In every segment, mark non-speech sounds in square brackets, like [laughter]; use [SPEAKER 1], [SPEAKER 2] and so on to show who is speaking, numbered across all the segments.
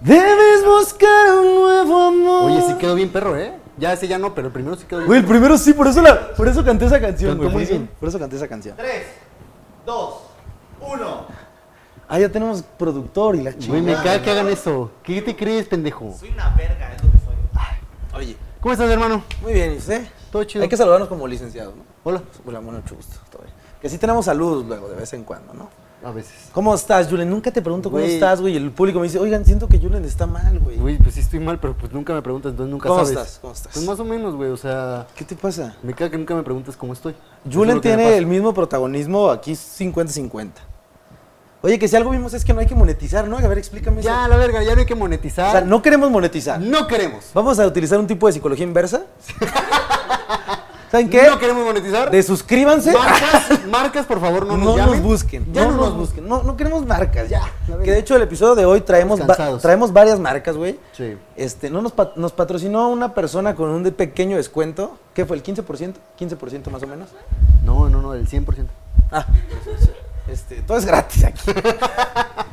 [SPEAKER 1] Debes buscar un nuevo amor.
[SPEAKER 2] Oye, sí quedó bien perro, ¿eh? Ya ese ya no, pero el primero sí quedó bien.
[SPEAKER 1] Güey, el primero sí, por eso, la, por eso canté esa canción,
[SPEAKER 2] Cantó
[SPEAKER 1] güey.
[SPEAKER 2] muy
[SPEAKER 1] por eso-
[SPEAKER 2] bien.
[SPEAKER 1] Por eso canté esa canción.
[SPEAKER 3] 3, 2, 1.
[SPEAKER 1] Ah, ya tenemos productor y la
[SPEAKER 2] Güey,
[SPEAKER 1] chingada.
[SPEAKER 2] me caga que hagan eso. ¿Qué te crees, pendejo?
[SPEAKER 3] Soy una verga, es lo que soy.
[SPEAKER 4] Oye,
[SPEAKER 2] ¿Cómo estás, hermano?
[SPEAKER 4] muy bien, ¿y usted?
[SPEAKER 2] Todo chido.
[SPEAKER 4] Hay que saludarnos como licenciados, ¿no?
[SPEAKER 2] Hola.
[SPEAKER 4] Hola, bueno, mucho gusto. todo bien. Que sí tenemos salud luego, de vez en cuando, ¿no?
[SPEAKER 2] A veces.
[SPEAKER 1] ¿Cómo estás, Julen? Nunca te pregunto cómo
[SPEAKER 2] Güey.
[SPEAKER 1] estás, güey. El público me dice, oigan, siento que Julen está mal, güey.
[SPEAKER 2] Güey, pues sí estoy mal, pero pues nunca me preguntas, entonces nunca
[SPEAKER 4] ¿Cómo
[SPEAKER 2] sabes.
[SPEAKER 4] estás? ¿Cómo estás?
[SPEAKER 2] Pues más o menos, güey, o sea,
[SPEAKER 1] ¿Qué te pasa?
[SPEAKER 2] me caga que nunca me preguntes cómo estoy. Eso es
[SPEAKER 4] Julen
[SPEAKER 2] lo que me
[SPEAKER 4] tiene
[SPEAKER 2] pasa.
[SPEAKER 4] el mismo protagonismo aquí 50-50. Oye, que si algo vimos es que no hay que monetizar, ¿no? A ver, explícame
[SPEAKER 2] Ya,
[SPEAKER 4] eso.
[SPEAKER 2] la verga, ya no hay que
[SPEAKER 4] O sea,
[SPEAKER 2] monetizar.
[SPEAKER 4] no queremos monetizar.
[SPEAKER 2] No queremos.
[SPEAKER 4] Vamos a utilizar un tipo de psicología inversa. ¿Saben qué?
[SPEAKER 2] No queremos monetizar.
[SPEAKER 4] Desuscríbanse.
[SPEAKER 2] Marcas, marcas, por favor, no
[SPEAKER 4] No, nos,
[SPEAKER 2] nos llamen.
[SPEAKER 4] busquen.
[SPEAKER 2] Ya
[SPEAKER 4] no, nos
[SPEAKER 2] busquen.
[SPEAKER 4] busquen. No, no queremos marcas, ya.
[SPEAKER 2] La
[SPEAKER 4] Que
[SPEAKER 2] verdad.
[SPEAKER 4] de hecho el episodio de hoy traemos,
[SPEAKER 2] Estamos
[SPEAKER 4] va-
[SPEAKER 2] cansados.
[SPEAKER 4] traemos varias marcas, güey.
[SPEAKER 2] Sí.
[SPEAKER 4] Este, no nos, pat- nos patrocinó una persona con un de pequeño descuento. ¿Qué fue? ¿El 15%? 15% más o menos.
[SPEAKER 2] No, no, no, el 100%.
[SPEAKER 4] Ah, este, todo es gratis aquí. [laughs]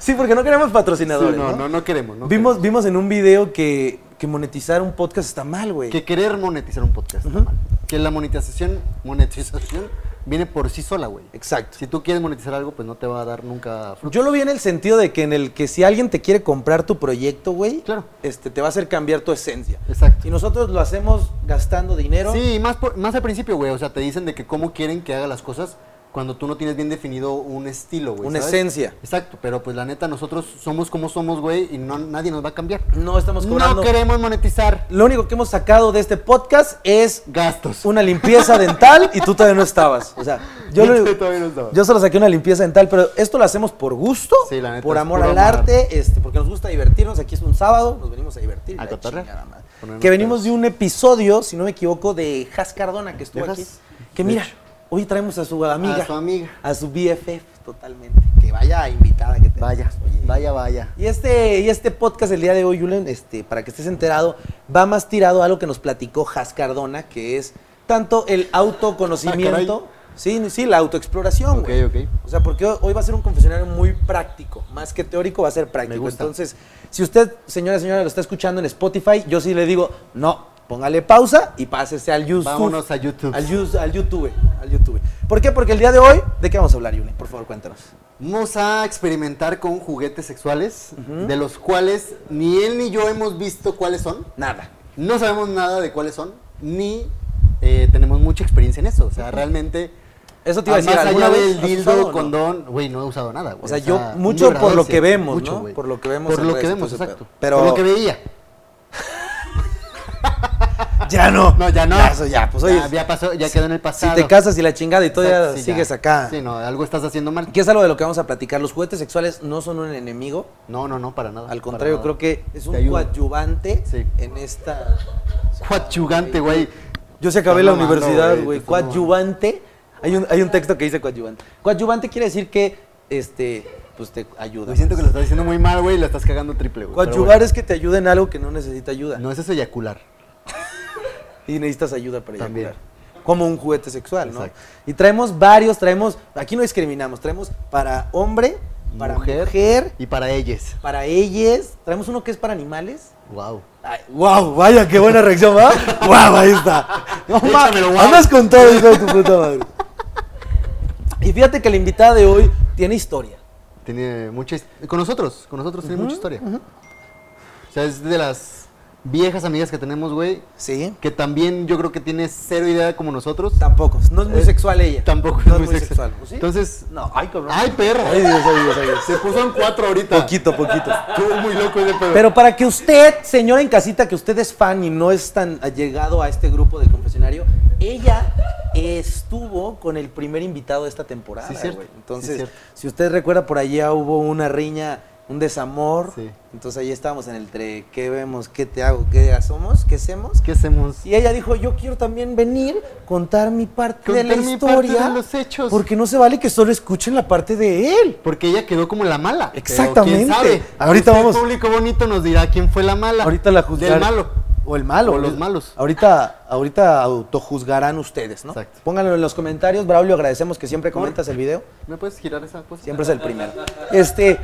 [SPEAKER 4] sí, porque no queremos patrocinadores.
[SPEAKER 2] Sí, no,
[SPEAKER 4] no,
[SPEAKER 2] no, no queremos. No
[SPEAKER 4] vimos, vimos en un video que, que monetizar un podcast está mal, güey.
[SPEAKER 2] que querer monetizar un podcast está mal. Que la monetización, monetización viene por sí sola, güey.
[SPEAKER 4] Exacto.
[SPEAKER 2] Si tú quieres monetizar algo, pues no te va a dar nunca fruto.
[SPEAKER 4] Yo lo vi en el sentido de que en el que si alguien te quiere comprar tu proyecto, güey,
[SPEAKER 2] Claro.
[SPEAKER 4] este, te va a hacer cambiar tu esencia.
[SPEAKER 2] Exacto.
[SPEAKER 4] Y nosotros lo hacemos gastando dinero.
[SPEAKER 2] Sí, y más, por- más al principio, güey. O sea, te dicen de que cómo quieren que haga las cosas cuando tú no tienes bien definido un estilo, güey.
[SPEAKER 4] Una
[SPEAKER 2] ¿sabes?
[SPEAKER 4] esencia.
[SPEAKER 2] Exacto, pero pues la neta, nosotros somos como somos, güey, y no, nadie nos va a cambiar.
[SPEAKER 4] No estamos cobrando.
[SPEAKER 2] No queremos monetizar
[SPEAKER 4] Lo único que hemos sacado de este podcast es
[SPEAKER 2] gastos.
[SPEAKER 4] una limpieza dental y tú todavía no estabas. O sea,
[SPEAKER 2] [laughs]
[SPEAKER 4] yo, lo-
[SPEAKER 2] Todavía no estaba.
[SPEAKER 4] yo solo saqué una limpieza dental, pero esto lo hacemos por gusto,
[SPEAKER 2] Sí, la neta,
[SPEAKER 4] por
[SPEAKER 2] es
[SPEAKER 4] amor
[SPEAKER 2] puro
[SPEAKER 4] al
[SPEAKER 2] amor.
[SPEAKER 4] arte, este, porque nos gusta divertirnos. Aquí es un sábado, nos venimos a divertir.
[SPEAKER 2] A
[SPEAKER 4] la
[SPEAKER 2] cotorrear.
[SPEAKER 4] chingada madre.
[SPEAKER 2] Ponernos
[SPEAKER 4] Que venimos
[SPEAKER 2] pedos.
[SPEAKER 4] de un episodio, si no me equivoco, de Has Cardona, que estuvo
[SPEAKER 2] ¿De
[SPEAKER 4] aquí.
[SPEAKER 2] Has?
[SPEAKER 4] Que
[SPEAKER 2] De
[SPEAKER 4] mira,
[SPEAKER 2] hecho.
[SPEAKER 4] hoy traemos a su amiga,
[SPEAKER 2] A su amiga.
[SPEAKER 4] a su BFF totalmente. Que vaya invitada que tenemos.
[SPEAKER 2] Vaya,
[SPEAKER 4] Oye,
[SPEAKER 2] vaya, vaya.
[SPEAKER 4] y este, y este podcast el día de hoy, Julen, este, para que estés enterado, va más tirado a algo que nos platicó Has Cardona, que es tanto el autoconocimiento. sí, sí, la autoexploración,
[SPEAKER 2] Ah, Ok,
[SPEAKER 4] güey.
[SPEAKER 2] ok.
[SPEAKER 4] O sea, porque hoy va a ser un confesionario muy práctico, más que teórico, va a ser práctico.
[SPEAKER 2] gusta.
[SPEAKER 4] Entonces, si usted, señora, señora, lo está escuchando en Spotify, yo sí le digo, no, póngale pausa y pásese al YouTube.
[SPEAKER 2] Vámonos a YouTube.
[SPEAKER 4] Al, Yus- al YouTube, al YouTube. ¿Por qué? Porque el día de hoy, ¿de qué vamos a hablar, Julen? Por favor, cuéntanos.
[SPEAKER 2] Vamos a experimentar con juguetes sexuales, de los cuales ni él ni yo hemos visto cuáles son.
[SPEAKER 4] Nada.
[SPEAKER 2] No sabemos nada de cuáles son, ni eh, tenemos mucha experiencia en eso. O sea, realmente.
[SPEAKER 4] Eso te iba a decir,
[SPEAKER 2] Ah, más allá
[SPEAKER 4] ¿alguna vez
[SPEAKER 2] del
[SPEAKER 4] has
[SPEAKER 2] dildo,
[SPEAKER 4] usado o no?
[SPEAKER 2] condón, güey, no he usado nada, güey.
[SPEAKER 4] O sea, yo mucho
[SPEAKER 2] un
[SPEAKER 4] por lo
[SPEAKER 2] grabarse,
[SPEAKER 4] que vemos,
[SPEAKER 2] mucho,
[SPEAKER 4] ¿no?
[SPEAKER 2] güey.
[SPEAKER 4] Por lo que vemos
[SPEAKER 2] Por
[SPEAKER 4] en
[SPEAKER 2] lo que
[SPEAKER 4] redes,
[SPEAKER 2] vemos,
[SPEAKER 4] todo ese
[SPEAKER 2] exacto.
[SPEAKER 4] pedo. Pero-
[SPEAKER 2] Por lo que veía.
[SPEAKER 4] Ya no.
[SPEAKER 2] No, ya no.
[SPEAKER 4] Ya, eso ya, pues oye.
[SPEAKER 2] Ya, ya pasó, ya quedó en el
[SPEAKER 4] si
[SPEAKER 2] pasado.
[SPEAKER 4] te casas y la chingada y todavía
[SPEAKER 2] Exacto, sí, ya.
[SPEAKER 4] sigues acá.
[SPEAKER 2] Sí, no, algo estás haciendo mal.
[SPEAKER 4] Que es algo de lo que vamos a platicar. Los juguetes sexuales no son un enemigo.
[SPEAKER 2] No, no, no, para nada.
[SPEAKER 4] Al contrario, creo que es
[SPEAKER 2] Te
[SPEAKER 4] un
[SPEAKER 2] ayuda.
[SPEAKER 4] coadyuvante
[SPEAKER 2] Sí.
[SPEAKER 4] en esta.
[SPEAKER 2] Coadyugante, güey.
[SPEAKER 4] Yo se acabé la
[SPEAKER 2] Estás mamando,
[SPEAKER 4] universidad,
[SPEAKER 2] güey,
[SPEAKER 4] güey.
[SPEAKER 2] te estás
[SPEAKER 4] Coadyuvante. Hay un, hay un texto que dice coadyuvante. Coadyuvante quiere decir que este, pues te ayuda.
[SPEAKER 2] Me siento que lo estás diciendo muy mal, güey, y la estás cagando triple, güey. pero
[SPEAKER 4] Coadyuvar es que te ayuda en algo que no necesita ayuda.
[SPEAKER 2] bueno. No, eso es eyacular.
[SPEAKER 4] Y necesitas ayuda para
[SPEAKER 2] También.
[SPEAKER 4] eyacular. Como un juguete sexual, ¿no?
[SPEAKER 2] Exacto.
[SPEAKER 4] Y traemos varios, traemos, aquí no discriminamos, traemos para hombre, para mujer,
[SPEAKER 2] Y para ellas.
[SPEAKER 4] para ellas, traemos uno que es para animales.
[SPEAKER 2] Wow.
[SPEAKER 4] wow, vaya, qué buena reacción, ¿va? wow, ahí está. No, ma,
[SPEAKER 2] Échamelo, guau.
[SPEAKER 4] Andas con todo, hijo de tu puta madre. Y fíjate que la invitada de hoy tiene historia.
[SPEAKER 2] Tiene mucha his- Con nosotros, con nosotros tiene mucha historia. O sea, es de las viejas amigas que tenemos, güey,
[SPEAKER 4] Sí.
[SPEAKER 2] que también yo creo que tiene cero idea como nosotros.
[SPEAKER 4] Tampoco, no es muy
[SPEAKER 2] Eh,
[SPEAKER 4] sexual ella.
[SPEAKER 2] Tampoco
[SPEAKER 4] no es muy sexual. ¿o sí?
[SPEAKER 2] Entonces,
[SPEAKER 4] no, ay, cabrón.
[SPEAKER 2] ay, perro.
[SPEAKER 4] Ay, Dios, ay, Dios, ay, Dios.
[SPEAKER 2] Se puso en cuatro ahorita.
[SPEAKER 4] Poquito, poquito.
[SPEAKER 2] Estuvo muy loco ese pedo.
[SPEAKER 4] Pero para que usted, señora en casita, que usted es fan y no es tan allegado a este grupo del confesionario, ella estuvo con el primer invitado de esta temporada.
[SPEAKER 2] Sí, cierto.
[SPEAKER 4] güey.
[SPEAKER 2] Sí,
[SPEAKER 4] Entonces,
[SPEAKER 2] cierto.
[SPEAKER 4] si usted recuerda, por allá hubo una riña, un desamor.
[SPEAKER 2] Sí.
[SPEAKER 4] Entonces ahí estábamos en el tre, ¿qué vemos? ¿Qué te hago? ¿Qué hacemos? ¿Qué hacemos?
[SPEAKER 2] ¿qué hacemos?
[SPEAKER 4] Y ella dijo, yo quiero también venir, contar mi parte de la
[SPEAKER 2] Contar mi parte
[SPEAKER 4] historia.
[SPEAKER 2] de los hechos.
[SPEAKER 4] Porque no se vale que solo escuchen la parte de él.
[SPEAKER 2] Porque ella quedó como la mala. pero
[SPEAKER 4] Exactamente.
[SPEAKER 2] ¿quién sabe?
[SPEAKER 4] Ahorita
[SPEAKER 2] Usted,
[SPEAKER 4] vamos-
[SPEAKER 2] público bonito nos dirá quién fue la mala.
[SPEAKER 4] Ahorita la juzgar.
[SPEAKER 2] Del malo.
[SPEAKER 4] O el malo.
[SPEAKER 2] O los malos.
[SPEAKER 4] Ahorita, ahorita autojuzgarán ustedes, ¿no?
[SPEAKER 2] Exacto.
[SPEAKER 4] Pónganlo en los comentarios. Braulio, agradecemos que siempre
[SPEAKER 2] Por-
[SPEAKER 4] comentas el video.
[SPEAKER 2] ¿Me puedes girar esa cosa?
[SPEAKER 4] Siempre es el primero. Este,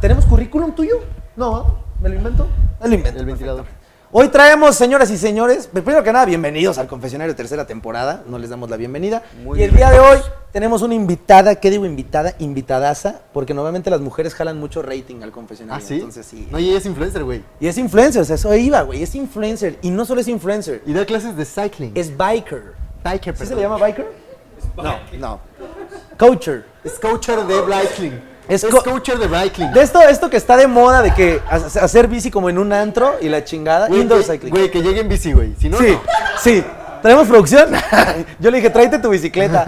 [SPEAKER 4] ¿tenemos currículum tuyo? No, ¿me lo invento? Me lo invento.
[SPEAKER 2] El ventilador.
[SPEAKER 4] Hoy traemos, señoras y señores, pues, primero que nada, bienvenidos al Confesionario tercera temporada. No les damos la bienvenida.
[SPEAKER 2] Muy
[SPEAKER 4] y el día
[SPEAKER 2] bien.
[SPEAKER 4] de hoy tenemos una invitada, ¿qué digo invitada? Invitadaza, porque normalmente las mujeres jalan mucho rating al
[SPEAKER 2] ¿Ah,
[SPEAKER 4] confesionario.
[SPEAKER 2] sí?
[SPEAKER 4] Entonces sí.
[SPEAKER 2] No, y ella es influencer, güey.
[SPEAKER 4] Y es influencer, o sea, eso iba, güey. Es influencer. Y no solo es influencer,
[SPEAKER 2] Y da clases de cycling.
[SPEAKER 4] es biker.
[SPEAKER 2] biker,
[SPEAKER 4] ¿Sí se
[SPEAKER 2] perdón.
[SPEAKER 4] le llama biker?
[SPEAKER 2] No, no.
[SPEAKER 4] Coacher.
[SPEAKER 2] Es coacher de biking.
[SPEAKER 4] Es
[SPEAKER 2] Es,
[SPEAKER 4] co-
[SPEAKER 2] coacher de biking.
[SPEAKER 4] De esto, esto que está de moda de que ha- hacer bici como en un antro y la chingada.
[SPEAKER 2] Güey,
[SPEAKER 4] indoor
[SPEAKER 2] que-
[SPEAKER 4] cycling.
[SPEAKER 2] Güey, que llegue en bici, güey. Si no,
[SPEAKER 4] Sí,
[SPEAKER 2] no.
[SPEAKER 4] sí. ¿Traemos producción? [laughs] Yo le dije, tráete tu bicicleta.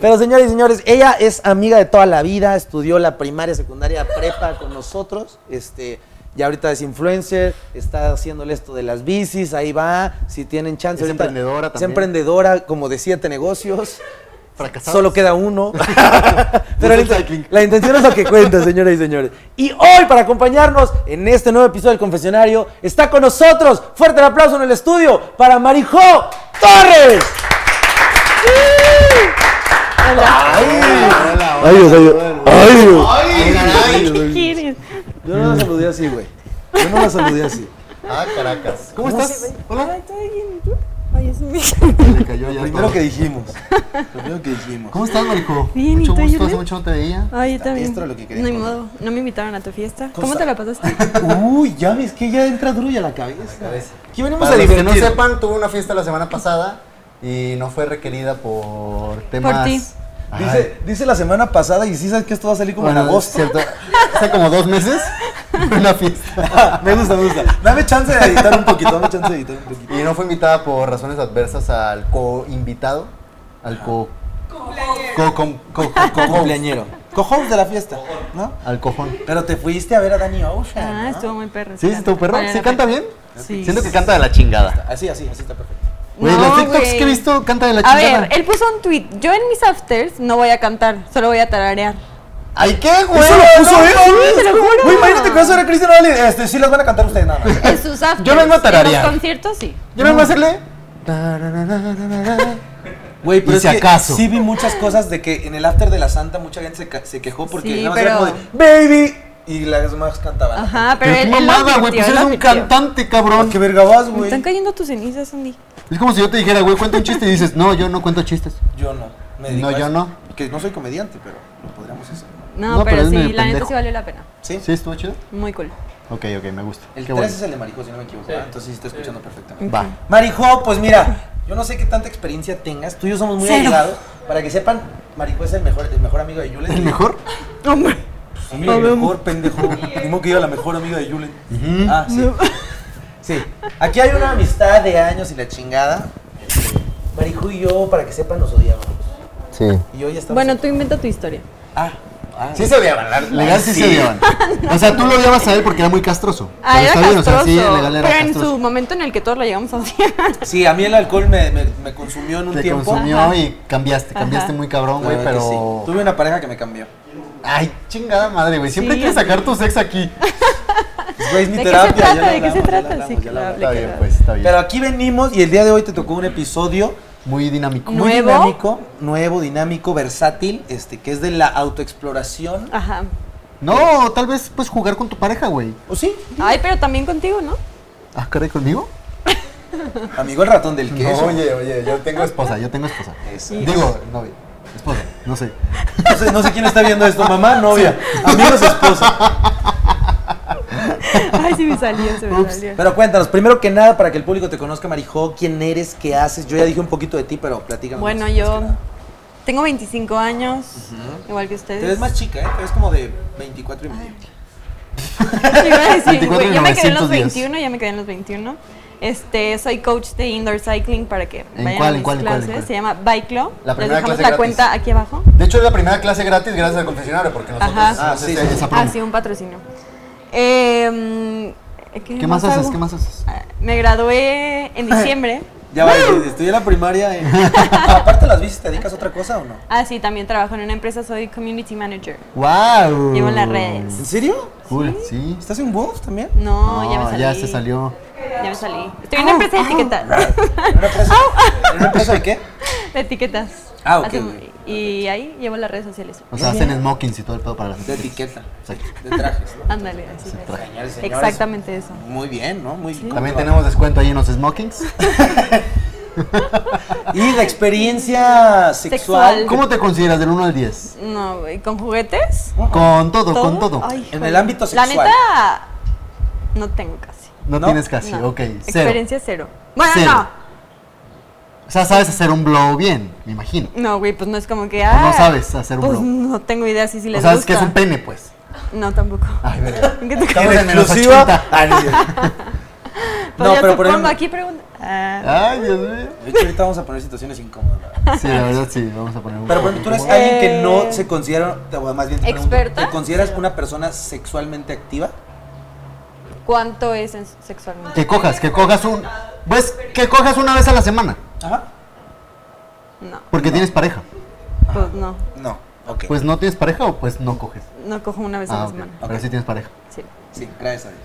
[SPEAKER 4] Pero señores y señores, ella es amiga de toda la vida, estudió la primaria, secundaria, prepa con nosotros. Este, ya ahorita es influencer, está haciéndole esto de las bicis, ahí va, si tienen chance.
[SPEAKER 2] Es
[SPEAKER 4] ahorita
[SPEAKER 2] emprendedora
[SPEAKER 4] Es
[SPEAKER 2] también.
[SPEAKER 4] emprendedora, como de siete negocios.
[SPEAKER 2] Fracasados.
[SPEAKER 4] Solo queda [laughs] uno. Pero
[SPEAKER 2] Desde
[SPEAKER 4] la,
[SPEAKER 2] el
[SPEAKER 4] inten-
[SPEAKER 2] cycling.
[SPEAKER 4] la intención es lo que cuenta, señoras y señores. Y hoy, para acompañarnos en este nuevo episodio del Confesionario, está con nosotros, fuerte el aplauso en el estudio, para Marijó Torres.
[SPEAKER 2] Hola, hola,
[SPEAKER 1] Ay, Dios, ay, Dios. Ay, Dios.
[SPEAKER 2] Ay, caray.
[SPEAKER 5] ¿Qué quieres?
[SPEAKER 4] Yo no la saludé así, güey. Yo no la saludé así.
[SPEAKER 2] Ah, Caracas. ¿Cómo estás? Hola.
[SPEAKER 5] Ay, ¿todo ¿Ah, bien? ¿Y tú? Ay, es mi...
[SPEAKER 2] Se cayó ya
[SPEAKER 4] Primero
[SPEAKER 2] todo.
[SPEAKER 4] que dijimos. Primero que dijimos.
[SPEAKER 2] ¿Cómo estás, Marico?
[SPEAKER 5] Bien, ¿y
[SPEAKER 2] Mucho
[SPEAKER 5] tú,
[SPEAKER 2] gusto, hace
[SPEAKER 5] Julen?
[SPEAKER 2] mucho no te veía.
[SPEAKER 5] Ay,
[SPEAKER 4] también.
[SPEAKER 5] yo también.
[SPEAKER 4] Esto era lo que quería
[SPEAKER 5] no hay
[SPEAKER 4] contar.
[SPEAKER 5] modo, no me invitaron a tu fiesta.
[SPEAKER 4] Cosa-
[SPEAKER 5] ¿Cómo te la
[SPEAKER 2] [laughs]
[SPEAKER 5] pasaste?
[SPEAKER 4] Uy, ya ves que ya entra duro ya la cabeza. Aquí venimos
[SPEAKER 2] Para
[SPEAKER 4] a
[SPEAKER 2] los que no
[SPEAKER 4] divertirnos.
[SPEAKER 2] sepan, tuve una fiesta la semana pasada y no fue requerida por temas.
[SPEAKER 5] Por ti.
[SPEAKER 2] Ay,
[SPEAKER 4] Dice, dice la semana pasada y sí sabes que esto va a salir como
[SPEAKER 2] bueno,
[SPEAKER 4] en agosto. [laughs]
[SPEAKER 2] Cierto. Hace como dos meses una fiesta.
[SPEAKER 4] [laughs] me gusta, me gusta. Dame chance de editar un poquito, dame chance de editar un poquito.
[SPEAKER 2] Y no fue invitada por razones adversas al co-invitado, al co. co- com- co- co- co-
[SPEAKER 4] Cumpleañero. Cojón de la fiesta, ¿no?
[SPEAKER 2] Al cojón.
[SPEAKER 4] Pero te fuiste a ver a Danny Ocean.
[SPEAKER 5] Ah,
[SPEAKER 4] ¿no?
[SPEAKER 5] estuvo muy perro.
[SPEAKER 2] ¿Sí? ¿Sí, tu perro?
[SPEAKER 5] Vale la
[SPEAKER 2] ¿Sí canta
[SPEAKER 5] pena.
[SPEAKER 2] bien?
[SPEAKER 5] Sí.
[SPEAKER 2] Siento que canta de la chingada.
[SPEAKER 4] Así, así, así está perfecto.
[SPEAKER 2] Güey,
[SPEAKER 5] No,
[SPEAKER 2] los TikToks
[SPEAKER 5] güey.
[SPEAKER 2] que he visto canta de la
[SPEAKER 5] A
[SPEAKER 2] chingada.
[SPEAKER 5] ver, él puso un tweet. Yo en mis afters no voy a cantar, solo voy
[SPEAKER 2] [laughs]
[SPEAKER 5] a tararear.
[SPEAKER 2] ¡Ay, qué, güey!
[SPEAKER 4] ¡Eso lo puso él!
[SPEAKER 5] te lo juro.
[SPEAKER 4] Güey, imagínate que eso era Cristian Odal. Este, sí las van a cantar ustedes, nada más.
[SPEAKER 5] En sus afters.
[SPEAKER 2] vengo a
[SPEAKER 5] En
[SPEAKER 2] tararear.
[SPEAKER 5] los conciertos, sí.
[SPEAKER 2] Yo vengo a hacerle.
[SPEAKER 4] Güey,
[SPEAKER 2] pero es que
[SPEAKER 4] sí
[SPEAKER 2] sí
[SPEAKER 4] vi muchas cosas de que en el after de la santa mucha gente se, quejó porque
[SPEAKER 5] porque Sí,
[SPEAKER 4] nada
[SPEAKER 5] nada
[SPEAKER 4] más
[SPEAKER 5] más era
[SPEAKER 4] como
[SPEAKER 5] pero-
[SPEAKER 4] de
[SPEAKER 5] como
[SPEAKER 4] ¡Baby! Y las demás cantaban.
[SPEAKER 5] Ajá,
[SPEAKER 2] Pero
[SPEAKER 5] pero,
[SPEAKER 2] qué
[SPEAKER 5] él, él lo
[SPEAKER 2] mamada, güey,
[SPEAKER 5] advirtió,
[SPEAKER 2] pues
[SPEAKER 5] él lo
[SPEAKER 2] eres un
[SPEAKER 5] advirtió.
[SPEAKER 2] cantante, cabrón.
[SPEAKER 4] ¡Qué verga vas,
[SPEAKER 5] Me están
[SPEAKER 4] güey!
[SPEAKER 5] cayendo tus cenizas, Andy.
[SPEAKER 2] Es como si yo te dijera, güey, cuenta un chiste y dices, no, yo no cuento chistes.
[SPEAKER 4] Yo no. me
[SPEAKER 2] No,
[SPEAKER 4] dedico a
[SPEAKER 2] yo
[SPEAKER 4] eso.
[SPEAKER 2] no.
[SPEAKER 4] Que no soy comediante, pero lo podríamos hacer.
[SPEAKER 5] No,
[SPEAKER 2] No, pero
[SPEAKER 5] pero,
[SPEAKER 2] es medio
[SPEAKER 5] sí, la neta
[SPEAKER 2] pendejo.
[SPEAKER 5] sí valió la pena.
[SPEAKER 4] ¿Sí?
[SPEAKER 2] ¿Sí estuvo chido?
[SPEAKER 5] Muy cool.
[SPEAKER 2] Ok, ok, me gusta.
[SPEAKER 4] El 3
[SPEAKER 2] Qué bueno.
[SPEAKER 4] es el de Marijo, si no me equivoco. ¿verdad? Entonces sí está escuchando perfectamente.
[SPEAKER 2] Va.
[SPEAKER 4] Marijo, pues mira, yo no sé qué tanta experiencia tengas. Tú y yo somos muy
[SPEAKER 5] Cero.
[SPEAKER 4] allegados. Para que sepan, Marijo es el mejor, el mejor amigo de Yulen.
[SPEAKER 2] ¿El mejor?
[SPEAKER 5] Hombre.
[SPEAKER 4] Hombre, el mejor pendejo. Digo que yo la mejor amiga de Yulen. Ah, sí. Sí. Aquí hay una amistad de años y la chingada. Marijo y yo, para que sepan, nos odiamos.
[SPEAKER 2] Sí.
[SPEAKER 4] Y hoy estamos.
[SPEAKER 5] Bueno,
[SPEAKER 4] aquí.
[SPEAKER 5] tú inventa tu historia.
[SPEAKER 4] Ah, ah.
[SPEAKER 2] Sí se odiaban. la- [laughs] Legal sí, se odiaban. O sea, tú lo odiabas a él porque era muy castroso.
[SPEAKER 5] Ah,
[SPEAKER 2] Pero
[SPEAKER 5] era
[SPEAKER 2] está bien, o sea,
[SPEAKER 5] castroso.
[SPEAKER 2] sí, legal era
[SPEAKER 5] pero en
[SPEAKER 2] castroso.
[SPEAKER 5] su momento en el que todos lo llegamos a odiar.
[SPEAKER 4] Sí, a mí el alcohol me, me- me consumió en un
[SPEAKER 2] Te
[SPEAKER 4] tiempo.
[SPEAKER 2] consumió
[SPEAKER 5] Ajá.
[SPEAKER 2] y cambiaste, cambiaste
[SPEAKER 5] Ajá.
[SPEAKER 2] muy cabrón,
[SPEAKER 4] La
[SPEAKER 2] güey,
[SPEAKER 4] verdad que sí.
[SPEAKER 2] pero...
[SPEAKER 4] Tuve una pareja que me cambió.
[SPEAKER 2] Ay, chingada madre, güey, siempre
[SPEAKER 5] Sí,
[SPEAKER 2] quieres sacar tu sex aquí.
[SPEAKER 4] Pues, güey, es mi
[SPEAKER 5] ¿De qué se
[SPEAKER 4] terapia. ya
[SPEAKER 5] trata?
[SPEAKER 4] la
[SPEAKER 5] ¿De qué se
[SPEAKER 4] hablamos, ya la
[SPEAKER 5] trata?
[SPEAKER 4] hablamos,
[SPEAKER 5] Sí,
[SPEAKER 4] ya la hablamos.
[SPEAKER 5] claro.
[SPEAKER 2] Está
[SPEAKER 5] Le
[SPEAKER 2] bien,
[SPEAKER 5] queda.
[SPEAKER 2] pues, está bien.
[SPEAKER 4] Pero aquí venimos y el día de hoy te tocó un episodio
[SPEAKER 2] Muy dinámico.
[SPEAKER 5] No.
[SPEAKER 4] muy
[SPEAKER 5] Nuevo.
[SPEAKER 4] dinámico, nuevo, dinámico, versátil, este, que es de la autoexploración.
[SPEAKER 5] Ajá.
[SPEAKER 2] No, tal vez pues jugar con tu pareja, güey.
[SPEAKER 4] ¿O sí?
[SPEAKER 5] Ay, pero también contigo,
[SPEAKER 2] [laughs]
[SPEAKER 5] ¿no?
[SPEAKER 2] Ah, caray, conmigo.
[SPEAKER 4] Amigo el ratón del queso.
[SPEAKER 2] oye, yo tengo esposa, yo tengo esposa.
[SPEAKER 4] Eso.
[SPEAKER 2] Ah, Digo, novia, esposa, no sé.
[SPEAKER 4] No sé, no sé quién está viendo esto, mamá, novia, amigos, esposa.
[SPEAKER 5] Ay, [laughs] sí me salió, se me salió.
[SPEAKER 4] Pero cuéntanos, primero que nada, para que el público te conozca, Marijó, quién eres, qué haces. Yo ya dije un poquito de ti, pero platícanos.
[SPEAKER 5] Bueno,
[SPEAKER 4] más, más
[SPEAKER 5] yo
[SPEAKER 4] que nada.
[SPEAKER 5] tengo 25 años, igual que ustedes.
[SPEAKER 4] Te ves
[SPEAKER 5] [laughs]
[SPEAKER 4] más chica, ¿eh? Te ves como de 24 y medio.
[SPEAKER 5] Sí, iba a decir,
[SPEAKER 2] 24
[SPEAKER 5] güey, yo me quedé en los
[SPEAKER 2] 910.
[SPEAKER 5] 21, ya me quedé en los 21. Este, soy coach de indoor cycling para que
[SPEAKER 2] ¿En
[SPEAKER 5] vayan
[SPEAKER 2] cuál,
[SPEAKER 5] a
[SPEAKER 2] en
[SPEAKER 5] mis
[SPEAKER 2] cuál, en cuál, en
[SPEAKER 5] clases.
[SPEAKER 2] cuál?
[SPEAKER 5] Se llama Bikelo.
[SPEAKER 2] La
[SPEAKER 5] Les
[SPEAKER 2] primera
[SPEAKER 5] dejamos
[SPEAKER 2] clase
[SPEAKER 5] la
[SPEAKER 2] gratis.
[SPEAKER 5] cuenta aquí abajo.
[SPEAKER 2] De hecho, es la primera clase gratis gracias al confesionario, porque nosotros
[SPEAKER 5] Ajá.
[SPEAKER 4] Ah, sí,
[SPEAKER 2] este,
[SPEAKER 4] sí.
[SPEAKER 2] esa promo.
[SPEAKER 5] Ah, sí, un patrocinio. Eh, mm,
[SPEAKER 2] ¿Qué más haces?
[SPEAKER 5] hago?
[SPEAKER 2] ¿Qué más haces?
[SPEAKER 5] Ah, Me gradué
[SPEAKER 2] [laughs]
[SPEAKER 5] en diciembre.
[SPEAKER 4] Ya va, estoy en la primaria. eh.
[SPEAKER 5] [laughs]
[SPEAKER 4] Aparte las bicis, ¿te dedicas a otra cosa o no?
[SPEAKER 5] Ah, sí, también trabajo en una empresa, soy community manager.
[SPEAKER 2] ¡Wow!
[SPEAKER 5] Llevo en las redes.
[SPEAKER 4] ¿En serio?
[SPEAKER 2] Cool, sí.
[SPEAKER 4] ¿Estás en Wolf
[SPEAKER 5] [laughs]
[SPEAKER 4] también?
[SPEAKER 5] ¿Ah, No, ya me salí.
[SPEAKER 2] ya se salió.
[SPEAKER 5] Ya me salí. Estoy en una empresa de etiquetas.
[SPEAKER 4] ¿En una empresa, ¿en una empresa de qué?
[SPEAKER 5] de etiquetas.
[SPEAKER 4] Ah, ok,
[SPEAKER 5] Hacemos-
[SPEAKER 4] ok, ok.
[SPEAKER 5] y ahí llevo las redes sociales.
[SPEAKER 2] O sea, hacen smokings y todo el pedo para la
[SPEAKER 4] De
[SPEAKER 2] gente.
[SPEAKER 4] etiqueta,
[SPEAKER 2] Exacto.
[SPEAKER 4] de trajes, ¿no?
[SPEAKER 5] Ándale, así es.
[SPEAKER 2] traje.
[SPEAKER 4] Señores, señores,
[SPEAKER 5] Exactamente eso.
[SPEAKER 4] Muy bien, ¿no? Muy bien.
[SPEAKER 2] También tenemos descuento ahí en los smokings.
[SPEAKER 4] Y la experiencia sexual.
[SPEAKER 5] Sexual.
[SPEAKER 2] ¿Cómo te consideras del 1 al 10?
[SPEAKER 5] No, güey, ¿con juguetes?
[SPEAKER 2] Con todo, con todo.
[SPEAKER 5] Ay,
[SPEAKER 4] En
[SPEAKER 5] joder.
[SPEAKER 4] el ámbito
[SPEAKER 5] La
[SPEAKER 4] sexual.
[SPEAKER 5] neta, no tengo casi.
[SPEAKER 2] no,
[SPEAKER 4] ¿no?
[SPEAKER 2] tienes casi,
[SPEAKER 5] No.
[SPEAKER 2] Ah, ok. Cero.
[SPEAKER 5] Experiencia cero. Bueno,
[SPEAKER 2] Cero.
[SPEAKER 5] no.
[SPEAKER 2] O sea, sabes hacer un blow bien, me imagino.
[SPEAKER 5] No, güey, pues no es como que. Ah,
[SPEAKER 2] sabes hacer un
[SPEAKER 5] Pues
[SPEAKER 2] blow.
[SPEAKER 5] no tengo idea si, si
[SPEAKER 2] O
[SPEAKER 5] les
[SPEAKER 2] sabes
[SPEAKER 5] gusta.
[SPEAKER 2] que es un Ah. pene, pues.
[SPEAKER 5] No, tampoco. [laughs]
[SPEAKER 2] Ay, verga.
[SPEAKER 5] ¿Qué te-
[SPEAKER 4] Estamos
[SPEAKER 2] En
[SPEAKER 4] en
[SPEAKER 2] menos
[SPEAKER 4] exclusiva. Ah,
[SPEAKER 2] 80.
[SPEAKER 4] Ay,
[SPEAKER 5] Pues
[SPEAKER 4] No,
[SPEAKER 5] ya
[SPEAKER 4] pero por ejemplo.
[SPEAKER 5] supongo, aquí pregunta. Ah,
[SPEAKER 2] Ay, Dios mío.
[SPEAKER 4] De hecho, ahorita vamos a poner situaciones incómodas. la verdad.
[SPEAKER 2] Sí, la verdad sí, vamos a poner un
[SPEAKER 4] Pero por
[SPEAKER 2] poco
[SPEAKER 4] ejemplo, tú eres
[SPEAKER 2] incómodo.
[SPEAKER 4] alguien que no
[SPEAKER 5] Eh,
[SPEAKER 4] se considera, te- o más bien te pregunto,
[SPEAKER 5] ¿experta?
[SPEAKER 4] ¿te consideras una persona sexualmente activa?
[SPEAKER 5] ¿Cuánto es en- sexualmente?
[SPEAKER 2] Que cojas, que cojas un... Pues que cojas una vez a la semana,
[SPEAKER 4] Ajá.
[SPEAKER 5] No,
[SPEAKER 2] porque tienes pareja.
[SPEAKER 5] pues no.
[SPEAKER 4] No. Ok.
[SPEAKER 2] Pues no tienes pareja o pues no coges.
[SPEAKER 5] No cojo una vez a
[SPEAKER 2] Ah,
[SPEAKER 5] la
[SPEAKER 2] ok.
[SPEAKER 5] semana.
[SPEAKER 2] Pero sí tienes pareja.
[SPEAKER 5] Sí.
[SPEAKER 4] Sí, gracias a Dios.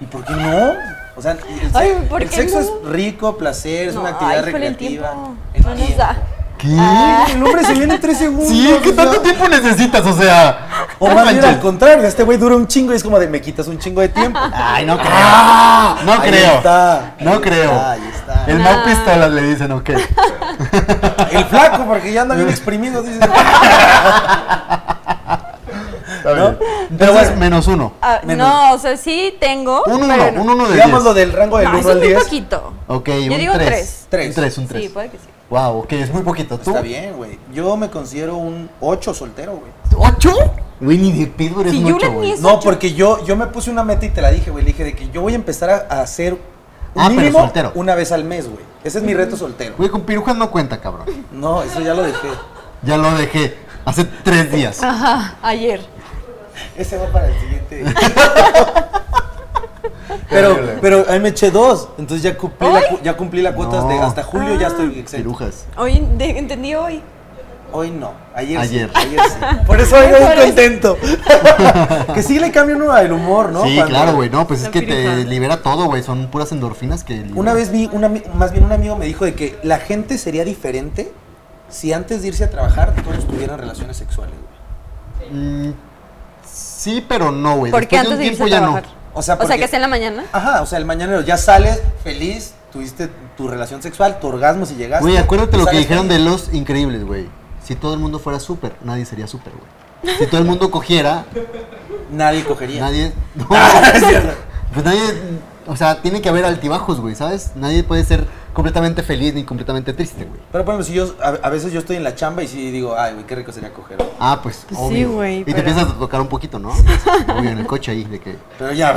[SPEAKER 4] ¿Y por qué no? O sea, el,
[SPEAKER 5] Ay, ¿por
[SPEAKER 4] el
[SPEAKER 5] qué
[SPEAKER 4] sexo
[SPEAKER 5] no?
[SPEAKER 4] es rico, placer, es
[SPEAKER 5] No,
[SPEAKER 4] una actividad
[SPEAKER 5] ay, por el
[SPEAKER 4] recreativa.
[SPEAKER 5] tiempo.
[SPEAKER 4] El
[SPEAKER 5] No nos
[SPEAKER 4] tiempo.
[SPEAKER 5] da.
[SPEAKER 2] ¿Qué?
[SPEAKER 4] El hombre se viene en tres segundos.
[SPEAKER 2] Sí, ¿qué
[SPEAKER 4] o
[SPEAKER 2] tanto
[SPEAKER 4] sea.
[SPEAKER 2] tiempo necesitas? O sea...
[SPEAKER 4] O
[SPEAKER 2] no
[SPEAKER 4] más bien
[SPEAKER 2] manches.
[SPEAKER 4] al contrario, este güey dura un chingo y es como de me quitas un chingo de tiempo.
[SPEAKER 2] Ay, no creo. no
[SPEAKER 4] Ah, Ahí
[SPEAKER 2] creo.
[SPEAKER 4] está,
[SPEAKER 2] No
[SPEAKER 4] ahí
[SPEAKER 2] creo.
[SPEAKER 4] está, ahí está.
[SPEAKER 2] El
[SPEAKER 5] Nah.
[SPEAKER 2] Mau Pistolas le dicen, ok.
[SPEAKER 4] El flaco, porque ya anda
[SPEAKER 2] [laughs]
[SPEAKER 4] bien exprimido, dice.
[SPEAKER 2] Está bien.
[SPEAKER 4] Pero
[SPEAKER 2] Entonces,
[SPEAKER 4] bueno.
[SPEAKER 2] menos uno.
[SPEAKER 5] Ah,
[SPEAKER 4] Menos.
[SPEAKER 5] no, o sea, sí tengo.
[SPEAKER 2] Un uno,
[SPEAKER 5] pero no.
[SPEAKER 2] un uno de
[SPEAKER 4] Digamos
[SPEAKER 2] diez.
[SPEAKER 4] lo del rango del
[SPEAKER 5] No,
[SPEAKER 4] 1
[SPEAKER 5] eso es
[SPEAKER 4] al
[SPEAKER 5] muy
[SPEAKER 4] 10.
[SPEAKER 5] poquito.
[SPEAKER 2] Ok,
[SPEAKER 5] Yo
[SPEAKER 2] un
[SPEAKER 5] digo un
[SPEAKER 2] 3.
[SPEAKER 5] tres.
[SPEAKER 4] Tres.
[SPEAKER 2] Un 3, un 3.
[SPEAKER 5] Sí, puede que sí.
[SPEAKER 2] Wow, ok, es muy poquito. ¿Tú?
[SPEAKER 4] Está bien, güey. Yo me considero un 8 soltero, güey.
[SPEAKER 2] ¿Ocho? Güey, ni de pedo eres
[SPEAKER 5] Si
[SPEAKER 2] un
[SPEAKER 5] yo
[SPEAKER 2] ocho,
[SPEAKER 5] era
[SPEAKER 2] güey.
[SPEAKER 5] diez- Es
[SPEAKER 4] No,
[SPEAKER 5] ocho.
[SPEAKER 4] porque yo, yo me puse una meta y te la dije, güey. Le dije de que yo voy a empezar a, a hacer un
[SPEAKER 2] Ah, pero
[SPEAKER 4] mínimo
[SPEAKER 2] soltero.
[SPEAKER 4] una vez al mes, güey. Ese es mi reto soltero.
[SPEAKER 2] Güey, con pirujas no cuenta, cabrón.
[SPEAKER 4] No, eso ya lo dejé.
[SPEAKER 2] Ya lo dejé hace tres días.
[SPEAKER 4] Ah.
[SPEAKER 5] Ajá, ayer.
[SPEAKER 4] Ese va para el
[SPEAKER 2] [laughs]
[SPEAKER 4] siguiente. pero, pero ahí me eché dos. Entonces ya cumplí, la, cu- ya cumplí la cuota
[SPEAKER 2] No. Ah.
[SPEAKER 4] de hasta julio, ya estoy exento.
[SPEAKER 2] Pirujas.
[SPEAKER 5] Hoy, de- entendí hoy.
[SPEAKER 4] Hoy no, ayer,
[SPEAKER 2] Ayer.
[SPEAKER 4] sí.
[SPEAKER 2] [laughs]
[SPEAKER 4] Ayer sí. Por eso hoy
[SPEAKER 5] Por
[SPEAKER 4] estoy
[SPEAKER 5] eso.
[SPEAKER 4] contento. que sí le cambia uno el humor, ¿no?
[SPEAKER 2] sí,
[SPEAKER 4] Cuando-
[SPEAKER 2] claro, güey. No, pues es
[SPEAKER 5] La
[SPEAKER 2] que
[SPEAKER 5] piruja.
[SPEAKER 2] te libera todo, güey. Son puras endorfinas que. libera.
[SPEAKER 4] Una vez vi, una, más bien un amigo me dijo de que la gente sería diferente si antes de irse a trabajar todos tuvieran relaciones sexuales. güey.
[SPEAKER 2] Mm, sí, pero no, güey.
[SPEAKER 5] ¿Por qué
[SPEAKER 2] Después de un
[SPEAKER 5] antes de irse
[SPEAKER 2] tiempo ya
[SPEAKER 5] a trabajar?
[SPEAKER 2] no.
[SPEAKER 4] O sea,
[SPEAKER 5] O sea,
[SPEAKER 4] porque-
[SPEAKER 5] que sea en la mañana.
[SPEAKER 4] Ajá, o sea, el mañanero ya sales feliz, tuviste tu relación sexual, tu orgasmo si llegaste.
[SPEAKER 2] Güey, acuérdate lo que
[SPEAKER 4] sales
[SPEAKER 2] dijeron de
[SPEAKER 4] feliz.
[SPEAKER 2] los increíbles, güey. Si todo el mundo fuera súper, nadie sería súper, güey. Si todo el mundo cogiera,
[SPEAKER 4] Nadie cogería. [laughs]
[SPEAKER 2] nadie. No,
[SPEAKER 4] Es cierto.
[SPEAKER 2] pues nadie. O sea, tiene que haber altibajos, güey, ¿sabes? Nadie puede ser completamente feliz ni completamente triste, güey.
[SPEAKER 4] Pero por ejemplo, si yo, a, a veces yo estoy en la chamba y sí digo, ay, güey, qué rico sería coger.
[SPEAKER 2] Ah, pues.
[SPEAKER 5] Pues sí,
[SPEAKER 2] obvio.
[SPEAKER 5] güey,
[SPEAKER 2] Y te
[SPEAKER 5] pero-
[SPEAKER 2] empiezas a tocar un poquito,
[SPEAKER 5] [laughs]
[SPEAKER 2] ¿no? Obvio, en el coche ahí, de que.
[SPEAKER 4] Pero ya,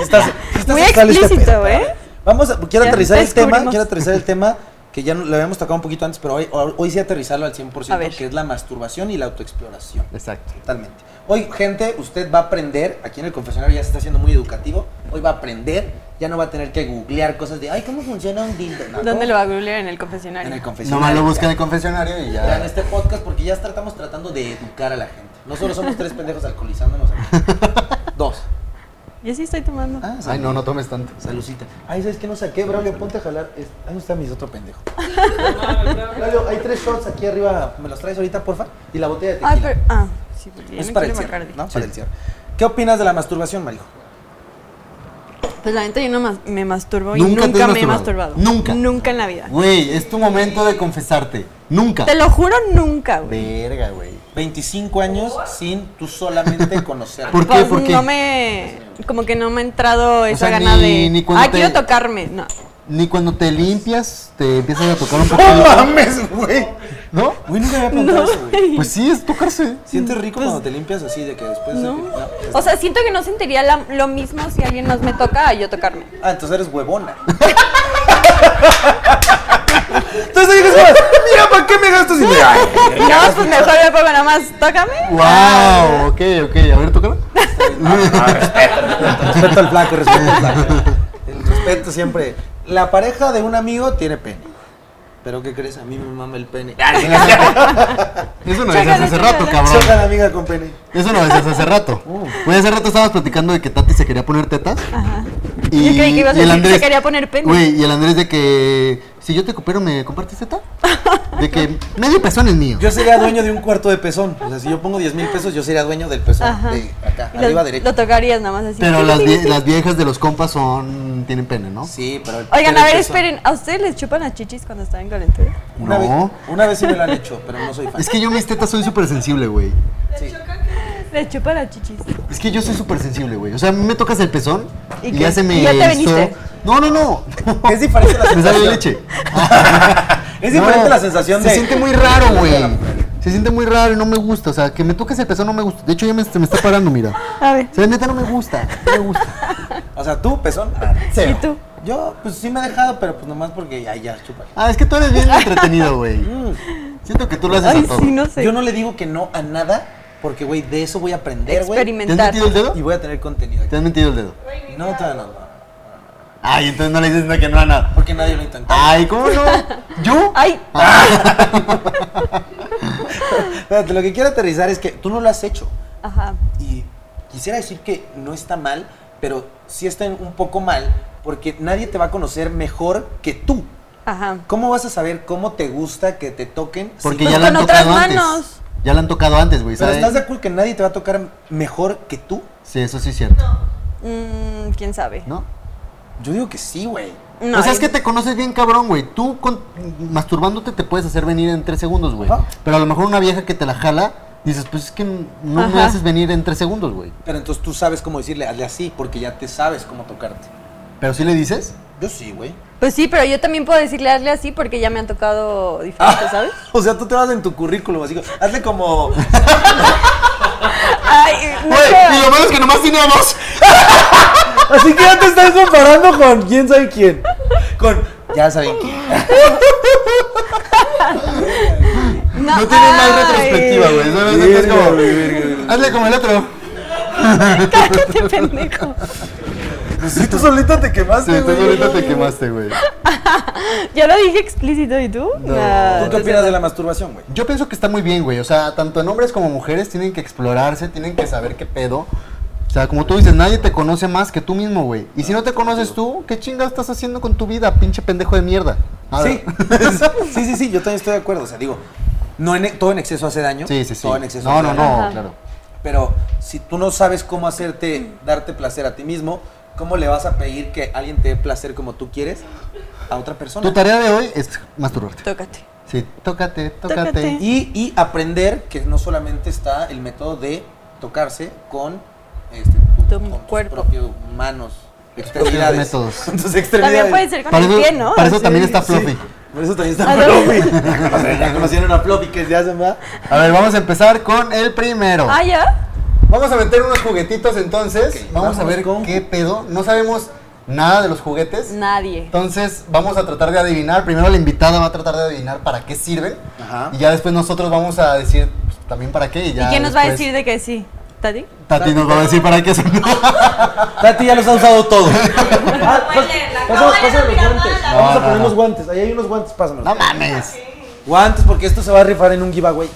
[SPEAKER 4] estás, estás
[SPEAKER 5] Muy
[SPEAKER 4] escala este
[SPEAKER 5] explícito,
[SPEAKER 4] pedo,
[SPEAKER 5] ¿eh?
[SPEAKER 4] Vamos, a- quiero
[SPEAKER 5] Ya
[SPEAKER 4] aterrizar el tema,
[SPEAKER 5] descubrimos.
[SPEAKER 4] quiero aterrizar
[SPEAKER 5] [laughs]
[SPEAKER 4] el tema que ya no- lo habíamos tocado un poquito antes, pero hoy, hoy sí aterrizarlo al 100%,
[SPEAKER 5] A ver.
[SPEAKER 4] que es la masturbación y la autoexploración.
[SPEAKER 2] Exacto.
[SPEAKER 4] Totalmente. Hoy, gente, usted va a aprender, aquí en el confesionario ya se está haciendo muy educativo, hoy va a aprender, ya no va a tener que googlear cosas de, ay, ¿cómo funciona un dildo? No, ¿cómo?
[SPEAKER 5] ¿Dónde lo va a googlear? En el confesionario.
[SPEAKER 4] En el confesionario.
[SPEAKER 2] Nomás lo busca en
[SPEAKER 4] buscan
[SPEAKER 2] el confesionario y
[SPEAKER 4] en
[SPEAKER 2] ya.
[SPEAKER 4] este podcast porque ya estamos tratando de educar a la gente. No solo somos tres pendejos alcoholizándonos
[SPEAKER 2] [laughs]
[SPEAKER 4] aquí. Dos.
[SPEAKER 5] Yo sí estoy tomando.
[SPEAKER 4] Ah, sí.
[SPEAKER 2] Ay, no, no tomes tanto.
[SPEAKER 4] Salucita. Ay, ¿sabes qué no saqué, Braulio? Ponte a jalar. Es- Ahí está mi otro
[SPEAKER 5] [laughs]
[SPEAKER 4] pendejo. Braulio, hay tres shots aquí arriba. ¿Me los traes ahorita, porfa? Y la botella de tequila.
[SPEAKER 5] Ah, pero. Ah, sí, porque ya
[SPEAKER 4] es
[SPEAKER 5] no
[SPEAKER 4] para el
[SPEAKER 5] quiero
[SPEAKER 4] cierre,
[SPEAKER 5] Bacardi.
[SPEAKER 4] ¿no?
[SPEAKER 2] Sí.
[SPEAKER 4] Para el cierre. ¿Qué opinas de la masturbación, Marijo?
[SPEAKER 5] Pues la neta yo no mas- me masturbo y
[SPEAKER 2] Nunca te
[SPEAKER 5] nunca
[SPEAKER 2] has
[SPEAKER 5] me he
[SPEAKER 2] masturbado.
[SPEAKER 5] masturbado.
[SPEAKER 2] Nunca.
[SPEAKER 5] Nunca en la vida.
[SPEAKER 2] Güey, es tu momento de confesarte. Nunca.
[SPEAKER 5] Te lo juro, nunca, güey.
[SPEAKER 2] Verga, güey.
[SPEAKER 4] 25 años sin tú
[SPEAKER 5] [laughs]
[SPEAKER 4] solamente conocer.
[SPEAKER 2] ¿Por qué?
[SPEAKER 5] Pues,
[SPEAKER 2] ¿Por qué?
[SPEAKER 5] No me. Como que no me ha entrado esa
[SPEAKER 2] sea,
[SPEAKER 5] gana
[SPEAKER 2] ni-
[SPEAKER 5] de.
[SPEAKER 2] ni cuando
[SPEAKER 5] ah,
[SPEAKER 2] te-
[SPEAKER 5] quiero tocarme. No.
[SPEAKER 2] Ni cuando te limpias, te empiezas a tocar un
[SPEAKER 4] [laughs]
[SPEAKER 2] poco.
[SPEAKER 4] ¡No mames, güey!
[SPEAKER 2] ¿No?
[SPEAKER 4] Güey, nunca me había preguntado eso, güey.
[SPEAKER 2] Pues sí, es tocarse.
[SPEAKER 4] ¿Sientes rico cuando te limpias así de que después... de
[SPEAKER 5] Pues No.
[SPEAKER 4] que- es-
[SPEAKER 5] O sea, siento que no sentiría la- lo mismo si alguien más me toca a yo tocarme.
[SPEAKER 4] Ah, entonces eres huevona. [laughs] entonces dices, mira, ¿para qué me gasto si me... Ay,
[SPEAKER 5] No, pues mejor me pongo nada más, tócame.
[SPEAKER 2] Wow, ok, ok. A ver, tócalo.
[SPEAKER 4] Respeto al flaco, respeto al flaco. El respeto siempre. La pareja de un amigo tiene pene. Pero ¿qué crees? A mí me mama el pene. Ah,
[SPEAKER 2] Eso no decías
[SPEAKER 5] Chócalo,
[SPEAKER 2] hace
[SPEAKER 5] chócalo.
[SPEAKER 2] rato,
[SPEAKER 4] Soy
[SPEAKER 2] cabrón.
[SPEAKER 4] la amiga con pene.
[SPEAKER 2] Eso no decías hace
[SPEAKER 5] [laughs]
[SPEAKER 2] rato.
[SPEAKER 5] Uh.
[SPEAKER 2] Güey, hace rato estabas platicando de que Tati se quería poner tetas.
[SPEAKER 5] Yo creí que ibas a decir que se quería poner pene.
[SPEAKER 2] Güey, y el Andrés de que si yo te coopero, ¿me compartes esta? De que medio pezón es mío.
[SPEAKER 4] Yo sería dueño de un cuarto de pezón. O sea, si yo pongo 10 mil pesos, yo sería dueño del pezón.
[SPEAKER 5] Ajá.
[SPEAKER 4] De acá,
[SPEAKER 5] Y
[SPEAKER 4] arriba
[SPEAKER 5] lo,
[SPEAKER 4] derecho.
[SPEAKER 5] lo tocarías nada más así.
[SPEAKER 2] Pero las, vie- las viejas de los compas son. tienen pene, ¿no?
[SPEAKER 4] Sí, pero. el-
[SPEAKER 5] Oigan,
[SPEAKER 4] pero
[SPEAKER 5] a
[SPEAKER 4] el
[SPEAKER 5] ver,
[SPEAKER 4] pezón-
[SPEAKER 5] esperen. ¿A ustedes les chupan las chichis cuando están en calentura?
[SPEAKER 4] Una,
[SPEAKER 2] No.
[SPEAKER 4] vez, una vez sí me lo han hecho, pero no soy fan.
[SPEAKER 2] Es que yo mis tetas soy súper sensible, güey.
[SPEAKER 4] Sí.
[SPEAKER 5] Les chupan las chichis.
[SPEAKER 2] Es que yo soy súper sensible, güey. O sea, a mí me tocas el pezón
[SPEAKER 5] ¿Y
[SPEAKER 2] y,
[SPEAKER 5] qué?
[SPEAKER 2] ya se me.
[SPEAKER 5] ¿Y ya te
[SPEAKER 2] hizo-
[SPEAKER 5] veniste?
[SPEAKER 2] No, no, no.
[SPEAKER 4] [laughs]
[SPEAKER 2] [laughs]
[SPEAKER 4] Es diferente [laughs] la
[SPEAKER 2] Me sale
[SPEAKER 4] sensación.
[SPEAKER 2] leche.
[SPEAKER 4] Es diferente
[SPEAKER 2] No,
[SPEAKER 4] la sensación
[SPEAKER 2] se
[SPEAKER 4] de.
[SPEAKER 2] siente muy raro,
[SPEAKER 4] [laughs]
[SPEAKER 2] güey. Se siente muy raro y no me gusta. O sea, que me toques el pezón no me gusta. De hecho, ya me, se me está parando, mira.
[SPEAKER 5] A ver.
[SPEAKER 2] O sea, neta no me gusta. No me gusta.
[SPEAKER 4] O sea, tú, pezón. ah,
[SPEAKER 5] ¿Y
[SPEAKER 4] cero.
[SPEAKER 5] tú?
[SPEAKER 4] Yo, pues sí me he dejado, pero pues nomás porque ya, ya, chupa.
[SPEAKER 2] Ah, es que tú eres bien entretenido, güey. Siento que tú lo haces
[SPEAKER 5] Ay,
[SPEAKER 2] a todo.
[SPEAKER 5] sí, no sé.
[SPEAKER 4] Yo no le digo que no a nada, porque, güey, de eso voy a aprender, güey.
[SPEAKER 2] ¿Te has
[SPEAKER 5] Experimentar.
[SPEAKER 2] metido el dedo?
[SPEAKER 4] Y voy a tener contenido
[SPEAKER 2] ¿Te
[SPEAKER 4] aquí.
[SPEAKER 2] has metido el dedo?
[SPEAKER 4] No, todavía no.
[SPEAKER 2] Ay, entonces no le dices nada que no a nada.
[SPEAKER 4] Porque nadie lo intentó.
[SPEAKER 2] Ay, ¿cómo no? ¿Yo?
[SPEAKER 5] Ay,
[SPEAKER 4] Espérate, lo que quiero aterrizar es que tú no lo has hecho.
[SPEAKER 5] ah, ajá.
[SPEAKER 4] Y quisiera decir que no está mal, pero sí está un poco mal, porque nadie te va a conocer mejor que tú.
[SPEAKER 5] Ajá.
[SPEAKER 4] ¿Cómo vas a saber cómo te gusta que te toquen? si
[SPEAKER 2] Porque
[SPEAKER 4] no-
[SPEAKER 2] ya
[SPEAKER 5] Pues
[SPEAKER 2] la han
[SPEAKER 5] con otras
[SPEAKER 2] tocado antes.
[SPEAKER 5] manos.
[SPEAKER 2] Ya la han tocado antes, güey.
[SPEAKER 4] Pero
[SPEAKER 2] ¿sabes?
[SPEAKER 4] estás de acuerdo que nadie te va a tocar mejor que tú?
[SPEAKER 2] Sí, eso sí es cierto.
[SPEAKER 5] Mm, ¿Quién sabe?
[SPEAKER 2] ¿No?
[SPEAKER 4] Yo digo que sí, güey.
[SPEAKER 5] No,
[SPEAKER 2] o sea, Pues es
[SPEAKER 5] y-
[SPEAKER 2] que te conoces bien cabrón, güey. Tú con- masturbándote te puedes hacer venir en tres segundos, güey.
[SPEAKER 4] Ajá.
[SPEAKER 2] Pero a lo mejor una vieja que te la jala, dices, pues es que no me
[SPEAKER 5] Ajá.
[SPEAKER 2] haces venir en tres segundos, güey.
[SPEAKER 4] Pero entonces tú sabes cómo decirle, hazle así, porque ya te sabes cómo tocarte.
[SPEAKER 2] Pero si le dices,
[SPEAKER 4] Yo sí, güey.
[SPEAKER 5] Pues sí, pero yo también puedo decirle hazle así porque ya me han tocado
[SPEAKER 2] Ah.
[SPEAKER 5] diferentes, ¿sabes?
[SPEAKER 4] [laughs] O sea, tú te vas en tu currículum, así, hazle como...
[SPEAKER 5] Ay, no
[SPEAKER 2] güey,
[SPEAKER 5] sé.
[SPEAKER 2] y lo malo es que nomás tiene dos.
[SPEAKER 4] Así que ya te estás comparando con quién sabe quién. Con... Ya saben quién.
[SPEAKER 2] [laughs]
[SPEAKER 5] No,
[SPEAKER 2] No tiene más
[SPEAKER 5] ay.
[SPEAKER 2] retrospectiva, güey. ¿sabes?
[SPEAKER 4] Verga,
[SPEAKER 2] Es como,
[SPEAKER 4] güey, verga, verga.
[SPEAKER 2] hazle como el otro.
[SPEAKER 5] Cállate, pendejo.
[SPEAKER 4] Pues sí, tú solita te
[SPEAKER 2] Sí,
[SPEAKER 4] quemaste,
[SPEAKER 2] tú
[SPEAKER 4] güey.
[SPEAKER 2] solita te quemaste, güey.
[SPEAKER 5] Ya lo dije explícito, ¿y tú?
[SPEAKER 2] No.
[SPEAKER 5] Nah,
[SPEAKER 4] ¿Tú qué
[SPEAKER 5] no
[SPEAKER 4] opinas
[SPEAKER 5] sé.
[SPEAKER 4] de la masturbación, güey?
[SPEAKER 2] Yo pienso que está muy bien, güey. O sea, tanto en hombres como mujeres tienen que explorarse, tienen que saber qué pedo. O sea, como tú dices, nadie te conoce más que tú mismo, güey. Y si no te conoces tú, ¿qué chingas estás haciendo con tu vida, pinche pendejo de mierda? A
[SPEAKER 4] Sí.
[SPEAKER 2] ver.
[SPEAKER 4] sí, [laughs] sí, sí, yo también estoy de acuerdo. O sea, digo, no en, e, todo en exceso hace daño.
[SPEAKER 2] Sí, sí, sí.
[SPEAKER 4] Todo en exceso
[SPEAKER 2] No,
[SPEAKER 4] hace
[SPEAKER 2] no,
[SPEAKER 4] daño.
[SPEAKER 2] no,
[SPEAKER 5] Ajá.
[SPEAKER 2] claro.
[SPEAKER 4] Pero si tú no sabes cómo hacerte, darte placer a ti mismo, ¿cómo le vas a pedir que alguien te dé placer como tú quieres a otra persona?
[SPEAKER 2] Tu tarea de hoy es masturbarte.
[SPEAKER 5] Tócate.
[SPEAKER 2] Sí, tócate, tócate.
[SPEAKER 5] Tócate.
[SPEAKER 4] y, y aprender que no solamente está el método de tocarse con este,
[SPEAKER 5] Tu
[SPEAKER 4] con tus
[SPEAKER 5] cuerpo.
[SPEAKER 4] propios manos, extremidades.
[SPEAKER 2] métodos.
[SPEAKER 4] Con [laughs] tus extremidades.
[SPEAKER 5] También puede ser con
[SPEAKER 2] Para
[SPEAKER 5] el
[SPEAKER 2] eso-
[SPEAKER 5] pie, ¿no?
[SPEAKER 2] para eso
[SPEAKER 5] Así.
[SPEAKER 2] también está Fluffy.
[SPEAKER 4] Por eso también
[SPEAKER 5] A
[SPEAKER 4] está
[SPEAKER 5] ver.
[SPEAKER 4] Floppy. [laughs] O sea, ya conocieron a Floppy que se hace más.
[SPEAKER 2] A ver, vamos a empezar con el primero.
[SPEAKER 5] Ah, ya.
[SPEAKER 2] Vamos a meter unos juguetitos entonces.
[SPEAKER 4] Ok,
[SPEAKER 2] vamos a
[SPEAKER 4] vamos
[SPEAKER 2] ver
[SPEAKER 4] con-
[SPEAKER 2] qué pedo. No sabemos nada de los juguetes.
[SPEAKER 5] Nadie.
[SPEAKER 2] Entonces vamos a tratar de adivinar. Primero la invitada va a tratar de adivinar para qué sirven.
[SPEAKER 4] Ajá.
[SPEAKER 2] Y ya después nosotros vamos a decir pues, también para qué. ¿Y, ya
[SPEAKER 5] ¿Y quién nos va a
[SPEAKER 2] después
[SPEAKER 5] decir de que sí? ¿Tati?
[SPEAKER 2] Tati nos va a decir para qué son.
[SPEAKER 4] Tati ya los ha usado
[SPEAKER 2] [laughs]
[SPEAKER 4] todos. Ah, Pásame pásame los guantes.
[SPEAKER 2] No,
[SPEAKER 4] Vamos a
[SPEAKER 2] no,
[SPEAKER 4] poner
[SPEAKER 2] no.
[SPEAKER 4] los guantes. Ahí hay unos guantes, pásamelos.
[SPEAKER 2] no mames.
[SPEAKER 4] Guantes, porque esto se va a rifar en un giveaway.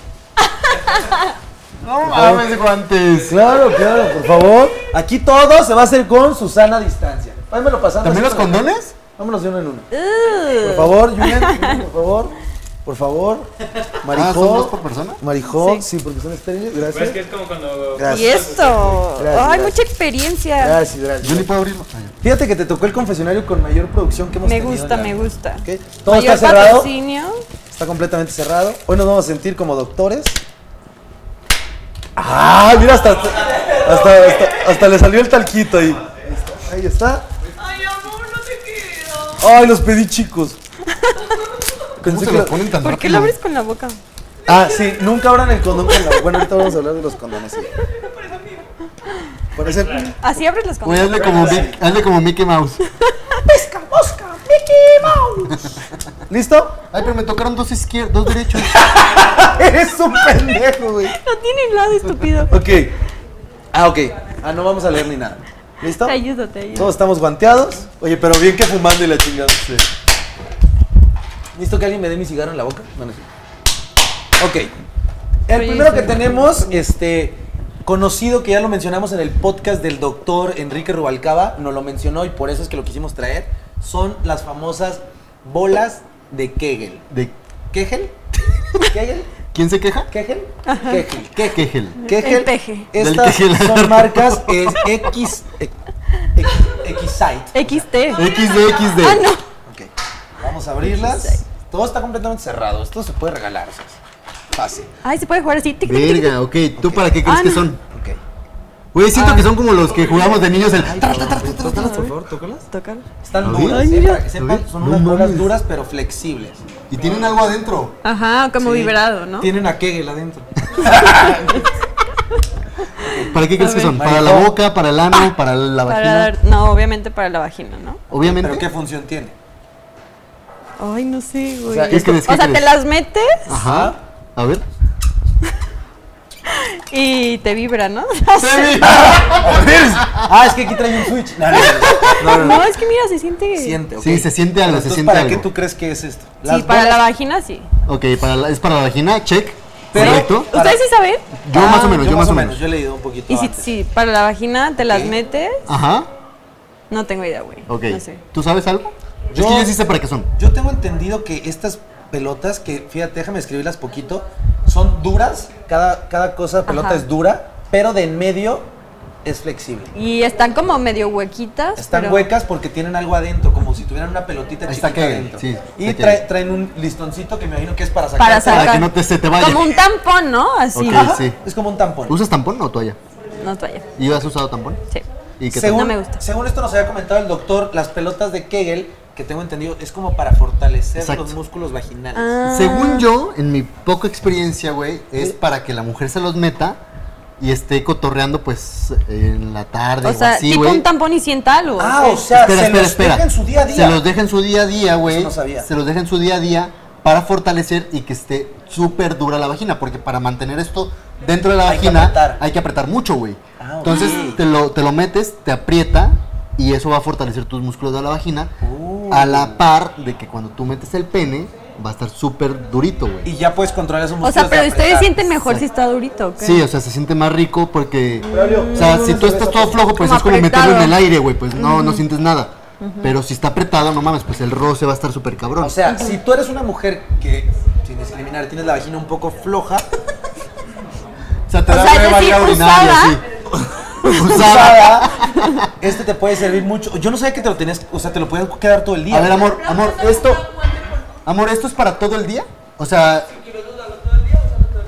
[SPEAKER 2] No mames, guantes.
[SPEAKER 4] Claro, claro, por favor. Aquí todo se va a hacer con Susana a distancia. Pásamelo pasando.
[SPEAKER 2] ¿También los
[SPEAKER 4] así con-
[SPEAKER 2] condones?
[SPEAKER 4] Vámonos de uno en uno. Por favor, Julian, por favor. Por favor.
[SPEAKER 2] Ah, ¿son dos
[SPEAKER 4] Marijón.
[SPEAKER 2] por persona?
[SPEAKER 4] Marijón, sí, porque son estériles.
[SPEAKER 6] Pues
[SPEAKER 4] Gracias.
[SPEAKER 6] es que es como cuando.
[SPEAKER 5] ¿Y
[SPEAKER 4] Gracias.
[SPEAKER 5] esto?
[SPEAKER 4] Gracias,
[SPEAKER 5] Ay,
[SPEAKER 4] gracias.
[SPEAKER 5] mucha experiencia.
[SPEAKER 4] Gracias,
[SPEAKER 2] Yo ni
[SPEAKER 4] gracias.
[SPEAKER 2] puedo abrirlo. Ah, ya.
[SPEAKER 4] Fíjate que te tocó el confesionario con mayor producción que hemos
[SPEAKER 5] Me
[SPEAKER 4] tenido. en
[SPEAKER 5] gusta,
[SPEAKER 4] la
[SPEAKER 5] me
[SPEAKER 4] vida.
[SPEAKER 5] gusta.
[SPEAKER 4] Ok, Todo
[SPEAKER 5] Mayor
[SPEAKER 4] está cerrado.
[SPEAKER 5] patrocinio.
[SPEAKER 4] Está completamente cerrado. Hoy nos vamos a sentir como doctores. ¡Ah! Mira, hasta, hasta, hasta- hasta le salió el talquito ahí. Ahí está.
[SPEAKER 3] Ay, amor, no te quiero.
[SPEAKER 4] ¡Ay, los pedí chicos!
[SPEAKER 2] ¿Cómo
[SPEAKER 4] Pensé
[SPEAKER 2] se
[SPEAKER 4] que
[SPEAKER 2] los
[SPEAKER 4] lo-
[SPEAKER 2] ponen tan
[SPEAKER 5] ¿Por qué
[SPEAKER 2] rápido?
[SPEAKER 5] lo abres con la boca?
[SPEAKER 4] Ah, sí, nunca abran el condón con la. Bueno, ahorita vamos a hablar de los condones. sí. Por eso.
[SPEAKER 5] Así abres ¡Ah, los
[SPEAKER 2] Güey, hazle
[SPEAKER 5] condones.
[SPEAKER 2] como, Mic- hazle como Mickey Mouse.
[SPEAKER 5] [laughs]
[SPEAKER 4] ¿Listo? [laughs]
[SPEAKER 2] Ay, pero me tocaron dos izquierdos, dos derechos.
[SPEAKER 4] Eres un pendejo, güey.
[SPEAKER 5] No tiene lado, estúpido.
[SPEAKER 4] Ok. Ah, ok. Ah, no vamos a leer ni nada. ¿Listo?
[SPEAKER 5] Te ayudo, te ayudo.
[SPEAKER 4] Todos estamos guanteados. Oye, pero bien que fumando y la chingada. ¿Listo que alguien me dé mi cigarro en la boca? Bueno, sí. Ok. El
[SPEAKER 5] Oye,
[SPEAKER 4] primero
[SPEAKER 5] sí.
[SPEAKER 4] que tenemos, este, conocido que ya lo mencionamos en el podcast del doctor Enrique Rubalcaba, nos lo mencionó y por eso es que lo quisimos traer, son las famosas bolas de Kegel.
[SPEAKER 2] ¿De
[SPEAKER 4] ¿Kegel? [laughs] ¿Kegel?
[SPEAKER 2] quién se queja?
[SPEAKER 4] ¿Kegel? Kegel. Kegel.
[SPEAKER 2] Kegel.
[SPEAKER 5] El peje.
[SPEAKER 4] Estas
[SPEAKER 2] Del Kegel.
[SPEAKER 4] son
[SPEAKER 2] [laughs]
[SPEAKER 4] marcas es X, e- Xite.
[SPEAKER 5] XT.
[SPEAKER 2] XDXD.
[SPEAKER 5] Ah, no.
[SPEAKER 4] Ok. Vamos a abrirlas. Todo está completamente cerrado. Esto se puede regalar. o sea, es Fácil.
[SPEAKER 5] Ay, se puede jugar así. tic, tic, tic, tic.
[SPEAKER 2] Verga, ok. ¿Tú
[SPEAKER 4] Ok.
[SPEAKER 2] para qué crees
[SPEAKER 5] Ah,
[SPEAKER 2] que
[SPEAKER 5] no.
[SPEAKER 2] son?
[SPEAKER 4] Ok.
[SPEAKER 2] Güey, siento que son como los que jugamos de niños el... tra, tra, tra, tra, tra.
[SPEAKER 4] Tócalas, por favor, tócalas.
[SPEAKER 5] Tócalo.
[SPEAKER 4] Están
[SPEAKER 2] ¿Lo
[SPEAKER 4] duras,
[SPEAKER 2] vi?
[SPEAKER 4] eh, para
[SPEAKER 2] Ay, mira.
[SPEAKER 4] que
[SPEAKER 2] ¿Lo
[SPEAKER 4] sepan,
[SPEAKER 2] vi?
[SPEAKER 4] son
[SPEAKER 2] No
[SPEAKER 4] unas bolas
[SPEAKER 2] mames.
[SPEAKER 4] duras pero flexibles.
[SPEAKER 2] Y tienen algo adentro.
[SPEAKER 5] Ajá, como
[SPEAKER 4] Sí.
[SPEAKER 5] vibrado, ¿no?
[SPEAKER 4] Tienen a Kegel
[SPEAKER 2] [laughs]
[SPEAKER 4] adentro.
[SPEAKER 2] ¿Para qué crees
[SPEAKER 5] A
[SPEAKER 2] que
[SPEAKER 5] ver.
[SPEAKER 2] son? Para la
[SPEAKER 4] Maricón.
[SPEAKER 2] boca, para el ano, para la
[SPEAKER 5] Para
[SPEAKER 2] vagina.
[SPEAKER 5] dar, no, obviamente para la vagina, ¿no?
[SPEAKER 2] Obviamente.
[SPEAKER 4] ¿Pero qué función tiene?
[SPEAKER 5] Ay, no sé, güey.
[SPEAKER 4] sea,
[SPEAKER 2] ¿qué crees? ¿Qué
[SPEAKER 5] O sea, te
[SPEAKER 2] crees?
[SPEAKER 5] las metes
[SPEAKER 2] Ajá.
[SPEAKER 4] ¿Ah?
[SPEAKER 2] A ver.
[SPEAKER 5] y te vibra, ¿no? [laughs]
[SPEAKER 4] [laughs] Ah, es que aquí trae un switch. No, no, no.
[SPEAKER 5] [laughs] No, es que mira, se siente.
[SPEAKER 4] Siente, ok.
[SPEAKER 2] Sí, se siente algo, se
[SPEAKER 4] Entonces,
[SPEAKER 2] siente
[SPEAKER 4] ¿para
[SPEAKER 2] algo.
[SPEAKER 4] qué tú crees que es esto?
[SPEAKER 5] Sí,
[SPEAKER 4] Las
[SPEAKER 5] para la
[SPEAKER 4] bolas-
[SPEAKER 5] vagina sí.
[SPEAKER 2] Ok, para la- es para la vagina, check.
[SPEAKER 4] Pero-
[SPEAKER 2] Correcto.
[SPEAKER 4] Para-
[SPEAKER 5] ¿Ustedes sí saben? Ah,
[SPEAKER 2] Yo
[SPEAKER 4] Ah,
[SPEAKER 2] más o menos, yo más o menos.
[SPEAKER 4] Yo he leído un poquito
[SPEAKER 5] Y si,
[SPEAKER 4] antes.
[SPEAKER 5] si para la vagina te las
[SPEAKER 4] Ok.
[SPEAKER 5] metes,
[SPEAKER 2] Ajá.
[SPEAKER 5] no tengo idea, güey.
[SPEAKER 2] Ok.
[SPEAKER 5] No sé.
[SPEAKER 2] ¿Tú sabes algo?
[SPEAKER 4] Yo-
[SPEAKER 2] Es que yo sí sé para qué son.
[SPEAKER 4] Yo tengo entendido que estas pelotas, que fíjate, déjame escribirlas poquito, son duras, cada, cada cosa, pelota
[SPEAKER 5] Ajá.
[SPEAKER 4] es dura, pero de en medio es flexible.
[SPEAKER 5] Y están como medio huequitas.
[SPEAKER 4] Están
[SPEAKER 5] pero-
[SPEAKER 4] huecas porque tienen algo adentro, como si tuvieran una pelotita
[SPEAKER 2] Ahí está
[SPEAKER 4] chiquita
[SPEAKER 2] Kegel,
[SPEAKER 4] adentro.
[SPEAKER 2] sí,
[SPEAKER 4] y
[SPEAKER 2] sé que
[SPEAKER 4] trae-
[SPEAKER 2] es.
[SPEAKER 4] traen un listoncito que me imagino que es para sacar.
[SPEAKER 5] Para sacar.
[SPEAKER 2] Para que no te- se te vaya.
[SPEAKER 5] Como un tampón, ¿no? Así.
[SPEAKER 2] Ok.
[SPEAKER 4] Ajá,
[SPEAKER 2] Sí.
[SPEAKER 4] Es como un tampón.
[SPEAKER 2] ¿Usas tampón o toalla?
[SPEAKER 5] No toalla.
[SPEAKER 2] ¿Y has usado tampón?
[SPEAKER 5] Sí.
[SPEAKER 2] ¿Y qué
[SPEAKER 4] según,
[SPEAKER 5] No me gusta.
[SPEAKER 4] según esto nos había comentado el doctor, las pelotas de Kegel, que tengo entendido, es como para fortalecer
[SPEAKER 2] Exacto.
[SPEAKER 4] los músculos vaginales.
[SPEAKER 5] Ah.
[SPEAKER 2] Según yo, en mi poca experiencia, güey, es para que la mujer se los meta y esté cotorreando, pues, en la tarde o,
[SPEAKER 5] O sea,
[SPEAKER 2] así,
[SPEAKER 5] tipo
[SPEAKER 2] güey.
[SPEAKER 5] un tampón y sin tal, o-
[SPEAKER 4] Ah, o sea,
[SPEAKER 2] Espera,
[SPEAKER 4] se
[SPEAKER 2] espera,
[SPEAKER 4] los
[SPEAKER 2] espera.
[SPEAKER 4] deja en su día a día.
[SPEAKER 2] Se los deja en su día a día, güey.
[SPEAKER 4] no sabía.
[SPEAKER 2] Se los deja en su día a día para fortalecer y que esté súper dura la vagina. Porque para mantener esto dentro de la
[SPEAKER 4] Hay que
[SPEAKER 2] vagina
[SPEAKER 4] apretar.
[SPEAKER 2] hay que apretar mucho, güey.
[SPEAKER 4] Ah, ok.
[SPEAKER 2] Entonces te lo, te lo metes, te aprieta y eso va a fortalecer tus músculos de la vagina.
[SPEAKER 4] Uh.
[SPEAKER 2] A la par de que cuando tú metes el pene va a estar súper durito, güey.
[SPEAKER 4] Y ya puedes controlar esos
[SPEAKER 5] O
[SPEAKER 4] músculos.
[SPEAKER 5] sea, pero
[SPEAKER 4] de
[SPEAKER 5] ustedes
[SPEAKER 4] apretar.
[SPEAKER 5] sienten mejor si está durito, ¿ok?
[SPEAKER 2] Sí, o sea, se siente más rico porque. O sea, si tú estás todo flojo, pues
[SPEAKER 5] Como
[SPEAKER 2] es como meterlo en
[SPEAKER 5] apretado.
[SPEAKER 2] el aire, güey. Pues no, no sientes nada. Pero si está apretado, no mames, pues el roce va a estar súper cabrón.
[SPEAKER 4] O sea, si tú eres una mujer que, sin discriminar, tienes la vagina un poco
[SPEAKER 5] [laughs]
[SPEAKER 4] floja,
[SPEAKER 2] te
[SPEAKER 5] o sea, es
[SPEAKER 2] hueva ir a
[SPEAKER 5] decir,
[SPEAKER 2] orinar y así. Usada.
[SPEAKER 5] [laughs]
[SPEAKER 4] pues, usada, este te puede servir mucho. Yo no sabía que te lo tenías, o sea, te lo puedes quedar todo el día.
[SPEAKER 2] A ver, amor, amor, esto. Amor, ¿esto es para todo el día? O sea.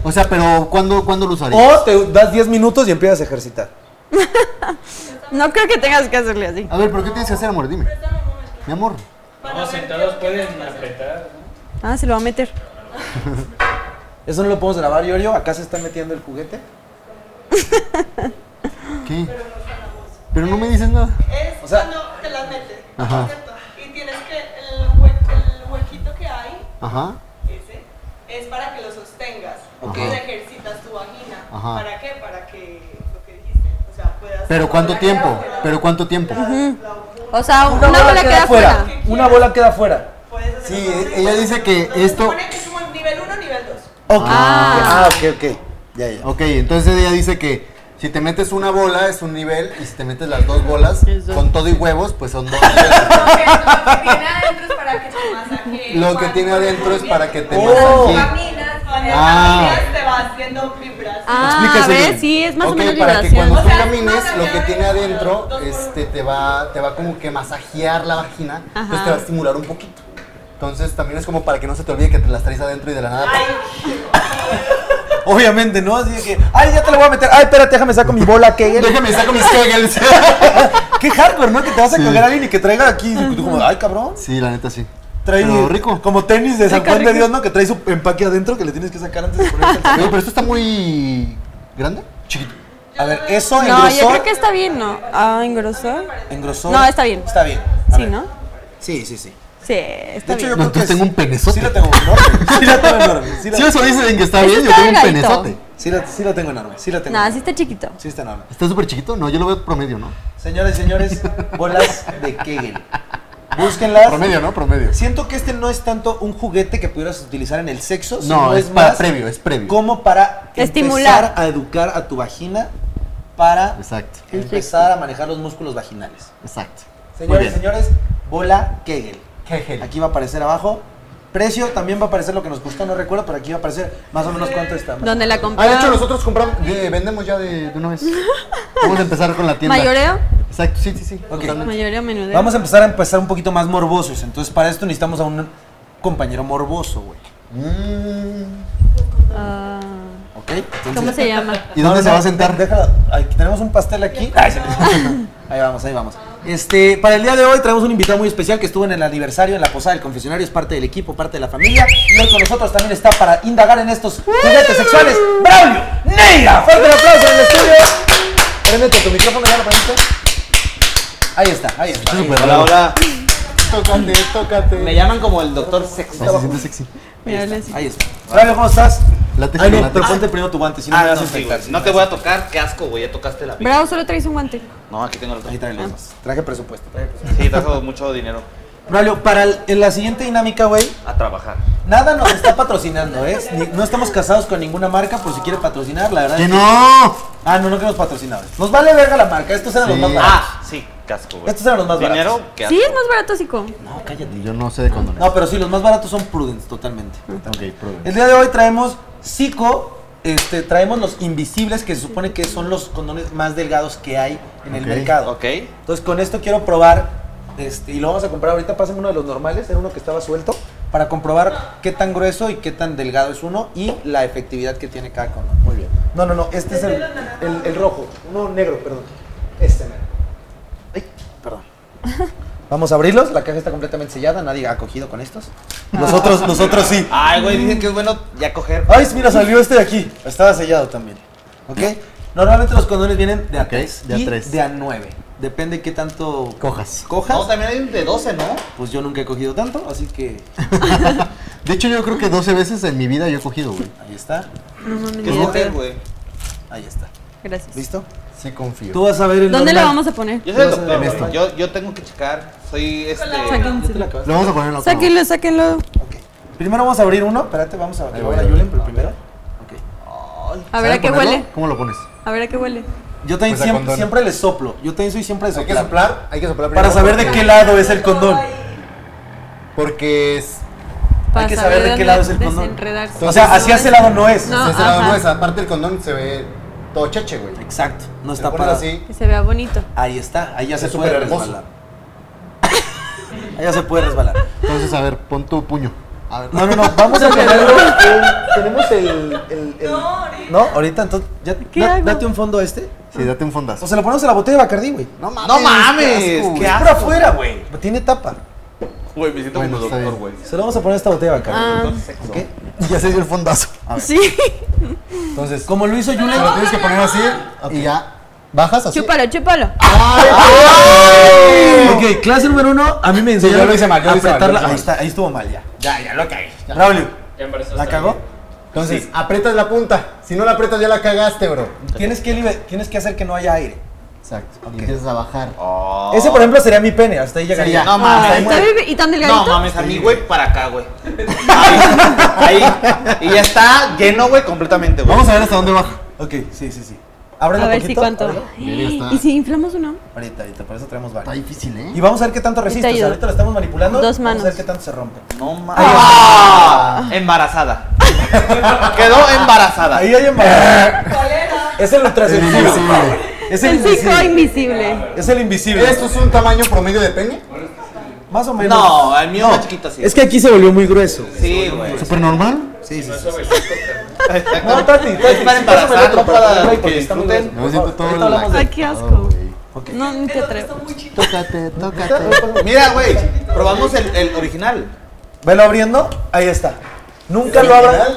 [SPEAKER 2] O sea, pero ¿cuándo, ¿cuándo lo usaré?
[SPEAKER 4] O te das 10 minutos y empiezas a ejercitar.
[SPEAKER 5] No creo que tengas que hacerle así.
[SPEAKER 2] A ver, ¿pero qué tienes que hacer, amor? Dime. Mi amor.
[SPEAKER 6] No, sentados pueden apretar.
[SPEAKER 5] Ah, se lo va a meter.
[SPEAKER 4] Eso no lo podemos grabar, Yorio. Acá se está metiendo el juguete.
[SPEAKER 2] ¿Qué? Pero no me dices nada.
[SPEAKER 3] Es
[SPEAKER 4] O sea-
[SPEAKER 3] cuando te las metes,
[SPEAKER 2] Ajá.
[SPEAKER 3] ¿cierto? Y tienes que el, hue- el huequito que hay,
[SPEAKER 2] Ajá.
[SPEAKER 3] ese, es para que lo sostengas.
[SPEAKER 2] Ok.
[SPEAKER 3] Entonces ejercitas tu vagina.
[SPEAKER 2] Ajá.
[SPEAKER 3] ¿Para qué? Para que lo que dijiste, o sea, puedas...
[SPEAKER 2] ¿Pero cuánto
[SPEAKER 3] la
[SPEAKER 2] tiempo?
[SPEAKER 3] queda-
[SPEAKER 2] ¿Pero cuánto tiempo?
[SPEAKER 5] O sea, una, bola queda fuera.
[SPEAKER 4] Una bola queda fuera.
[SPEAKER 3] Puedes hacer
[SPEAKER 2] Sí,
[SPEAKER 3] lo que
[SPEAKER 2] e-
[SPEAKER 3] tú
[SPEAKER 2] ella
[SPEAKER 3] quieras.
[SPEAKER 2] dice que
[SPEAKER 3] Entonces,
[SPEAKER 2] esto-
[SPEAKER 3] Se supone que es como nivel 1, nivel
[SPEAKER 2] [laughs]
[SPEAKER 3] 2.
[SPEAKER 4] Ok.
[SPEAKER 5] Ah.
[SPEAKER 4] Ah, ok, ok. Ya, ya.
[SPEAKER 2] Ok, entonces ella dice que si te metes una bola es un nivel y si te metes las dos bolas con todo y huevos, pues son dos
[SPEAKER 3] [laughs]
[SPEAKER 2] niveles.
[SPEAKER 3] Lo que tiene adentro es para que te masajees.
[SPEAKER 2] Lo que tiene adentro es para que te
[SPEAKER 4] Oh.
[SPEAKER 2] masajees.
[SPEAKER 3] Caminas,
[SPEAKER 2] Ah.
[SPEAKER 3] caminas, te va haciendo vibración.
[SPEAKER 5] Ah, a ver,
[SPEAKER 2] bien.
[SPEAKER 5] sí, es más
[SPEAKER 2] Ok,
[SPEAKER 5] o menos
[SPEAKER 2] para que
[SPEAKER 5] vibración.
[SPEAKER 2] cuando tú
[SPEAKER 3] O sea,
[SPEAKER 2] camines, lo que
[SPEAKER 3] masajear
[SPEAKER 2] tiene adentro
[SPEAKER 3] dos por uno.
[SPEAKER 2] este, te, va, te va como que masajear la vagina, entonces
[SPEAKER 5] Ajá.
[SPEAKER 2] te va a estimular un poquito. Entonces también es como para que no se te olvide que te las traes adentro y de la nada...
[SPEAKER 4] Obviamente, ¿no? Así de que, ay, ya te la voy a meter. Ay, espérate, déjame saco mi bola [laughs] Kegel.
[SPEAKER 2] Déjame, saco
[SPEAKER 3] [laughs]
[SPEAKER 2] mis kegels.
[SPEAKER 4] Qué hardware, ¿no? Que te vas a colgar a alguien y que traiga aquí. Y tú como, ay, cabrón.
[SPEAKER 2] sí, la neta sí.
[SPEAKER 4] Trae
[SPEAKER 2] Pero rico.
[SPEAKER 4] Como tenis de San
[SPEAKER 5] Rico,
[SPEAKER 4] Juan de
[SPEAKER 5] rico.
[SPEAKER 4] Dios, ¿no? Que trae su empaque adentro que le tienes que sacar antes de ponerse. al-
[SPEAKER 2] Oye, pero esto está muy grande, chiquito.
[SPEAKER 4] A ver, eso en
[SPEAKER 5] No,
[SPEAKER 4] grosor.
[SPEAKER 5] yo creo que está bien, ¿no? Ah, engrosó.
[SPEAKER 4] En grosor.
[SPEAKER 5] No, está bien.
[SPEAKER 4] Está bien. A
[SPEAKER 5] Sí,
[SPEAKER 4] ver.
[SPEAKER 5] ¿no?
[SPEAKER 4] Sí, sí, sí.
[SPEAKER 5] Sí, está
[SPEAKER 4] De hecho, yo
[SPEAKER 5] bien.
[SPEAKER 4] creo
[SPEAKER 2] No,
[SPEAKER 4] que
[SPEAKER 2] entonces tengo
[SPEAKER 4] sí.
[SPEAKER 2] un penezote.
[SPEAKER 4] Sí la tengo enorme. Sí la tengo enorme.
[SPEAKER 2] [laughs]
[SPEAKER 4] Sí la,
[SPEAKER 2] Si eso dicen que está
[SPEAKER 5] Eso
[SPEAKER 2] bien, yo
[SPEAKER 5] está
[SPEAKER 2] tengo un
[SPEAKER 5] delgadito.
[SPEAKER 2] penezote.
[SPEAKER 4] sí la- sí la tengo enorme. Sí la tengo
[SPEAKER 5] Nada, sí
[SPEAKER 4] enorme.
[SPEAKER 5] está chiquito.
[SPEAKER 4] Sí está enorme.
[SPEAKER 2] ¿Está súper chiquito? No, yo lo veo promedio, ¿no?
[SPEAKER 4] Señores, señores, bolas de Kegel. Búsquenlas.
[SPEAKER 2] Promedio, ¿no? Promedio.
[SPEAKER 4] Siento que este no es tanto un juguete que pudieras utilizar en el sexo, sino
[SPEAKER 2] No, es para previo, es previo.
[SPEAKER 4] Como para
[SPEAKER 5] Estimular.
[SPEAKER 4] empezar a educar a tu vagina para
[SPEAKER 2] Exacto,
[SPEAKER 4] empezar a manejar los músculos vaginales.
[SPEAKER 2] exacto. Muy
[SPEAKER 4] Señores,
[SPEAKER 2] bien.
[SPEAKER 4] señores, bola Kegel.
[SPEAKER 2] Kegel.
[SPEAKER 4] Aquí va a aparecer abajo. Precio también va a aparecer lo que nos gustó, no recuerdo, pero aquí va a aparecer más o menos cuánto está.
[SPEAKER 5] Donde la
[SPEAKER 2] Ah, de hecho,
[SPEAKER 5] compramos.
[SPEAKER 2] nosotros compramos, de- vendemos ya de, de una
[SPEAKER 5] [laughs]
[SPEAKER 2] vez. Vamos a empezar con la tienda.
[SPEAKER 5] ¿Mayoreo?
[SPEAKER 2] Exacto, sí, sí, sí.
[SPEAKER 4] Ok.
[SPEAKER 2] totalmente.
[SPEAKER 5] Mayoreo menudeo.
[SPEAKER 4] Vamos a empezar a empezar un poquito más morbosos. Entonces, para esto necesitamos a un compañero morboso, güey.
[SPEAKER 2] Mm,
[SPEAKER 5] Ah,
[SPEAKER 4] ¿Ok? Entonces-
[SPEAKER 5] ¿Cómo se llama?
[SPEAKER 2] ¿Y dónde se va a sentar?
[SPEAKER 4] de- déjala. Ahí tenemos un pastel
[SPEAKER 2] [laughs]
[SPEAKER 4] aquí. Ay, se- [laughs] Ahí vamos, ahí vamos. Este, para el día de hoy traemos un invitado muy especial que estuvo en el aniversario en la posada del confesionario, es parte del equipo, parte de la familia. Y hoy con nosotros también está para indagar en estos juguetes sexuales, Braulio Neira. Fuerte el aplauso en el estudio. Prendete tu micrófono, ya lo prendiste. Ahí está, ahí está. ahí está.
[SPEAKER 1] Hola, hola.
[SPEAKER 2] Tócate, tócate.
[SPEAKER 7] Me llaman como el doctor sexo.
[SPEAKER 2] No, se siente sexy.
[SPEAKER 5] Mira, habla así.
[SPEAKER 4] Ahí está. Braulio, ¿cómo estás?
[SPEAKER 2] La teja
[SPEAKER 4] Ay,
[SPEAKER 2] de
[SPEAKER 4] no,
[SPEAKER 2] látex.
[SPEAKER 4] pero ponte primero tu guante, si no
[SPEAKER 7] Ah,
[SPEAKER 4] me
[SPEAKER 7] no,
[SPEAKER 4] vas a
[SPEAKER 7] sí,
[SPEAKER 4] infectar.
[SPEAKER 7] güey. no te voy a tocar, qué asco, güey. Ya tocaste la vida.
[SPEAKER 5] Bravo, solo traes un guante.
[SPEAKER 7] No, aquí tengo los
[SPEAKER 4] Ahí
[SPEAKER 7] dos.
[SPEAKER 4] traen los dos. Traje presupuesto, traje presupuesto.
[SPEAKER 7] pues, Sí, te has dado mucho dinero
[SPEAKER 4] Braulio, para el- en la siguiente dinámica, güey,
[SPEAKER 7] a trabajar.
[SPEAKER 4] Nada nos está patrocinando, ¿eh? Ni- no estamos casados con ninguna marca por si quiere patrocinar, la verdad.
[SPEAKER 2] ¡Que
[SPEAKER 4] es que-
[SPEAKER 2] no!
[SPEAKER 4] Ah, no, no queremos patrocinadores. Nos vale verga la marca, estos eran
[SPEAKER 2] Sí.
[SPEAKER 4] los más baratos.
[SPEAKER 7] Ah, sí, casco, güey.
[SPEAKER 4] Estos eran los más
[SPEAKER 7] Dinero,
[SPEAKER 4] baratos.
[SPEAKER 7] qué asco.
[SPEAKER 5] Sí, es más barato, Zico.
[SPEAKER 4] No, cállate.
[SPEAKER 2] Yo no sé de condones.
[SPEAKER 4] No, pero sí, los más baratos son Prudence, totalmente.
[SPEAKER 2] Ok, pruebe.
[SPEAKER 4] El día de hoy traemos Zico, este, traemos los invisibles que se supone que son los condones más delgados que hay en el
[SPEAKER 2] Ok.
[SPEAKER 4] mercado.
[SPEAKER 7] Ok.
[SPEAKER 4] Entonces con esto quiero probar, este, y lo vamos a comprar ahorita, pasen uno de los normales, era uno que estaba suelto, para comprobar qué tan grueso y qué tan delgado es uno y la efectividad que tiene cada condón. Muy bien. No, no, no, este es el, el, el rojo, no negro, perdón. Este negro. Ay, perdón. Vamos a abrirlos, la caja está completamente sellada, nadie ha cogido con estos. Nosotros, nosotros sí.
[SPEAKER 7] Ay, güey, dicen que es bueno ya coger.
[SPEAKER 4] Ay, mira, salió este de aquí. Estaba sellado también. ¿Ok? Normalmente los condones vienen de a
[SPEAKER 2] Ok,
[SPEAKER 4] 3
[SPEAKER 2] de a
[SPEAKER 4] y
[SPEAKER 2] tres.
[SPEAKER 4] de a 9. Depende qué tanto
[SPEAKER 2] Cojas.
[SPEAKER 4] cojas.
[SPEAKER 7] No, también hay un de 12, ¿no?
[SPEAKER 4] Pues yo nunca he cogido tanto, así que
[SPEAKER 2] De hecho, yo creo que 12 veces en mi vida yo he cogido, güey.
[SPEAKER 4] ahí está.
[SPEAKER 5] No mames,
[SPEAKER 7] ¿Qué
[SPEAKER 4] Pues
[SPEAKER 5] ya
[SPEAKER 4] no te-
[SPEAKER 7] es
[SPEAKER 5] te-
[SPEAKER 7] güey?
[SPEAKER 4] Ahí está.
[SPEAKER 5] Gracias.
[SPEAKER 4] ¿Listo?
[SPEAKER 2] Sí confío.
[SPEAKER 4] Tú vas a ver el
[SPEAKER 5] ¿Dónde lo vamos a poner?
[SPEAKER 7] Yo soy el
[SPEAKER 4] No sé,
[SPEAKER 7] doctor,
[SPEAKER 4] en
[SPEAKER 7] güey.
[SPEAKER 4] esto.
[SPEAKER 7] Yo, yo tengo que checar. Soy este.
[SPEAKER 5] Sáquense.
[SPEAKER 2] Lo vamos a poner en la cámara.
[SPEAKER 5] Sáquenlo, sáquenlo.
[SPEAKER 4] Primero vamos a abrir uno. Espérate, vamos a
[SPEAKER 2] Ahí
[SPEAKER 4] llevar a
[SPEAKER 2] voy,
[SPEAKER 4] Julen,
[SPEAKER 2] ahí
[SPEAKER 4] pero
[SPEAKER 2] voy.
[SPEAKER 4] primero.
[SPEAKER 5] A ver a
[SPEAKER 2] ¿Saben
[SPEAKER 5] qué
[SPEAKER 2] ponerlo?
[SPEAKER 5] huele.
[SPEAKER 2] ¿Cóles? ¿Cómo lo pones?
[SPEAKER 5] A ver a qué huele.
[SPEAKER 4] Yo también
[SPEAKER 2] Pues a
[SPEAKER 4] siempre,
[SPEAKER 2] condón.
[SPEAKER 4] siempre le soplo. Yo también soy siempre de soplar.
[SPEAKER 2] hay que soplar
[SPEAKER 4] Para saber de qué lado es el condón.
[SPEAKER 2] Porque es,
[SPEAKER 5] Para
[SPEAKER 4] que saber de qué
[SPEAKER 5] dónde
[SPEAKER 4] lado es el condón.
[SPEAKER 5] Desenredarse.
[SPEAKER 4] O sea, hacia ese lado no es.
[SPEAKER 5] No.
[SPEAKER 2] de ese lado
[SPEAKER 5] ajá.
[SPEAKER 2] no es, aparte el condón se ve todo cheche, güey.
[SPEAKER 4] Exacto. No
[SPEAKER 2] Se
[SPEAKER 4] está
[SPEAKER 2] lo pones
[SPEAKER 4] para
[SPEAKER 2] así.
[SPEAKER 5] Que se vea bonito.
[SPEAKER 4] Ahí está, ahí ya se
[SPEAKER 2] Es
[SPEAKER 4] puede
[SPEAKER 2] superhermoso.
[SPEAKER 4] resbalar. [laughs] Ahí ya se puede resbalar.
[SPEAKER 2] Entonces, a ver, pon tu puño. A ver. [laughs]
[SPEAKER 4] No, no, no, vamos a ponerlo. Tenemos el. el- el- No, ahorita entonces. ya-
[SPEAKER 5] ¿Qué
[SPEAKER 4] da-
[SPEAKER 5] hago?
[SPEAKER 4] date un fondo a este.
[SPEAKER 2] Sí, date un fondazo.
[SPEAKER 4] O se lo ponemos a la botella de Bacardí, güey.
[SPEAKER 2] no mames.
[SPEAKER 7] ¡No mames!
[SPEAKER 2] asco,
[SPEAKER 7] ¡Qué
[SPEAKER 2] güey.
[SPEAKER 4] Es
[SPEAKER 7] asco!
[SPEAKER 4] por afuera, güey. Tiene tapa.
[SPEAKER 7] Güey, me siento
[SPEAKER 2] Bueno,
[SPEAKER 7] como
[SPEAKER 2] está
[SPEAKER 7] doctor,
[SPEAKER 2] bien.
[SPEAKER 7] güey.
[SPEAKER 4] Se lo vamos a poner a esta botella de Bacardí.
[SPEAKER 5] Ah,
[SPEAKER 4] ¿Ok?
[SPEAKER 2] Ya se dio el fondazo.
[SPEAKER 4] [laughs]
[SPEAKER 5] sí.
[SPEAKER 2] Entonces,
[SPEAKER 4] Como lo hizo Julen.
[SPEAKER 2] se lo tienes que poner así y ya bajas así.
[SPEAKER 5] Chúpalo, chúpalo.
[SPEAKER 4] Ah, ¡Eh! Ok, clase número uno. A mí me enseñaron.
[SPEAKER 2] yo lo hice mal, yo lo hice mal,
[SPEAKER 4] apretarla- Ahí,
[SPEAKER 2] yo lo hice mal.
[SPEAKER 4] está, ahí estuvo mal ya.
[SPEAKER 2] Ya, ya lo cagué. ya.
[SPEAKER 4] Braulio,
[SPEAKER 6] Ya embarazó
[SPEAKER 4] ¿la
[SPEAKER 6] también.
[SPEAKER 4] cagó?
[SPEAKER 2] Entonces, aprietas la punta. Si no la aprietas, ya la cagaste, bro.
[SPEAKER 4] Tienes que, libe- tienes que hacer que no haya aire.
[SPEAKER 2] Exacto. Y empiezas a bajar.
[SPEAKER 7] Oh.
[SPEAKER 4] Ese, por ejemplo, sería mi pene. Hasta ahí llegaría.
[SPEAKER 2] ya.
[SPEAKER 7] No mames.
[SPEAKER 5] Ay, ¿está bien- ¿Y tan delgadito?
[SPEAKER 7] No mames, a mí, güey, para acá, güey. Ahí, ahí. Y ya está lleno, güey, completamente, güey.
[SPEAKER 2] Vamos a ver hasta dónde baja.
[SPEAKER 4] Ok, sí, sí, sí.
[SPEAKER 5] A
[SPEAKER 4] Ábrelo
[SPEAKER 5] ver si
[SPEAKER 4] poquito,
[SPEAKER 5] cuánto.
[SPEAKER 4] ábrelo.
[SPEAKER 2] Mira, ya está.
[SPEAKER 5] ¿Y si inflamos uno?
[SPEAKER 4] Ahorita, ahorita, por eso traemos
[SPEAKER 2] Está
[SPEAKER 4] varios.
[SPEAKER 2] difícil, ¿eh?
[SPEAKER 4] Y vamos a ver qué tanto resiste. O
[SPEAKER 5] Ahorita
[SPEAKER 4] sea,
[SPEAKER 5] ayudo.
[SPEAKER 4] ahorita lo estamos manipulando.
[SPEAKER 5] Dos
[SPEAKER 4] Vamos a ver
[SPEAKER 5] manos.
[SPEAKER 4] qué tanto se rompe.
[SPEAKER 7] No mames.
[SPEAKER 4] Ah.
[SPEAKER 7] Embarazada. Quedó embarazada.
[SPEAKER 4] Ahí hay
[SPEAKER 3] [laughs]
[SPEAKER 4] embarazada. Es el ultrasensible.
[SPEAKER 2] Invisible.
[SPEAKER 4] Es el
[SPEAKER 5] El Zico
[SPEAKER 4] invisible.
[SPEAKER 5] invisible.
[SPEAKER 4] Es el invisible.
[SPEAKER 2] [laughs] ¿Esto es un tamaño promedio de pene?
[SPEAKER 4] Más o menos.
[SPEAKER 7] No, el mío es chiquito así.
[SPEAKER 4] Es que aquí se volvió muy grueso.
[SPEAKER 7] Sí, güey.
[SPEAKER 2] ¿Súper normal?
[SPEAKER 4] Sí, sí,
[SPEAKER 6] No
[SPEAKER 4] sí.
[SPEAKER 6] es obesidad.
[SPEAKER 4] [laughs] No, Tati, Tati.
[SPEAKER 7] Es para
[SPEAKER 4] sí, pásame el
[SPEAKER 7] embarazar,
[SPEAKER 4] otro
[SPEAKER 7] no para
[SPEAKER 4] Tati,
[SPEAKER 7] que
[SPEAKER 4] porque está muy
[SPEAKER 7] disfruten.
[SPEAKER 4] grueso.
[SPEAKER 2] No me siento todo
[SPEAKER 4] Ahorita hablamos de-
[SPEAKER 5] Ay, qué asco.
[SPEAKER 4] Ok.
[SPEAKER 5] No, ni te atrevo.
[SPEAKER 2] Tócate, tócate.
[SPEAKER 7] Mira, güey, probamos el, el original.
[SPEAKER 4] Velo abriendo. Ahí está. Nunca lo abras.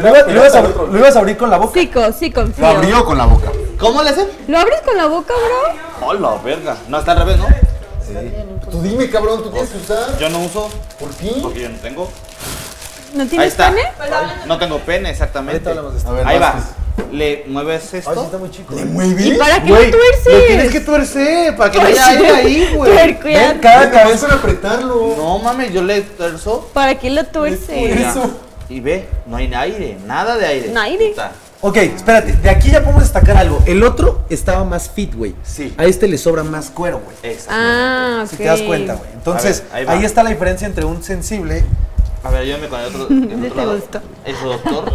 [SPEAKER 4] Lo, iba- lo ibas a, abrir- lo ibas a abrir con la boca.
[SPEAKER 5] Zico, sí
[SPEAKER 2] Lo
[SPEAKER 5] confío.
[SPEAKER 2] abrió con la boca.
[SPEAKER 7] ¿Cómo le hacen?
[SPEAKER 5] ¿Lo abres con la boca, bro?
[SPEAKER 7] Hola, verga. No, está al revés, ¿no?
[SPEAKER 2] Tú dime, cabrón, tú tienes que usar.
[SPEAKER 7] Yo no uso
[SPEAKER 2] ¿Por qué?
[SPEAKER 7] porque yo no tengo.
[SPEAKER 5] ¿No
[SPEAKER 7] Ahí
[SPEAKER 5] tienes
[SPEAKER 7] está.
[SPEAKER 5] pene?
[SPEAKER 7] No tengo pene, exactamente.
[SPEAKER 4] Ahorita hablamos de esto.
[SPEAKER 2] A ver,
[SPEAKER 7] Ahí va.
[SPEAKER 2] Vázquez.
[SPEAKER 7] Le mueves
[SPEAKER 4] Ay, sí
[SPEAKER 7] esto.
[SPEAKER 4] está muy chico. eh.
[SPEAKER 2] Muy bien.
[SPEAKER 5] ¿Para qué
[SPEAKER 7] Güey,
[SPEAKER 5] lo
[SPEAKER 7] Lo tienes
[SPEAKER 5] tuerces?
[SPEAKER 7] que tuercer para que
[SPEAKER 5] Pues
[SPEAKER 7] vaya aire
[SPEAKER 4] [laughs]
[SPEAKER 5] sí.
[SPEAKER 7] ahí, güey.
[SPEAKER 5] Tuerquear.
[SPEAKER 2] Cada Ah, cabeza para apretarlo.
[SPEAKER 7] No mames, yo le tuerzo.
[SPEAKER 5] ¿Para qué lo
[SPEAKER 7] y
[SPEAKER 5] tuerces?
[SPEAKER 7] ya. Y ve, no hay aire, nada de aire.
[SPEAKER 5] No hay aire.
[SPEAKER 7] Puta.
[SPEAKER 4] Ok, espérate, de aquí ya podemos destacar algo. El otro estaba más fit, güey.
[SPEAKER 7] Sí.
[SPEAKER 4] A este le sobra más cuero, güey.
[SPEAKER 7] Exacto.
[SPEAKER 5] Ah, ok.
[SPEAKER 4] Si te das cuenta, güey. Entonces,
[SPEAKER 7] A ver, ahí
[SPEAKER 4] ahí,
[SPEAKER 7] va.
[SPEAKER 4] está la diferencia entre un sensible
[SPEAKER 7] A ver, yo me con el
[SPEAKER 5] [laughs]
[SPEAKER 7] otro. el
[SPEAKER 5] Ese
[SPEAKER 7] otro
[SPEAKER 5] te
[SPEAKER 7] lado.
[SPEAKER 5] gustó.
[SPEAKER 7] Ese doctor.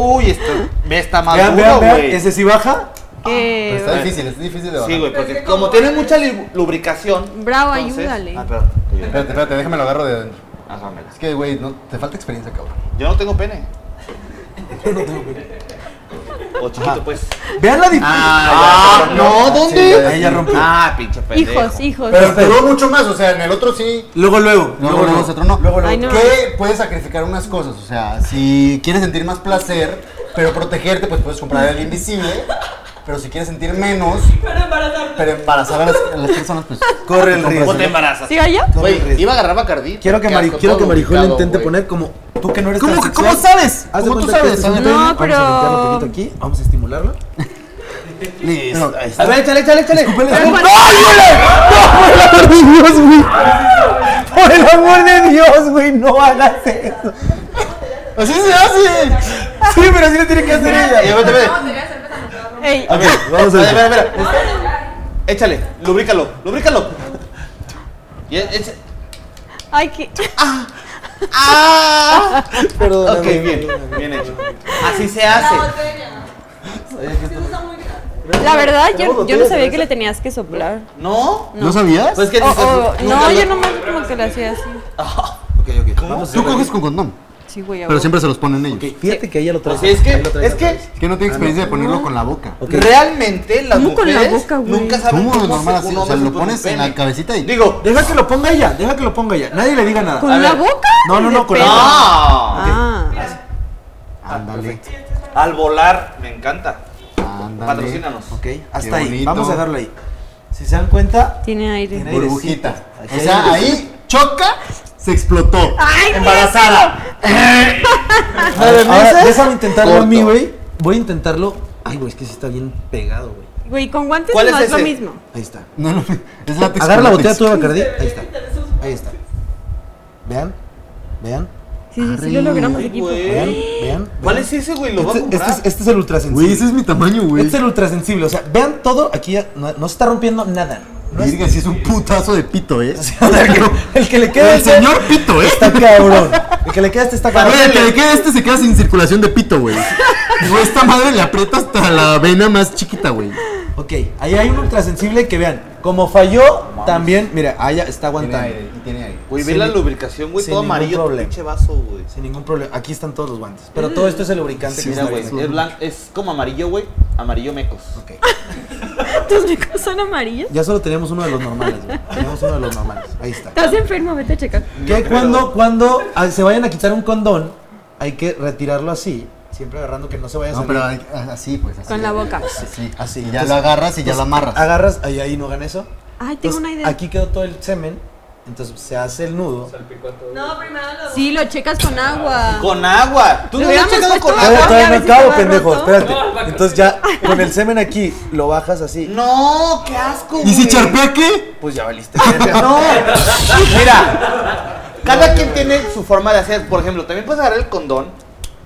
[SPEAKER 7] Uy, está, ve, está más
[SPEAKER 4] Vean,
[SPEAKER 7] duro,
[SPEAKER 4] vean, vean.
[SPEAKER 7] güey.
[SPEAKER 4] ¿Ese sí baja?
[SPEAKER 5] Que-
[SPEAKER 4] Pues
[SPEAKER 2] Pero está difícil, es difícil de bajar.
[SPEAKER 7] Sí, güey, porque
[SPEAKER 3] Pues que
[SPEAKER 7] como
[SPEAKER 3] como
[SPEAKER 7] tiene
[SPEAKER 3] es-
[SPEAKER 7] mucha li- lubricación.
[SPEAKER 5] Bravo,
[SPEAKER 7] entonces-
[SPEAKER 5] ayúdale.
[SPEAKER 7] Ah, perdón.
[SPEAKER 2] Espérate, espérate, déjame lo agarro de adentro.
[SPEAKER 7] Hágamela.
[SPEAKER 2] Es que, güey, no, te falta experiencia, cabrón.
[SPEAKER 7] Yo no tengo pene. O chiquito, pues.
[SPEAKER 4] Vean la diferencia.
[SPEAKER 7] Ah, no,
[SPEAKER 2] Sí, ya,
[SPEAKER 7] ¿dónde?
[SPEAKER 2] ya, sí.
[SPEAKER 7] Ah, pinche pendejo.
[SPEAKER 5] Hijos, hijos.
[SPEAKER 2] Pero duró mucho más, o sea, en el otro sí.
[SPEAKER 4] Luego, luego.
[SPEAKER 2] No, luego, luego se tronó.
[SPEAKER 5] Ay, no.
[SPEAKER 2] Que puedes sacrificar unas cosas, o sea, si quieres sentir más placer, pero protegerte, pues puedes comprar el invisible. Pero si quieres sentir menos, [laughs]
[SPEAKER 3] Para embarazarte.
[SPEAKER 2] pero embarazar a las, a las personas, pues.
[SPEAKER 4] [laughs] Corre el riesgo.
[SPEAKER 7] O te embarazas.
[SPEAKER 5] ¿Siga yo?
[SPEAKER 7] Güey, iba a agarrar Bacardi.
[SPEAKER 4] Quiero que,
[SPEAKER 7] Qué
[SPEAKER 4] Mari-
[SPEAKER 7] asco,
[SPEAKER 4] quiero
[SPEAKER 7] todo
[SPEAKER 4] que Marijuela
[SPEAKER 7] lubricado,
[SPEAKER 4] intente
[SPEAKER 7] güey.
[SPEAKER 4] poner como tú que no eres
[SPEAKER 2] ¿Cómo-
[SPEAKER 4] tan
[SPEAKER 2] cómo
[SPEAKER 4] sexual.
[SPEAKER 2] sabes?
[SPEAKER 4] Haz de
[SPEAKER 2] ¿Cómo tú
[SPEAKER 4] cuenta que
[SPEAKER 2] sabes?
[SPEAKER 4] este es un
[SPEAKER 2] No,
[SPEAKER 4] pene. Vamos a
[SPEAKER 5] pero-
[SPEAKER 4] limpiarlo un poquito
[SPEAKER 7] [laughs]
[SPEAKER 4] aquí. Vamos a estimularlo. Listo. ahí está.
[SPEAKER 7] A ver, échale, échale, échale.
[SPEAKER 4] ¡Ay, güey! ¡No, por el amor de Dios, güey! ¡Por el amor de Dios, güey! ¡No hagas eso!
[SPEAKER 2] ¡Así se hace!
[SPEAKER 4] Sí, pero así lo tiene que hacer
[SPEAKER 7] Ya, ya,
[SPEAKER 4] ella.
[SPEAKER 7] vete, vete.
[SPEAKER 4] [laughs]
[SPEAKER 5] Ey,
[SPEAKER 7] A ver,
[SPEAKER 4] vamos a
[SPEAKER 7] ver.
[SPEAKER 4] eso.
[SPEAKER 7] Espera, espera, Échale, lubrícalo, lubrícalo. Y es- es-
[SPEAKER 5] ay, que.
[SPEAKER 7] ¡Ah!
[SPEAKER 4] Perdóname.
[SPEAKER 7] Ok, bien, bien hecho. Así se hace.
[SPEAKER 3] La botella. Sí, eso está muy grande.
[SPEAKER 5] La verdad, yo,
[SPEAKER 4] Tenemos
[SPEAKER 5] yo no
[SPEAKER 4] botellas
[SPEAKER 5] sabía
[SPEAKER 4] de
[SPEAKER 5] que le tenías que soplar.
[SPEAKER 7] ¿No?
[SPEAKER 2] ¿No sabías?
[SPEAKER 7] Pues que
[SPEAKER 5] O-
[SPEAKER 7] dices,
[SPEAKER 5] o-
[SPEAKER 7] nunca
[SPEAKER 5] Oh, no,
[SPEAKER 7] lo-
[SPEAKER 5] yo nomás como que le hacía así.
[SPEAKER 7] Ah,
[SPEAKER 4] Ok, ok. Vamos a
[SPEAKER 2] Tú
[SPEAKER 4] hacerlo
[SPEAKER 2] coges con condón,
[SPEAKER 5] Sí, güey. a
[SPEAKER 2] pero
[SPEAKER 5] huevo.
[SPEAKER 2] siempre se los ponen ellos.
[SPEAKER 4] bien. Ok, Fíjate que ella lo trae.
[SPEAKER 7] Pues es que,
[SPEAKER 4] Ahí lo traes
[SPEAKER 7] es que
[SPEAKER 4] atrás.
[SPEAKER 2] Es que no tiene experiencia de ponerlo con la boca.
[SPEAKER 4] Ok.
[SPEAKER 7] realmente las
[SPEAKER 5] ¿Cómo con la
[SPEAKER 7] mujeres
[SPEAKER 5] boca, güey?
[SPEAKER 7] nunca saben
[SPEAKER 2] ¿Cómo
[SPEAKER 7] cómo,
[SPEAKER 2] lo normal
[SPEAKER 7] se-
[SPEAKER 2] así?
[SPEAKER 7] un
[SPEAKER 2] O sea,
[SPEAKER 7] hombre
[SPEAKER 2] lo
[SPEAKER 7] se pone un
[SPEAKER 2] pones en
[SPEAKER 7] pene.
[SPEAKER 2] la cabecita y.
[SPEAKER 7] Digo,
[SPEAKER 4] Deja que lo ponga ella, deja que lo ponga ella. Nadie le diga nada.
[SPEAKER 5] ¿Con la boca?
[SPEAKER 4] No, no, no, con la
[SPEAKER 5] Depende.
[SPEAKER 4] boca.
[SPEAKER 7] ¡ah!
[SPEAKER 5] Ah,
[SPEAKER 2] Ándale,
[SPEAKER 7] Al volar, me encanta.
[SPEAKER 2] ándale.
[SPEAKER 7] Patrocínanos.
[SPEAKER 4] Ok,
[SPEAKER 2] Qué
[SPEAKER 4] hasta ahí.
[SPEAKER 2] bonito.
[SPEAKER 4] Vamos a dejarlo ahí. Si se dan cuenta,
[SPEAKER 5] tiene aire.
[SPEAKER 4] Tiene-
[SPEAKER 2] Burbujita.
[SPEAKER 4] Aquí
[SPEAKER 2] O
[SPEAKER 4] hay
[SPEAKER 2] sea, ahí choca, se explotó.
[SPEAKER 5] ¡Ay,
[SPEAKER 2] Embarazada.
[SPEAKER 4] Ahora,
[SPEAKER 2] meses,
[SPEAKER 4] déjame intentarlo
[SPEAKER 2] corto.
[SPEAKER 4] a mí, güey. Voy a intentarlo. Ay, güey, es que sí está bien pegado, güey.
[SPEAKER 5] Güey, con guantes
[SPEAKER 7] ¿Cuál
[SPEAKER 5] no
[SPEAKER 7] es
[SPEAKER 5] es lo
[SPEAKER 7] ese?
[SPEAKER 5] mismo.
[SPEAKER 4] Ahí está.
[SPEAKER 2] No, no, es látex
[SPEAKER 4] Agarra la
[SPEAKER 2] con
[SPEAKER 4] botella
[SPEAKER 2] látex.
[SPEAKER 4] tú de Bacardi. Ahí está. Ahí está. Vean, vean,
[SPEAKER 5] Sí, sí, sí, lo logramos, equipo.
[SPEAKER 7] güey.
[SPEAKER 4] vean, vean.
[SPEAKER 7] ¿Cuál
[SPEAKER 4] vean.
[SPEAKER 7] es ese, güey? Lo va a
[SPEAKER 4] Este,
[SPEAKER 7] comprar.
[SPEAKER 4] este es, este es el ultrasensible.
[SPEAKER 2] Güey, ese es mi tamaño, güey.
[SPEAKER 4] Este es el ultrasensible. O sea, vean todo. Aquí ya no, no se está rompiendo nada. No es-
[SPEAKER 2] Virga, si es un putazo de pito, eh.
[SPEAKER 4] [laughs] o sea, el, que, el que le queda
[SPEAKER 2] El
[SPEAKER 4] este
[SPEAKER 2] señor pito, eh.
[SPEAKER 4] Está cabrón. El que le queda este está cabrón.
[SPEAKER 2] [laughs] Güey, el que le queda este se queda sin circulación de pito, güey. Güey, esta madre le aprieta hasta la vena más chiquita, güey.
[SPEAKER 4] Ok, ahí hay un ultrasensible que vean. Como falló, también, mira, allá está aguantando.
[SPEAKER 2] tiene aire.
[SPEAKER 7] Güey, ve
[SPEAKER 4] sin
[SPEAKER 7] la
[SPEAKER 4] ni-
[SPEAKER 7] lubricación, güey,
[SPEAKER 4] sin
[SPEAKER 7] todo
[SPEAKER 4] ningún
[SPEAKER 7] amarillo,
[SPEAKER 4] problema.
[SPEAKER 7] pinche vaso, güey.
[SPEAKER 4] Sin ningún problema. Aquí están todos los guantes. Pero todo esto es el lubricante que
[SPEAKER 7] Mira,
[SPEAKER 4] está
[SPEAKER 7] güey,
[SPEAKER 4] aquí.
[SPEAKER 7] es, blan- es como amarillo, güey, amarillo mecos.
[SPEAKER 4] Ok.
[SPEAKER 5] ¿Tus micos son amarillos?
[SPEAKER 4] Ya solo tenemos uno de los normales, güey. Tenemos uno de los normales. Ahí está.
[SPEAKER 5] Estás enfermo, vete a checar.
[SPEAKER 4] Que cuando, cuando ah, se vayan a quitar un condón, hay que retirarlo así. Siempre agarrando que no se vaya a
[SPEAKER 2] No,
[SPEAKER 4] salir.
[SPEAKER 2] pero hay- así, pues. Así,
[SPEAKER 5] Con la boca.
[SPEAKER 2] Así,
[SPEAKER 4] Así. pues,
[SPEAKER 2] así. Ah, Ya lo agarras y ya lo amarras.
[SPEAKER 4] Agarras, ahí, ahí no hagan eso.
[SPEAKER 5] Ay, tengo
[SPEAKER 4] Entonces,
[SPEAKER 5] una idea.
[SPEAKER 4] Aquí quedó todo el semen. Entonces se hace el nudo.
[SPEAKER 6] Salpicó todo.
[SPEAKER 3] No, primero lo.
[SPEAKER 5] Sí, lo checas con agua.
[SPEAKER 7] Con agua. ¿Tú no
[SPEAKER 5] Lo
[SPEAKER 7] has
[SPEAKER 5] hubiéramos
[SPEAKER 7] checado
[SPEAKER 5] puesto
[SPEAKER 7] con
[SPEAKER 5] abajo.
[SPEAKER 7] agua?
[SPEAKER 4] Todavía, todavía
[SPEAKER 5] a ver
[SPEAKER 4] no
[SPEAKER 5] si se
[SPEAKER 4] acabo,
[SPEAKER 5] va
[SPEAKER 4] pendejo.
[SPEAKER 5] roto.
[SPEAKER 4] Espérate.
[SPEAKER 6] No,
[SPEAKER 4] Entonces ya con el semen aquí lo bajas así.
[SPEAKER 7] No, qué asco,
[SPEAKER 2] ¿Y si
[SPEAKER 7] güey.
[SPEAKER 2] charpea qué?
[SPEAKER 4] Pues ya
[SPEAKER 2] [laughs]
[SPEAKER 4] valiste.
[SPEAKER 7] No. Mira, cada quien tiene su forma de hacer. Por ejemplo, también puedes agarrar el condón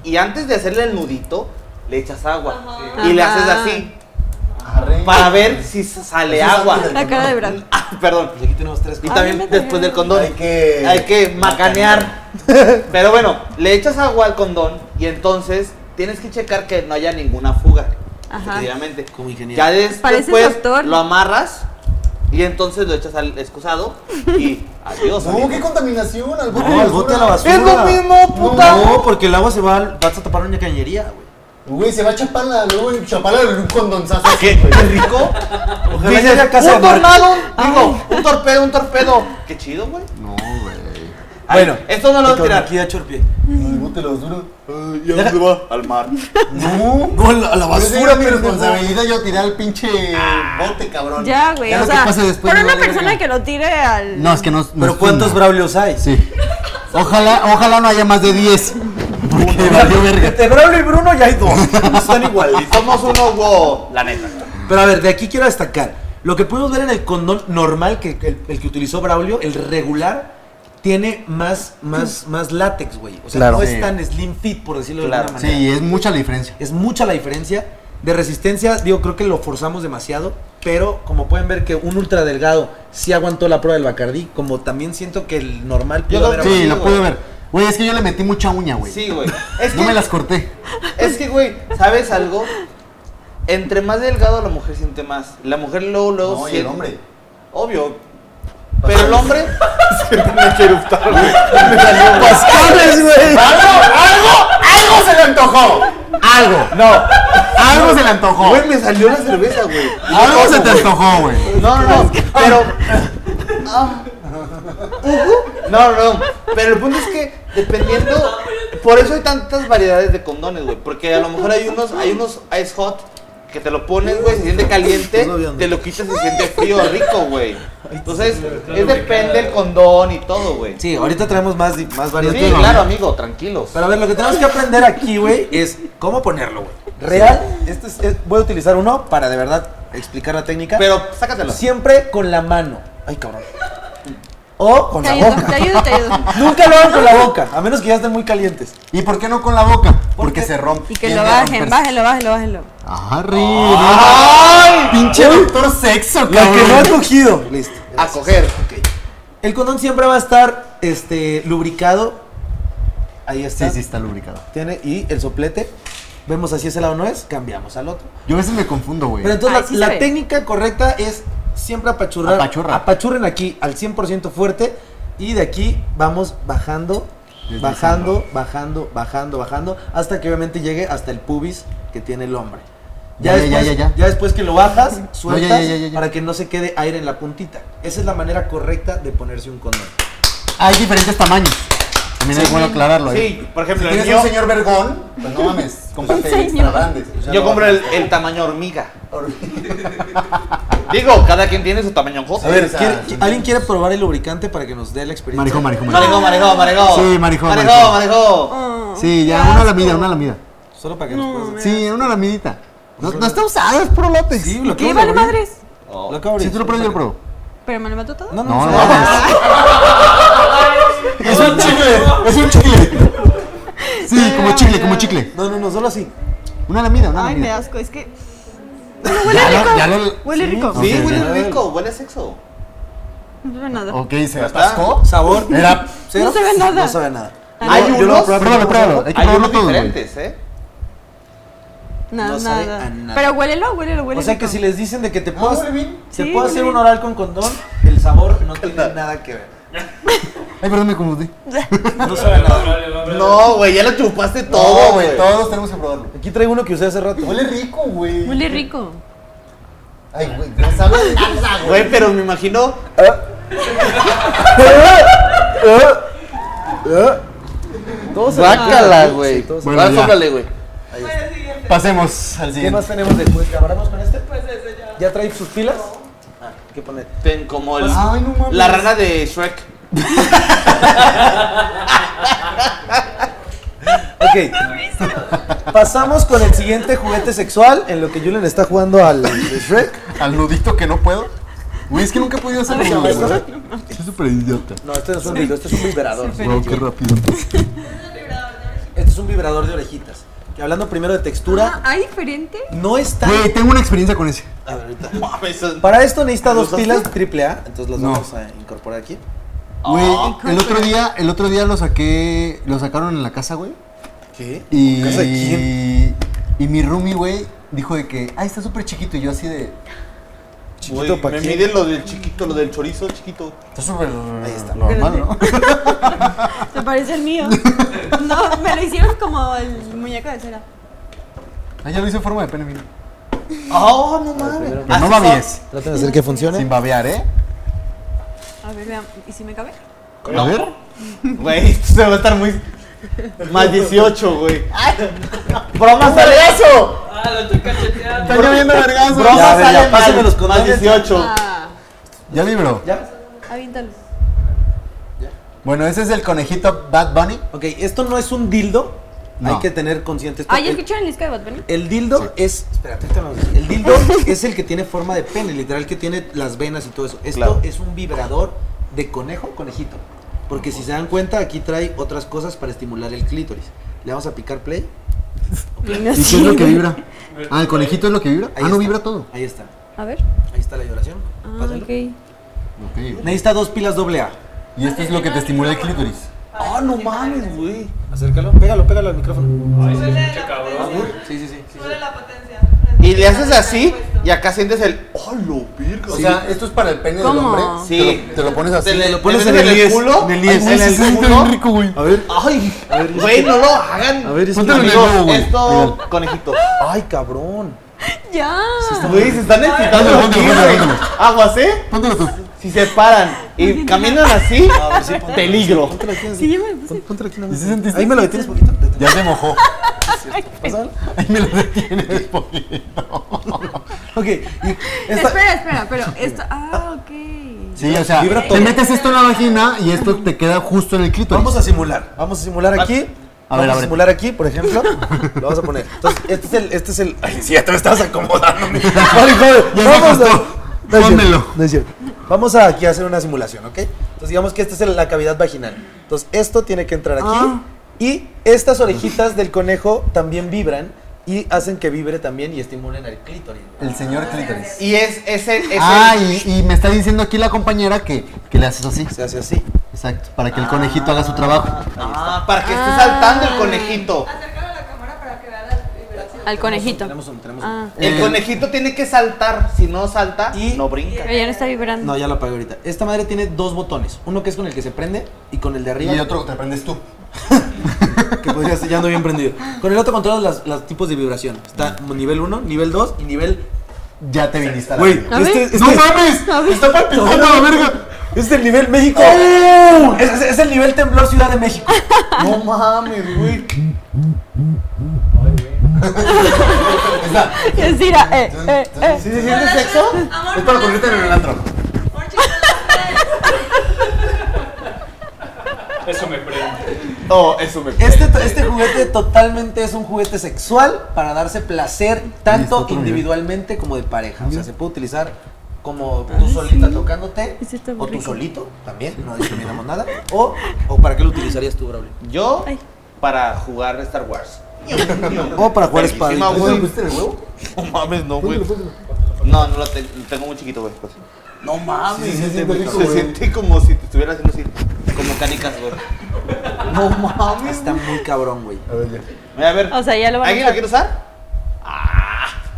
[SPEAKER 7] y antes de hacerle el nudito, le echas agua.
[SPEAKER 3] Ajá.
[SPEAKER 7] Y le haces
[SPEAKER 5] Ajá.
[SPEAKER 7] así para ver si sale agua.
[SPEAKER 5] La cara de Brad.
[SPEAKER 7] Ah, perdón.
[SPEAKER 4] Aquí tenemos tres
[SPEAKER 7] Y
[SPEAKER 5] Ah,
[SPEAKER 7] también
[SPEAKER 5] dime que-
[SPEAKER 7] después del condón.
[SPEAKER 2] Hay que-
[SPEAKER 7] Hay que macanear. [laughs] Pero bueno, le echas agua al condón y entonces tienes que checar que no haya ninguna fuga.
[SPEAKER 5] Ajá.
[SPEAKER 7] Efectivamente.
[SPEAKER 4] Como ingeniero.
[SPEAKER 7] Ya des-
[SPEAKER 5] Pareces
[SPEAKER 7] después
[SPEAKER 5] doctor.
[SPEAKER 7] lo amarras y entonces lo echas al excusado
[SPEAKER 2] [laughs]
[SPEAKER 7] y adiós.
[SPEAKER 2] No,
[SPEAKER 7] amigo.
[SPEAKER 2] Uh, qué contaminación, al bote,
[SPEAKER 4] No, el bote a la basura.
[SPEAKER 7] Es lo mismo, puta.
[SPEAKER 4] No, porque el agua se va, al- vas a tapar una cañería, güey.
[SPEAKER 2] Güey, se va a chapar la, luego en chaparla un condonzazo.
[SPEAKER 7] ¿Qué, qué rico.
[SPEAKER 4] Ojalá
[SPEAKER 7] Dices,
[SPEAKER 4] llegue a casa
[SPEAKER 7] un
[SPEAKER 4] de Marco".
[SPEAKER 7] tornado, digo, un torpedo, un torpedo. Qué chido, güey.
[SPEAKER 2] No, güey.
[SPEAKER 7] Ay,
[SPEAKER 4] Bueno,
[SPEAKER 7] esto no lo
[SPEAKER 4] y
[SPEAKER 7] voy a
[SPEAKER 4] con
[SPEAKER 7] tirar.
[SPEAKER 4] Aquí a chorpie.
[SPEAKER 2] El bote a la basura.
[SPEAKER 7] ¿Y a dónde va? Al mar.
[SPEAKER 2] No.
[SPEAKER 4] No, a la, a la
[SPEAKER 2] Basura, era
[SPEAKER 4] basura,
[SPEAKER 2] mi
[SPEAKER 4] pendejo.
[SPEAKER 2] responsabilidad yo tirar el pinche
[SPEAKER 7] Ah.
[SPEAKER 2] bote, cabrón.
[SPEAKER 5] Ya, güey.
[SPEAKER 2] Ya
[SPEAKER 5] o
[SPEAKER 2] lo que
[SPEAKER 5] sea,
[SPEAKER 2] pase después
[SPEAKER 5] por
[SPEAKER 2] me
[SPEAKER 5] una
[SPEAKER 2] vale
[SPEAKER 5] persona
[SPEAKER 2] verga.
[SPEAKER 5] que lo tire al.
[SPEAKER 2] No, es que no. no
[SPEAKER 4] Pero
[SPEAKER 2] es
[SPEAKER 4] ¿cuántos
[SPEAKER 2] funda.
[SPEAKER 4] braulios hay?
[SPEAKER 2] Sí. Ojalá, ojalá no haya más de 10. Porque valió verga.
[SPEAKER 4] Entre Braulio y Bruno ya hay dos. Están iguales.
[SPEAKER 7] Somos uno, wow, la neta.
[SPEAKER 4] Pero a ver, de aquí quiero destacar. Lo que pudimos ver en el condón normal, que el, el que utilizó Braulio, el regular, tiene más, más, más látex, güey. O sea,
[SPEAKER 2] Claro.
[SPEAKER 4] no es
[SPEAKER 2] Sí.
[SPEAKER 4] tan slim fit, por decirlo
[SPEAKER 7] Claro.
[SPEAKER 4] de alguna manera.
[SPEAKER 2] Sí, es mucha la diferencia.
[SPEAKER 4] Es mucha la diferencia. De resistencia, digo, creo que lo forzamos demasiado. Pero como pueden ver que un ultra delgado sí aguantó la prueba del Bacardí, como también siento que el normal
[SPEAKER 7] Yo
[SPEAKER 4] pudo
[SPEAKER 7] creo
[SPEAKER 4] haber
[SPEAKER 7] que
[SPEAKER 2] Sí,
[SPEAKER 7] sí,
[SPEAKER 4] aguantado.
[SPEAKER 2] lo
[SPEAKER 7] güey.
[SPEAKER 2] pude ver. Güey, es que yo le metí mucha uña, güey.
[SPEAKER 7] Sí, güey. Es
[SPEAKER 2] No
[SPEAKER 7] que-
[SPEAKER 2] me las corté.
[SPEAKER 7] Es que, güey, ¿sabes algo? Entre más delgado la mujer siente más. La mujer luego, luego
[SPEAKER 1] No, y
[SPEAKER 7] siente.
[SPEAKER 1] el hombre.
[SPEAKER 7] Obvio. Pero el hombre.
[SPEAKER 1] Me quiero optar, güey.
[SPEAKER 4] ¡Pascales, güey!
[SPEAKER 1] ¡Algo se le antojó! ¡Algo!
[SPEAKER 7] No.
[SPEAKER 2] Algo se le antojó.
[SPEAKER 7] Güey, me salió la cerveza, güey.
[SPEAKER 2] Algo Ah, se te antojó, güey.
[SPEAKER 7] No, no, no. Pero. Ah. Ujú. No, no, no. Pero el punto es que, dependiendo. Por eso hay tantas variedades de condones, güey. Porque a lo mejor hay unos, hay unos ice hot que te lo pones, güey, se siente caliente, te lo quitas y se siente frío, rico, güey. Entonces, es depende el condón y todo, güey.
[SPEAKER 4] Sí, ahorita traemos más, di- más
[SPEAKER 7] Sí,
[SPEAKER 4] varios temas.
[SPEAKER 7] claro, amigo, tranquilos.
[SPEAKER 4] Pero a ver, lo que tenemos que aprender aquí, güey, es cómo ponerlo, güey. Real, este es- es- voy a utilizar uno para de verdad explicar la técnica.
[SPEAKER 7] Pero sácatelo.
[SPEAKER 4] siempre con la mano. Ay, cabrón. O con
[SPEAKER 5] Te
[SPEAKER 4] la
[SPEAKER 5] ayudo, te
[SPEAKER 4] boca.
[SPEAKER 5] ayudo, te ayudo.
[SPEAKER 4] [laughs]
[SPEAKER 2] [laughs]
[SPEAKER 4] Nunca lo hagan con la boca, a menos que ya estén muy calientes.
[SPEAKER 2] ¿Y por qué no con la boca? Porque se rompe.
[SPEAKER 5] Y que lo bajen,
[SPEAKER 2] pues.
[SPEAKER 5] bájenlo, bájenlo, bájenlo.
[SPEAKER 4] Ah,
[SPEAKER 2] ¡Arriba! ¡Pinche doctor sexo,
[SPEAKER 4] La que no ha
[SPEAKER 2] cabrón!
[SPEAKER 4] cogido. Listo.
[SPEAKER 7] A coger.
[SPEAKER 4] El condón siempre va a estar este, lubricado. Ahí está.
[SPEAKER 2] Sí, sí, está lubricado.
[SPEAKER 4] Tiene, y el soplete. Vemos así ese lado no es, cambiamos al otro.
[SPEAKER 2] Yo a veces me confundo, güey.
[SPEAKER 4] Pero entonces
[SPEAKER 5] Ay,
[SPEAKER 4] la,
[SPEAKER 5] sí se
[SPEAKER 4] la
[SPEAKER 5] ve.
[SPEAKER 4] técnica correcta es siempre apachurrar.
[SPEAKER 2] Apachurra.
[SPEAKER 4] Apachurren aquí al 100% fuerte y de aquí vamos bajando,
[SPEAKER 2] Deslizando.
[SPEAKER 4] bajando, bajando, bajando, bajando, hasta que obviamente llegue hasta el pubis que tiene el hombre. Ya,
[SPEAKER 2] Ya, ya,
[SPEAKER 4] después,
[SPEAKER 2] ya, ya, ya.
[SPEAKER 4] después que lo bajas, sueltas
[SPEAKER 2] ya, ya, ya.
[SPEAKER 4] para que no se quede aire en la puntita. Esa es la manera correcta de ponerse un condón.
[SPEAKER 2] Hay diferentes tamaños. También es bueno aclararlo. ahí.
[SPEAKER 7] Sí, por ejemplo, el
[SPEAKER 2] Tienes
[SPEAKER 7] mío.
[SPEAKER 2] un señor vergón, pues no mames, comparte
[SPEAKER 5] señor.
[SPEAKER 2] extra grandes. O sea,
[SPEAKER 7] Yo
[SPEAKER 2] no-
[SPEAKER 7] compro el, el tamaño
[SPEAKER 2] [laughs]
[SPEAKER 7] hormiga. Digo, cada quien tiene su tamaño
[SPEAKER 2] A
[SPEAKER 7] cosa.
[SPEAKER 2] ver,
[SPEAKER 4] ¿Quiere- ¿Alguien quiere probar el lubricante para que nos dé la experiencia?
[SPEAKER 2] Marijo, marijo,
[SPEAKER 7] Marejó,
[SPEAKER 2] marijo.
[SPEAKER 7] marejó, marejó.
[SPEAKER 2] Sí, marejó,
[SPEAKER 7] Marejó, marejó.
[SPEAKER 5] Oh,
[SPEAKER 2] Sí, ya,
[SPEAKER 5] qué
[SPEAKER 2] una
[SPEAKER 5] asco.
[SPEAKER 2] lamida, una lamida.
[SPEAKER 4] Solo para que nos puedas decir.
[SPEAKER 2] Sí, una lamidita. No, no está usado, es puro látex.
[SPEAKER 4] Sí, lo
[SPEAKER 5] ¿Qué
[SPEAKER 4] acabo de
[SPEAKER 5] vale
[SPEAKER 4] abrir.
[SPEAKER 5] madres?
[SPEAKER 4] Lo acabo de
[SPEAKER 2] Si tú lo
[SPEAKER 4] abrir.
[SPEAKER 2] pruebas, yo lo pruebo.
[SPEAKER 5] ¿Pero me lo mató todo?
[SPEAKER 4] No, no,
[SPEAKER 2] No, no
[SPEAKER 4] no.
[SPEAKER 2] mames. Es un chicle, es un chicle. Sí, como chicle, como chicle.
[SPEAKER 4] No, no, no, solo así.
[SPEAKER 2] Una lamida, una
[SPEAKER 5] Ay, me da
[SPEAKER 2] lamida.
[SPEAKER 5] asco, es que
[SPEAKER 2] Ya lo- ya lo-
[SPEAKER 5] huele rico.
[SPEAKER 2] No,
[SPEAKER 7] Sí,
[SPEAKER 2] Ok,
[SPEAKER 7] huele
[SPEAKER 4] ya.
[SPEAKER 7] rico, huele a sexo.
[SPEAKER 5] No sabe nada.
[SPEAKER 2] Ok, se atascó.
[SPEAKER 4] [laughs] Sabor.
[SPEAKER 2] Era.
[SPEAKER 4] cero.
[SPEAKER 5] No se ve nada.
[SPEAKER 4] No se ve nada.
[SPEAKER 7] Hay
[SPEAKER 4] Yo lo- yo lo voy a
[SPEAKER 7] unos,
[SPEAKER 4] probar.
[SPEAKER 2] Pruébalo, pruébalo. Hay que
[SPEAKER 7] hay
[SPEAKER 2] probarlo
[SPEAKER 7] unos
[SPEAKER 2] todo. güey.
[SPEAKER 7] diferentes, ¿eh?
[SPEAKER 5] Nada,
[SPEAKER 4] No sabe a
[SPEAKER 5] nada.
[SPEAKER 4] nada.
[SPEAKER 5] Pero huélelo, huélelo, huélelo.
[SPEAKER 4] O sea que si les dicen de que
[SPEAKER 2] Ah,
[SPEAKER 4] te puedo, te
[SPEAKER 5] Sí,
[SPEAKER 4] puedo
[SPEAKER 5] huele
[SPEAKER 4] hacer un
[SPEAKER 5] bien.
[SPEAKER 4] oral con condón, el sabor no tiene nada que ver.
[SPEAKER 2] Ay, perdón, me confundí.
[SPEAKER 4] No sabe nada.
[SPEAKER 7] No, güey, ya lo chupaste todo, güey.
[SPEAKER 2] Todos tenemos que probarlo.
[SPEAKER 4] Aquí traigo uno que usé hace rato.
[SPEAKER 2] Huele rico, güey.
[SPEAKER 5] Huele rico.
[SPEAKER 2] Ay, güey, no sabe nada, güey.
[SPEAKER 7] Ah, Güey, pero me imagino.
[SPEAKER 4] Todos se-
[SPEAKER 7] Bácala, güey.
[SPEAKER 4] Sí, todos se-
[SPEAKER 2] Bueno,
[SPEAKER 7] Ahora
[SPEAKER 2] ya.
[SPEAKER 7] sóplale, güey.
[SPEAKER 2] Pasemos al
[SPEAKER 4] ¿Qué más
[SPEAKER 2] siguiente.
[SPEAKER 4] tenemos después? ¿Cabramos con este?
[SPEAKER 3] Pues ese ya.
[SPEAKER 4] ¿Ya trae sus pilas? Ah, ¿qué poner?
[SPEAKER 7] Ten como el.
[SPEAKER 2] Ay, no mames.
[SPEAKER 7] La rana de Shrek. [laughs]
[SPEAKER 4] Ok. Pasamos con el siguiente juguete sexual, en lo que Julian está jugando al Shrek.
[SPEAKER 2] Al nudito que no puedo. Güey, es que nunca he podido hacer eso, güey. Soy súper idiota.
[SPEAKER 4] No, este no es un dildo, este es un vibrador.
[SPEAKER 2] Wow, qué rápido.
[SPEAKER 4] Este es un vibrador de orejitas. Que hablando primero de
[SPEAKER 5] Ah,
[SPEAKER 4] textura,
[SPEAKER 5] ¿Hay diferente?
[SPEAKER 4] no está.
[SPEAKER 2] Güey, tengo una experiencia con ese.
[SPEAKER 4] A ver, ahorita.
[SPEAKER 7] Mames, es-
[SPEAKER 4] Para esto necesita dos
[SPEAKER 7] ¿Los dos
[SPEAKER 4] pilas triple A, entonces las
[SPEAKER 2] No.
[SPEAKER 4] vamos a incorporar aquí.
[SPEAKER 2] Güey,
[SPEAKER 7] Ah.
[SPEAKER 2] el otro día, el otro día lo saqué, lo sacaron en la casa, güey.
[SPEAKER 4] ¿Qué?
[SPEAKER 2] Y,
[SPEAKER 4] ¿Casa de quién?
[SPEAKER 2] y mi roomie, güey, dijo de que, ay, está súper chiquito. Y yo así de,
[SPEAKER 4] Chiquito
[SPEAKER 7] Güey,
[SPEAKER 4] pa'
[SPEAKER 7] Me
[SPEAKER 4] quién.
[SPEAKER 7] miden lo del chiquito, lo del chorizo chiquito.
[SPEAKER 2] está súper
[SPEAKER 4] Ahí está.
[SPEAKER 2] normal, ¿no?
[SPEAKER 5] Se parece al mío. [laughs] No, me lo hicieron como el muñeco de cera.
[SPEAKER 2] Ah, ya lo hice en forma de pene, mira.
[SPEAKER 7] Oh, no mames.
[SPEAKER 2] Pero no babies,
[SPEAKER 4] Traten de hacer que funcione.
[SPEAKER 2] sin babear, ¿eh?
[SPEAKER 5] A ver, vean. ¿Y si me cabe?
[SPEAKER 2] A ver.
[SPEAKER 7] Güey, se va a estar muy. Más 18, güey. ¡Broma sale eso!
[SPEAKER 6] Ah, lo estoy cacheteando.
[SPEAKER 2] Está lloviendo vergazo.
[SPEAKER 7] ¡Broma
[SPEAKER 4] Ya, a ver, ya,
[SPEAKER 7] sale
[SPEAKER 4] pásenme
[SPEAKER 7] mal!
[SPEAKER 4] los
[SPEAKER 7] más
[SPEAKER 4] condones.
[SPEAKER 7] 18.
[SPEAKER 5] Ah,
[SPEAKER 2] Ya libro.
[SPEAKER 4] ¿Ya?
[SPEAKER 5] aviéntalo.
[SPEAKER 2] Bueno, ese es el conejito Bad Bunny.
[SPEAKER 4] Ok, esto no es un dildo.
[SPEAKER 2] No.
[SPEAKER 4] Hay que tener conscientes.
[SPEAKER 5] Ah,
[SPEAKER 2] Eh.
[SPEAKER 5] ¿ya
[SPEAKER 4] el,
[SPEAKER 5] escucharon el disco de Bad Bunny?
[SPEAKER 4] el dildo es. Espérate, ahorita vamos a decir. El dildo es el que tiene forma de pene, literal, que tiene las venas y todo eso. Esto
[SPEAKER 7] Claro.
[SPEAKER 4] es un vibrador de conejo, conejito. Porque si se dan cuenta, aquí trae otras cosas para estimular el clítoris. Le vamos a picar play.
[SPEAKER 2] ¿Y qué es lo que vibra? Ah, el conejito es lo que vibra.
[SPEAKER 4] Ahí
[SPEAKER 2] Ah, no
[SPEAKER 4] está.
[SPEAKER 2] vibra todo.
[SPEAKER 4] Ahí está.
[SPEAKER 5] A ver.
[SPEAKER 4] Ahí está la vibración.
[SPEAKER 5] Ah,
[SPEAKER 4] Pásenlo.
[SPEAKER 5] ok.
[SPEAKER 2] Ok.
[SPEAKER 4] Necesita dos pilas doble A.
[SPEAKER 2] Y esto es lo que te estimula el clítoris.
[SPEAKER 4] ¡Ah,
[SPEAKER 7] Ah, no mames, güey.
[SPEAKER 8] Acércalo, pégalo, pégalo al micrófono.
[SPEAKER 6] Ay, se
[SPEAKER 3] Suele
[SPEAKER 6] escucha
[SPEAKER 3] la
[SPEAKER 6] cabrón.
[SPEAKER 3] potencia.
[SPEAKER 7] Sí, sí, sí. sí, sí.
[SPEAKER 3] Sube la potencia.
[SPEAKER 7] Y le haces así y acá sientes el. ¡Oh, lo virgo!
[SPEAKER 2] O sea, esto es para el pene del
[SPEAKER 5] ¿Cómo?
[SPEAKER 2] hombre.
[SPEAKER 7] Sí.
[SPEAKER 2] Te lo, te lo pones así.
[SPEAKER 7] Te le-
[SPEAKER 2] Ay,
[SPEAKER 7] lo pones en el
[SPEAKER 8] lies,
[SPEAKER 7] culo.
[SPEAKER 8] en el lies,
[SPEAKER 2] güey,
[SPEAKER 7] en
[SPEAKER 2] sí,
[SPEAKER 7] el
[SPEAKER 2] se siente
[SPEAKER 7] culo.
[SPEAKER 2] bien rico, güey.
[SPEAKER 8] A ver,
[SPEAKER 7] Ay, güey, no lo hagan.
[SPEAKER 8] a ver, es
[SPEAKER 2] Ponte
[SPEAKER 8] una-
[SPEAKER 2] los-
[SPEAKER 7] Amigos,
[SPEAKER 2] güey.
[SPEAKER 7] esto, conejito.
[SPEAKER 4] Ay, cabrón.
[SPEAKER 5] Ya.
[SPEAKER 7] Güey, se están excitando
[SPEAKER 2] Ponte,
[SPEAKER 7] aquí,
[SPEAKER 2] ponte,
[SPEAKER 7] güey.
[SPEAKER 2] ponte.
[SPEAKER 7] Aguas, ¿eh?
[SPEAKER 2] Póntelo tú.
[SPEAKER 7] Si se paran y caminan así, peligro.
[SPEAKER 8] Póntela aquí,
[SPEAKER 5] Sí, ya me lo
[SPEAKER 8] pon-
[SPEAKER 5] puse.
[SPEAKER 8] póntela aquí, nada
[SPEAKER 2] ¿Y
[SPEAKER 8] más.
[SPEAKER 2] si sentiste?
[SPEAKER 8] Ahí me lo detienes poquito.
[SPEAKER 2] Ya se mojó.
[SPEAKER 8] Pásalo.
[SPEAKER 2] Ahí me lo detienes, poquito.
[SPEAKER 8] Ok. y esta-
[SPEAKER 5] Espera, espera, pero esto. Ah, ok.
[SPEAKER 2] Sí, o sea,
[SPEAKER 8] Vibra
[SPEAKER 2] te
[SPEAKER 8] todo.
[SPEAKER 2] metes esto en la vagina y esto te queda justo en el clítoris.
[SPEAKER 8] Vamos a simular. Vamos a simular aquí.
[SPEAKER 2] A
[SPEAKER 4] Vamos
[SPEAKER 2] ver, a
[SPEAKER 4] a
[SPEAKER 2] ver.
[SPEAKER 4] simular aquí, por ejemplo. Lo vamos a poner. Entonces, este es el. Este es el ay, sí, ya te me estás acomodando. mi- Ay, joder,
[SPEAKER 2] [laughs] Ya me
[SPEAKER 4] vamos a.
[SPEAKER 2] costó.
[SPEAKER 4] No es cierto,
[SPEAKER 2] Pónmelo.
[SPEAKER 4] no es cierto. Vamos a aquí a hacer una simulación, ¿ok? Entonces, digamos que esta es el- la cavidad vaginal. Entonces, esto tiene que entrar aquí.
[SPEAKER 2] Ah.
[SPEAKER 4] Y estas orejitas del conejo también vibran y hacen que vibre también y estimulen al clítoris.
[SPEAKER 2] El señor clítoris.
[SPEAKER 7] Y es ese. ese
[SPEAKER 2] Ah, y, y me está diciendo aquí la compañera que, que le haces así.
[SPEAKER 4] Se hace así.
[SPEAKER 2] Exacto, para que el conejito haga su trabajo.
[SPEAKER 7] Ah, para que esté saltando el conejito.
[SPEAKER 3] Acércalo a la cámara para que vea la vibración.
[SPEAKER 5] Al conejito.
[SPEAKER 4] Tenemos un. Tenemos un-
[SPEAKER 5] Ah.
[SPEAKER 7] El
[SPEAKER 2] Eh.
[SPEAKER 7] conejito tiene que saltar. Si no salta,
[SPEAKER 4] Y-
[SPEAKER 7] no brinca.
[SPEAKER 5] [laughs] Pero ya no está vibrando.
[SPEAKER 4] No, ya lo apagué ahorita. Esta madre tiene dos botones. Uno que es con el que se prende y con el de arriba.
[SPEAKER 2] otro te prendes tú.
[SPEAKER 4] Que podría ser, ya ando bien prendido. Con el otro controlas las, los tipos de vibración. Está
[SPEAKER 2] Ah.
[SPEAKER 4] nivel 1, nivel 2 y nivel.
[SPEAKER 2] Ya te viniste a la
[SPEAKER 4] Güey,
[SPEAKER 2] vida.
[SPEAKER 5] A ver.
[SPEAKER 4] este, este,
[SPEAKER 2] ¡No mames!
[SPEAKER 5] [laughs] A ver.
[SPEAKER 2] ¡Está palpitando la verga!
[SPEAKER 4] este es el nivel México.
[SPEAKER 2] ¡Oh!
[SPEAKER 4] Es, es- es el nivel temblor Ciudad de
[SPEAKER 2] [laughs]
[SPEAKER 4] México.
[SPEAKER 7] No mames, güey.
[SPEAKER 5] Y así era, eh, eh, eh.
[SPEAKER 7] ¿Sí se siente sexo?
[SPEAKER 3] Amor,
[SPEAKER 2] Es para ponerte en el antro.
[SPEAKER 3] amor, chico, la-
[SPEAKER 6] Eso me prende.
[SPEAKER 7] Oh, eso me.
[SPEAKER 4] Este, to- este juguete totalmente es un juguete sexual para darse placer
[SPEAKER 2] Listo,
[SPEAKER 4] tanto
[SPEAKER 2] otro nivel.
[SPEAKER 4] individualmente como de pareja. O sea, se puede utilizar como
[SPEAKER 7] Ah,
[SPEAKER 4] tú solita tocándote
[SPEAKER 5] Ese está muy
[SPEAKER 4] o tú
[SPEAKER 5] rico.
[SPEAKER 4] solito también,
[SPEAKER 2] [laughs]
[SPEAKER 4] no discriminamos nada. O, o para qué lo utilizarías tú, Braulio.
[SPEAKER 7] Yo,
[SPEAKER 5] Ay.
[SPEAKER 7] para jugar Star Wars.
[SPEAKER 4] O Oh, para jugar espadita.
[SPEAKER 7] Verguísima, güey.
[SPEAKER 2] en el huevo?
[SPEAKER 7] No mames, no, güey. No, no lo tengo, lo tengo muy chiquito, güey. pues. No mames.
[SPEAKER 2] Sí, sí,
[SPEAKER 7] se
[SPEAKER 2] sí,
[SPEAKER 7] siente,
[SPEAKER 2] sí, rico,
[SPEAKER 7] se
[SPEAKER 2] güey.
[SPEAKER 7] siente como si te estuviera haciendo así. Como canicas, güey. No mames.
[SPEAKER 4] Está muy cabrón, güey.
[SPEAKER 2] A ver, ya.
[SPEAKER 7] Mira, a ver.
[SPEAKER 5] O sea, ya lo van a
[SPEAKER 7] ¿Alguien lo
[SPEAKER 5] usar.
[SPEAKER 7] quiere usar?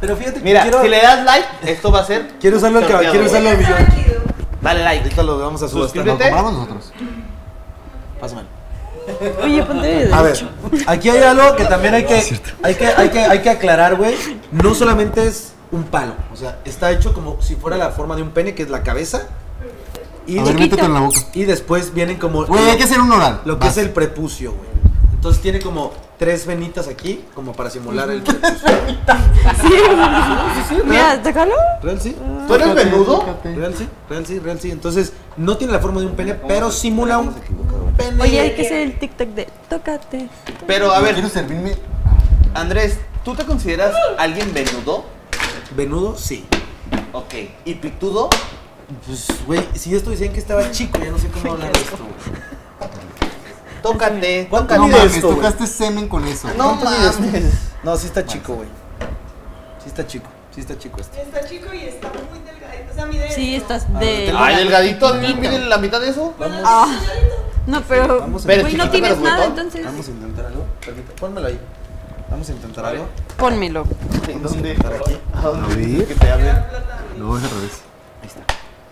[SPEAKER 4] Pero fíjate que
[SPEAKER 7] Mira,
[SPEAKER 4] quiero,
[SPEAKER 7] si le das like, esto va a ser.
[SPEAKER 4] quiero usarlo, al cab-
[SPEAKER 7] sorteado,
[SPEAKER 4] quiero usarlo al
[SPEAKER 3] Está
[SPEAKER 4] millón.
[SPEAKER 3] líquido.
[SPEAKER 7] Dale like.
[SPEAKER 4] Ahorita lo vamos a subastar.
[SPEAKER 2] ¿Lo
[SPEAKER 7] Suscríbete.
[SPEAKER 2] compramos nosotros?
[SPEAKER 4] Pásamelo.
[SPEAKER 5] Oye, ponte de
[SPEAKER 4] A ver,
[SPEAKER 5] derecho.
[SPEAKER 4] aquí hay algo que también hay que, hay que, hay que, hay que aclarar, güey. No solamente es un palo, o sea, está hecho como si fuera la forma de un pene, que es la cabeza. Y,
[SPEAKER 2] A ver,
[SPEAKER 5] Chiquito.
[SPEAKER 2] métete en la boca.
[SPEAKER 4] y después vienen como
[SPEAKER 2] Güey, hay que hacer un oral.
[SPEAKER 4] lo que
[SPEAKER 2] Vas.
[SPEAKER 4] es el prepucio, güey. Entonces tiene como tres venitas aquí, como para simular el prepucio.
[SPEAKER 5] Mira, tócalo.
[SPEAKER 4] ¿Real sí?
[SPEAKER 7] ¿Tú eres menudo?
[SPEAKER 4] ¿Real sí? Ah, ¿Real sí? ¿Real sí? Entonces, no tiene la forma de un pene, pero simula un pene.
[SPEAKER 5] Oye, hay que hacer el tic-tac de tócate.
[SPEAKER 7] Pero a
[SPEAKER 2] A ver.
[SPEAKER 7] ver,
[SPEAKER 2] Quiero servirme.
[SPEAKER 7] Andrés, ¿tú te consideras alguien venudo?
[SPEAKER 4] Venudo, sí.
[SPEAKER 7] Ok. ¿Y pitudo?
[SPEAKER 4] Pues, güey, si esto decían que estaba chico, ya no sé cómo hablar de esto, güey.
[SPEAKER 7] Tócate.
[SPEAKER 4] ¿Cuánto
[SPEAKER 2] No
[SPEAKER 4] mide
[SPEAKER 2] mames,
[SPEAKER 4] esto, güey?
[SPEAKER 2] tocaste semen con eso.
[SPEAKER 7] No mames.
[SPEAKER 4] No, sí está chico, güey. Sí está chico, sí está chico este.
[SPEAKER 3] Está chico y está muy delgadito. O sea, mide.
[SPEAKER 5] Sí,
[SPEAKER 3] esto.
[SPEAKER 5] estás de.
[SPEAKER 7] Ay, delgadito, miren la mitad de eso.
[SPEAKER 4] Vamos,
[SPEAKER 5] Ah. No, pero.
[SPEAKER 4] Vamos a-
[SPEAKER 7] Pero
[SPEAKER 5] Güey,
[SPEAKER 7] chiquito,
[SPEAKER 5] no tienes
[SPEAKER 7] pero
[SPEAKER 5] nada,
[SPEAKER 7] guapetón.
[SPEAKER 5] entonces.
[SPEAKER 4] vamos a intentar algo. Permítame, pónmelo ahí. Vamos a intentar algo.
[SPEAKER 5] Pónmelo.
[SPEAKER 7] ¿En dónde?
[SPEAKER 4] Para aquí.
[SPEAKER 7] ¿A dónde?
[SPEAKER 2] A ver.
[SPEAKER 7] Que te hable.
[SPEAKER 2] No, es al revés.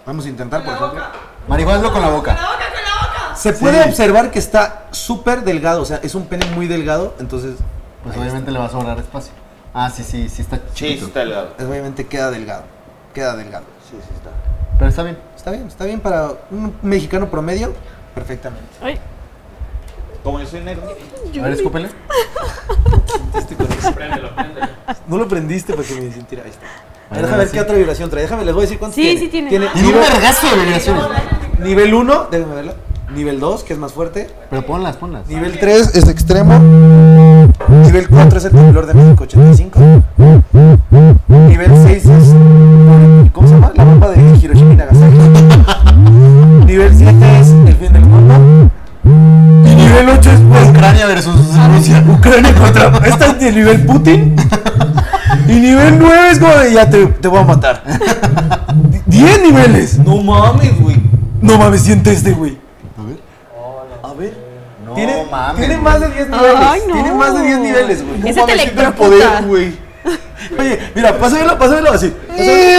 [SPEAKER 4] Vamos a intentar, por ejemplo.
[SPEAKER 2] Marihuana con la
[SPEAKER 3] Con
[SPEAKER 2] boca.
[SPEAKER 3] la boca, con la boca.
[SPEAKER 4] Se puede observar que está súper delgado, o sea, es un pene muy delgado, entonces
[SPEAKER 2] Pues obviamente le vas a ahorrar espacio. Ah, sí, sí, sí está
[SPEAKER 7] Sí,
[SPEAKER 2] chiquito.
[SPEAKER 7] sí está delgado.
[SPEAKER 4] obviamente queda delgado. Queda delgado.
[SPEAKER 7] Sí, sí está.
[SPEAKER 2] Pero está bien.
[SPEAKER 4] Está bien, está bien para un mexicano promedio, perfectamente.
[SPEAKER 5] Ay,
[SPEAKER 7] Como yo soy negro.
[SPEAKER 2] A ver, escúpele.
[SPEAKER 6] Préndelo, préndelo.
[SPEAKER 4] No lo prendiste para que me sintiera. Ahí está. A ver,
[SPEAKER 2] Ahora
[SPEAKER 4] déjame ver
[SPEAKER 2] sí.
[SPEAKER 4] qué otra vibración trae. Déjame, les voy a decir cuántas
[SPEAKER 5] Sí, sí tiene. Ah.
[SPEAKER 2] Tiene un
[SPEAKER 4] nivel-
[SPEAKER 2] vergazo de vibraciones.
[SPEAKER 4] Nivel 1, déjame verla. Nivel 2, que es más fuerte.
[SPEAKER 2] Pero ponlas, ponlas.
[SPEAKER 4] Nivel 3 es extremo. Nivel 4 es el temblor de México 85. Nivel 6 es. ¿Cómo se llama? La bomba de Hiroshima y Nagasaki. Nivel 7 es el fin del mundo. Y nivel 8 es pues,
[SPEAKER 2] Ucrania versus Rusia.
[SPEAKER 4] Ucrania contra. Esta es de nivel Putin. Y nivel 9 es como de ya te, te voy a matar. [laughs] 10 niveles.
[SPEAKER 7] No mames, güey.
[SPEAKER 4] No mames, siente este, güey.
[SPEAKER 2] A ver.
[SPEAKER 7] A ver.
[SPEAKER 2] No,
[SPEAKER 4] Tiene,
[SPEAKER 2] mames,
[SPEAKER 4] tiene
[SPEAKER 2] güey.
[SPEAKER 4] más de 10 niveles.
[SPEAKER 5] Ay, no.
[SPEAKER 4] Tiene más de 10 niveles, güey.
[SPEAKER 5] Ese te
[SPEAKER 7] Mames, siento el
[SPEAKER 5] electrocuta.
[SPEAKER 7] poder, güey.
[SPEAKER 4] Oye, mira, pásamelo, pásamelo así. Pásamelo. ¿10